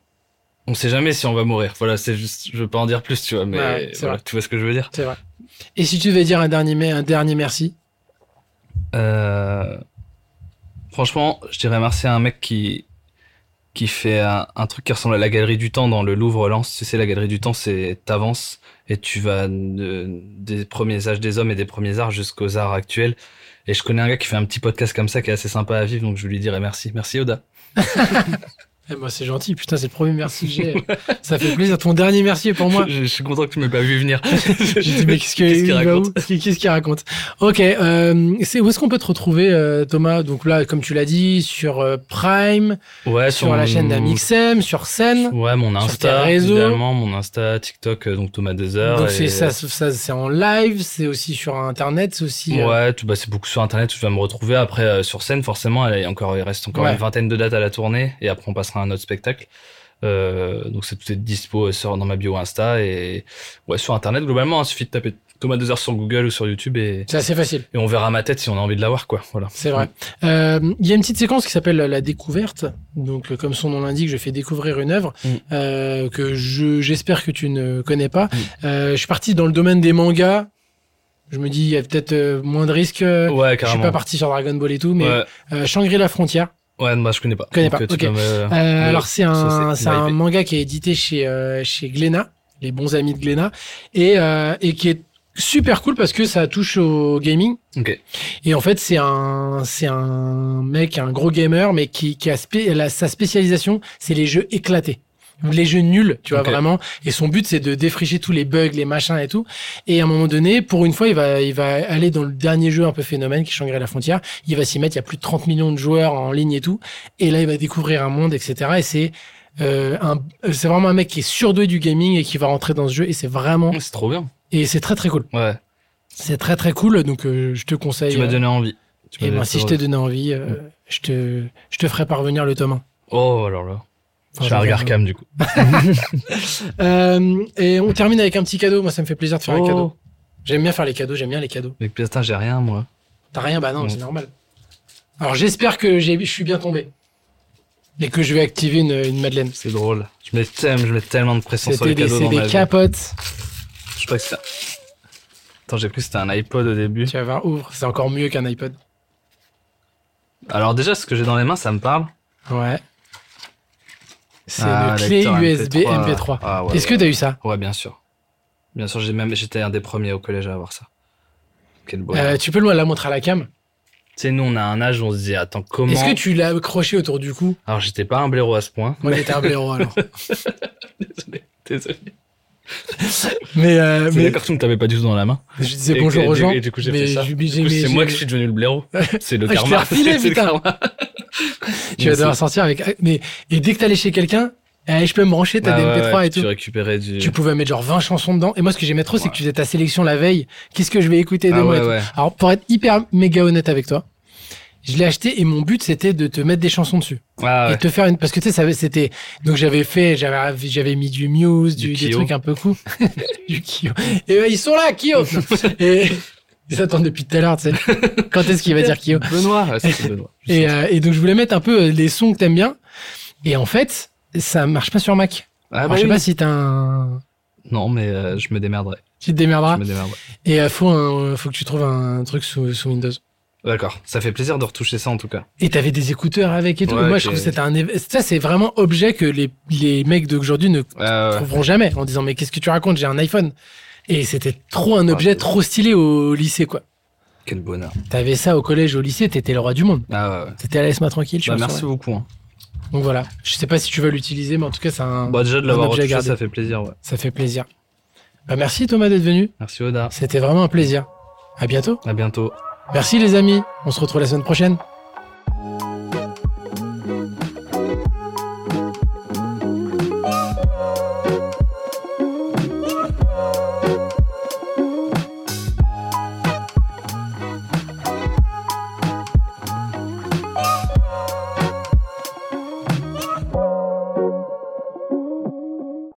Speaker 2: on sait jamais si on va mourir. Voilà, c'est juste, je veux pas en dire plus, tu vois, mais
Speaker 1: Ouais, c'est
Speaker 2: voilà,
Speaker 1: vrai.
Speaker 2: tu vois ce que je veux dire.
Speaker 1: C'est vrai. Et si tu devais dire un dernier, mais- un dernier merci
Speaker 2: Euh, franchement, je dirais merci à un mec qui, qui fait un, un truc qui ressemble à la galerie du temps dans le Louvre Lens. Tu sais, la galerie du temps, c'est t'avances et tu vas de- des premiers âges des hommes et des premiers arts jusqu'aux arts actuels. Et je connais un gars qui fait un petit podcast comme ça qui est assez sympa à vivre, donc je lui dirais merci. Merci Oda.
Speaker 1: eh ben, C'est gentil, putain, c'est le premier merci que j'ai. ça fait plaisir. Ton dernier merci est pour moi.
Speaker 2: je, je suis content que tu m'aies pas vu venir.
Speaker 1: J'ai dit, mais qu'est-ce que-
Speaker 2: Qu'est-ce qu'il
Speaker 1: il va où
Speaker 2: raconte
Speaker 1: Qu'est- Qu'est-ce qu'il raconte Ok, euh, c'est où est-ce qu'on peut te retrouver, euh, Thomas Donc là, comme tu l'as dit, sur euh, Prime,
Speaker 2: Ouais,
Speaker 1: sur, la chaîne d'Amixem, sur scène.
Speaker 2: Ouais, mon
Speaker 1: Sur
Speaker 2: Insta,
Speaker 1: tes réseaux.
Speaker 2: évidemment, mon Insta, TikTok, euh, donc Thomas Dezer.
Speaker 1: Donc
Speaker 2: et-
Speaker 1: c'est ça, ça c'est en live, c'est aussi sur internet, c'est aussi. euh,
Speaker 2: Ouais, tout, bah, c'est beaucoup sur Internet, tu vas me retrouver. Après, euh, sur scène, forcément, elle est encore, il reste encore
Speaker 1: Ouais.
Speaker 2: une vingtaine de dates à la tournée, et après, on passera à un autre spectacle. Euh, donc, c'est tout est dispo euh, sur, dans ma bio Insta, et ouais, sur Internet, globalement, il suffit de taper Thomas Dezer sur Google ou sur YouTube, et,
Speaker 1: C'est assez facile,
Speaker 2: et on verra ma tête si on a envie de la voir, quoi. Voilà.
Speaker 1: c'est vrai. Euh, Il y a une petite séquence qui s'appelle la découverte. Donc, euh, comme son nom l'indique, je fais découvrir une œuvre
Speaker 2: Mm.
Speaker 1: euh, que je- j'espère que tu ne connais pas.
Speaker 2: Mm.
Speaker 1: Euh, je suis parti dans le domaine des mangas. Je me dis, il y a peut-être euh, moins de risques. euh, je
Speaker 2: Ouais,
Speaker 1: suis
Speaker 2: Oh, carrément.
Speaker 1: pas parti sur Dragon Ball et tout, mais
Speaker 2: Ouais,
Speaker 1: euh, Shangri-La Frontière.
Speaker 2: ouais, moi, je connais pas.
Speaker 1: Je connais
Speaker 2: Donc,
Speaker 1: pas,
Speaker 2: euh, tu
Speaker 1: ok.
Speaker 2: peux me-
Speaker 1: Euh,
Speaker 2: Ouais,
Speaker 1: alors c'est
Speaker 2: ça,
Speaker 1: un,
Speaker 2: c'est
Speaker 1: c'est un
Speaker 2: hypé.
Speaker 1: manga qui est édité chez euh, chez Glénat, les bons amis de Glénat, et euh, et qui est super cool parce que ça touche au gaming.
Speaker 2: Ok.
Speaker 1: Et en fait c'est un c'est un mec un gros gamer mais qui qui a spé- la- sa spécialisation c'est les jeux éclatés. Les jeux nuls, tu vois
Speaker 2: Ok.
Speaker 1: vraiment. Et son but, c'est de défricher tous les bugs, les machins et tout. Et à un moment donné, pour une fois, il va, il va aller dans le dernier jeu un peu phénomène qui est Shangri-La Frontière. Il va s'y mettre. Il y a plus de 30 millions de joueurs en ligne et tout. Et là, il va découvrir un monde, etc. Et c'est euh, un- c'est vraiment un mec qui est surdoué du gaming et qui va rentrer dans ce jeu et c'est vraiment
Speaker 2: C'est trop bien.
Speaker 1: et c'est très très cool.
Speaker 2: Ouais.
Speaker 1: C'est très très cool donc euh, je te conseille.
Speaker 2: Tu m'as
Speaker 1: euh,
Speaker 2: donné envie. Tu m'as
Speaker 1: et
Speaker 2: donné
Speaker 1: ben, si je
Speaker 2: trop-
Speaker 1: t'ai donné envie, euh, je te je te ferai parvenir le tome 1.
Speaker 2: Oh, alors là.
Speaker 1: Enfin,
Speaker 2: je vais
Speaker 1: je-
Speaker 2: regarder Cam du coup.
Speaker 1: Euh, et on termine avec un petit cadeau. Moi, ça me fait plaisir de faire
Speaker 2: Oh.
Speaker 1: un cadeau. J'aime bien faire les cadeaux. J'aime bien les cadeaux.
Speaker 2: Mais putain, j'ai rien moi.
Speaker 1: T'as rien Bah non,
Speaker 2: Mm.
Speaker 1: c'est normal. Alors j'espère que j'ai- je suis bien tombé et que je vais activer une, une madeleine.
Speaker 2: C'est drôle. Je mets, tellement- je mets tellement de pression sur
Speaker 1: C'était
Speaker 2: les
Speaker 1: des,
Speaker 2: cadeaux
Speaker 1: c'est
Speaker 2: dans
Speaker 1: des
Speaker 2: ma vie.
Speaker 1: capotes.
Speaker 2: Je crois que c'est. Attends, j'ai cru que c'était un iPod au début.
Speaker 1: Tu vas voir, ouvre. C'est encore mieux qu'un iPod.
Speaker 2: Alors déjà, ce que j'ai dans les mains, ça me parle.
Speaker 1: Ouais. C'est
Speaker 2: Ah,
Speaker 1: une clé
Speaker 2: lecteur
Speaker 1: USB MP3.
Speaker 2: Ah, ouais,
Speaker 1: Est-ce que t'as eu ça
Speaker 2: ouais. Ouais, bien sûr. Bien sûr, j'ai même j'étais un des premiers au collège à avoir ça. Quel beau.
Speaker 1: Euh, Tu peux la montrer à la cam.
Speaker 2: Tu sais, nous, on a un âge où on se dit, attends, comment
Speaker 1: Est-ce que tu l'as accroché autour du cou
Speaker 2: Alors, j'étais pas un blaireau à ce point.
Speaker 1: Moi, j'étais un blaireau alors.
Speaker 2: Désolé. Désolé.
Speaker 1: mais euh,
Speaker 2: C'est
Speaker 1: mais
Speaker 2: d'accord, tu ne t'avais pas du tout dans la main.
Speaker 1: je disais
Speaker 2: Et-
Speaker 1: bonjour
Speaker 2: et
Speaker 1: aux
Speaker 2: du-
Speaker 1: gens.
Speaker 2: et du coup, j'ai
Speaker 1: mais
Speaker 2: fait ça.
Speaker 1: j'ai- j'ai-
Speaker 2: Du coup, C'est
Speaker 1: j'ai-
Speaker 2: moi qui suis devenu le blaireau. C'est le
Speaker 1: Ah, je
Speaker 2: karma.
Speaker 1: te l'ai refilé,
Speaker 2: C'est le
Speaker 1: putain.
Speaker 2: karma.
Speaker 1: Tu vas
Speaker 2: Mais
Speaker 1: devoir sortir avec. Mais et dès que t'allais chez quelqu'un, eh, je peux me brancher, t'as
Speaker 2: Ah,
Speaker 1: des
Speaker 2: ouais,
Speaker 1: MP3
Speaker 2: ouais,
Speaker 1: et tout.
Speaker 2: Tu
Speaker 1: Tu...
Speaker 2: récupérais du.
Speaker 1: pouvais mettre genre 20 chansons dedans. Et moi, ce que j'aimais trop, c'est
Speaker 2: Ouais.
Speaker 1: que tu faisais ta sélection la veille. Qu'est-ce que je vais écouter
Speaker 2: Ah,
Speaker 1: demain et
Speaker 2: ouais,
Speaker 1: tout.
Speaker 2: ouais.
Speaker 1: Alors, pour être hyper méga honnête avec toi, je l'ai acheté et mon but c'était de te mettre des chansons dessus
Speaker 2: Ah,
Speaker 1: et
Speaker 2: ouais.
Speaker 1: te faire une parce que tu sais ça avait- c'était donc j'avais fait j'avais j'avais mis du Muse du,
Speaker 2: Du
Speaker 1: des
Speaker 2: Kyo.
Speaker 1: trucs un peu cool du Kyo et euh, ils sont là Kyo et ils attendent depuis tout à l'heure tu sais quand est-ce qu'il va dire Kyo
Speaker 2: Benoît. ouais, Ah, c'est Benoît.
Speaker 1: et, euh, et donc je voulais mettre un peu euh, les sons que t'aimes bien. Et en fait, ça marche pas sur Mac.
Speaker 2: Ah,
Speaker 1: Alors,
Speaker 2: bah
Speaker 1: je sais
Speaker 2: oui.
Speaker 1: pas si t'as un...
Speaker 2: Non, mais euh, je me démerderai.
Speaker 1: Tu te
Speaker 2: Je
Speaker 1: démerderas.
Speaker 2: me démerderai.
Speaker 1: Et euh, faut, un- faut que tu trouves un truc sous, sous Windows.
Speaker 2: D'accord. Ça fait plaisir de retoucher ça en tout cas.
Speaker 1: Et t'avais des écouteurs avec et tout.
Speaker 2: Ouais,
Speaker 1: Moi,
Speaker 2: ok.
Speaker 1: je trouve que c'était un... éve- Ça, c'est vraiment objet que les, les mecs d'aujourd'hui ne
Speaker 2: Euh,
Speaker 1: trouveront jamais en disant mais qu'est-ce que tu racontes, j'ai un iPhone. Et c'était trop un objet
Speaker 2: Ouais.
Speaker 1: trop stylé au lycée, quoi.
Speaker 2: quel bonheur.
Speaker 1: T'avais ça au collège, au lycée, t'étais le roi du monde.
Speaker 2: Ah, ouais, ouais.
Speaker 1: T'étais à laisse-moi tranquille, je
Speaker 2: Bah,
Speaker 1: me
Speaker 2: merci
Speaker 1: souviens.
Speaker 2: beaucoup. hein.
Speaker 1: Donc voilà. Je sais pas si tu veux l'utiliser, mais en tout cas, c'est un...
Speaker 2: Bah, déjà de
Speaker 1: un
Speaker 2: l'avoir
Speaker 1: objet
Speaker 2: retouché,
Speaker 1: gardé.
Speaker 2: ça fait plaisir. Ouais.
Speaker 1: Ça fait plaisir. Bah, merci Thomas d'être venu.
Speaker 2: Merci Oda.
Speaker 1: C'était vraiment un plaisir. À bientôt.
Speaker 2: À bientôt.
Speaker 1: Merci les amis. On se retrouve la semaine prochaine.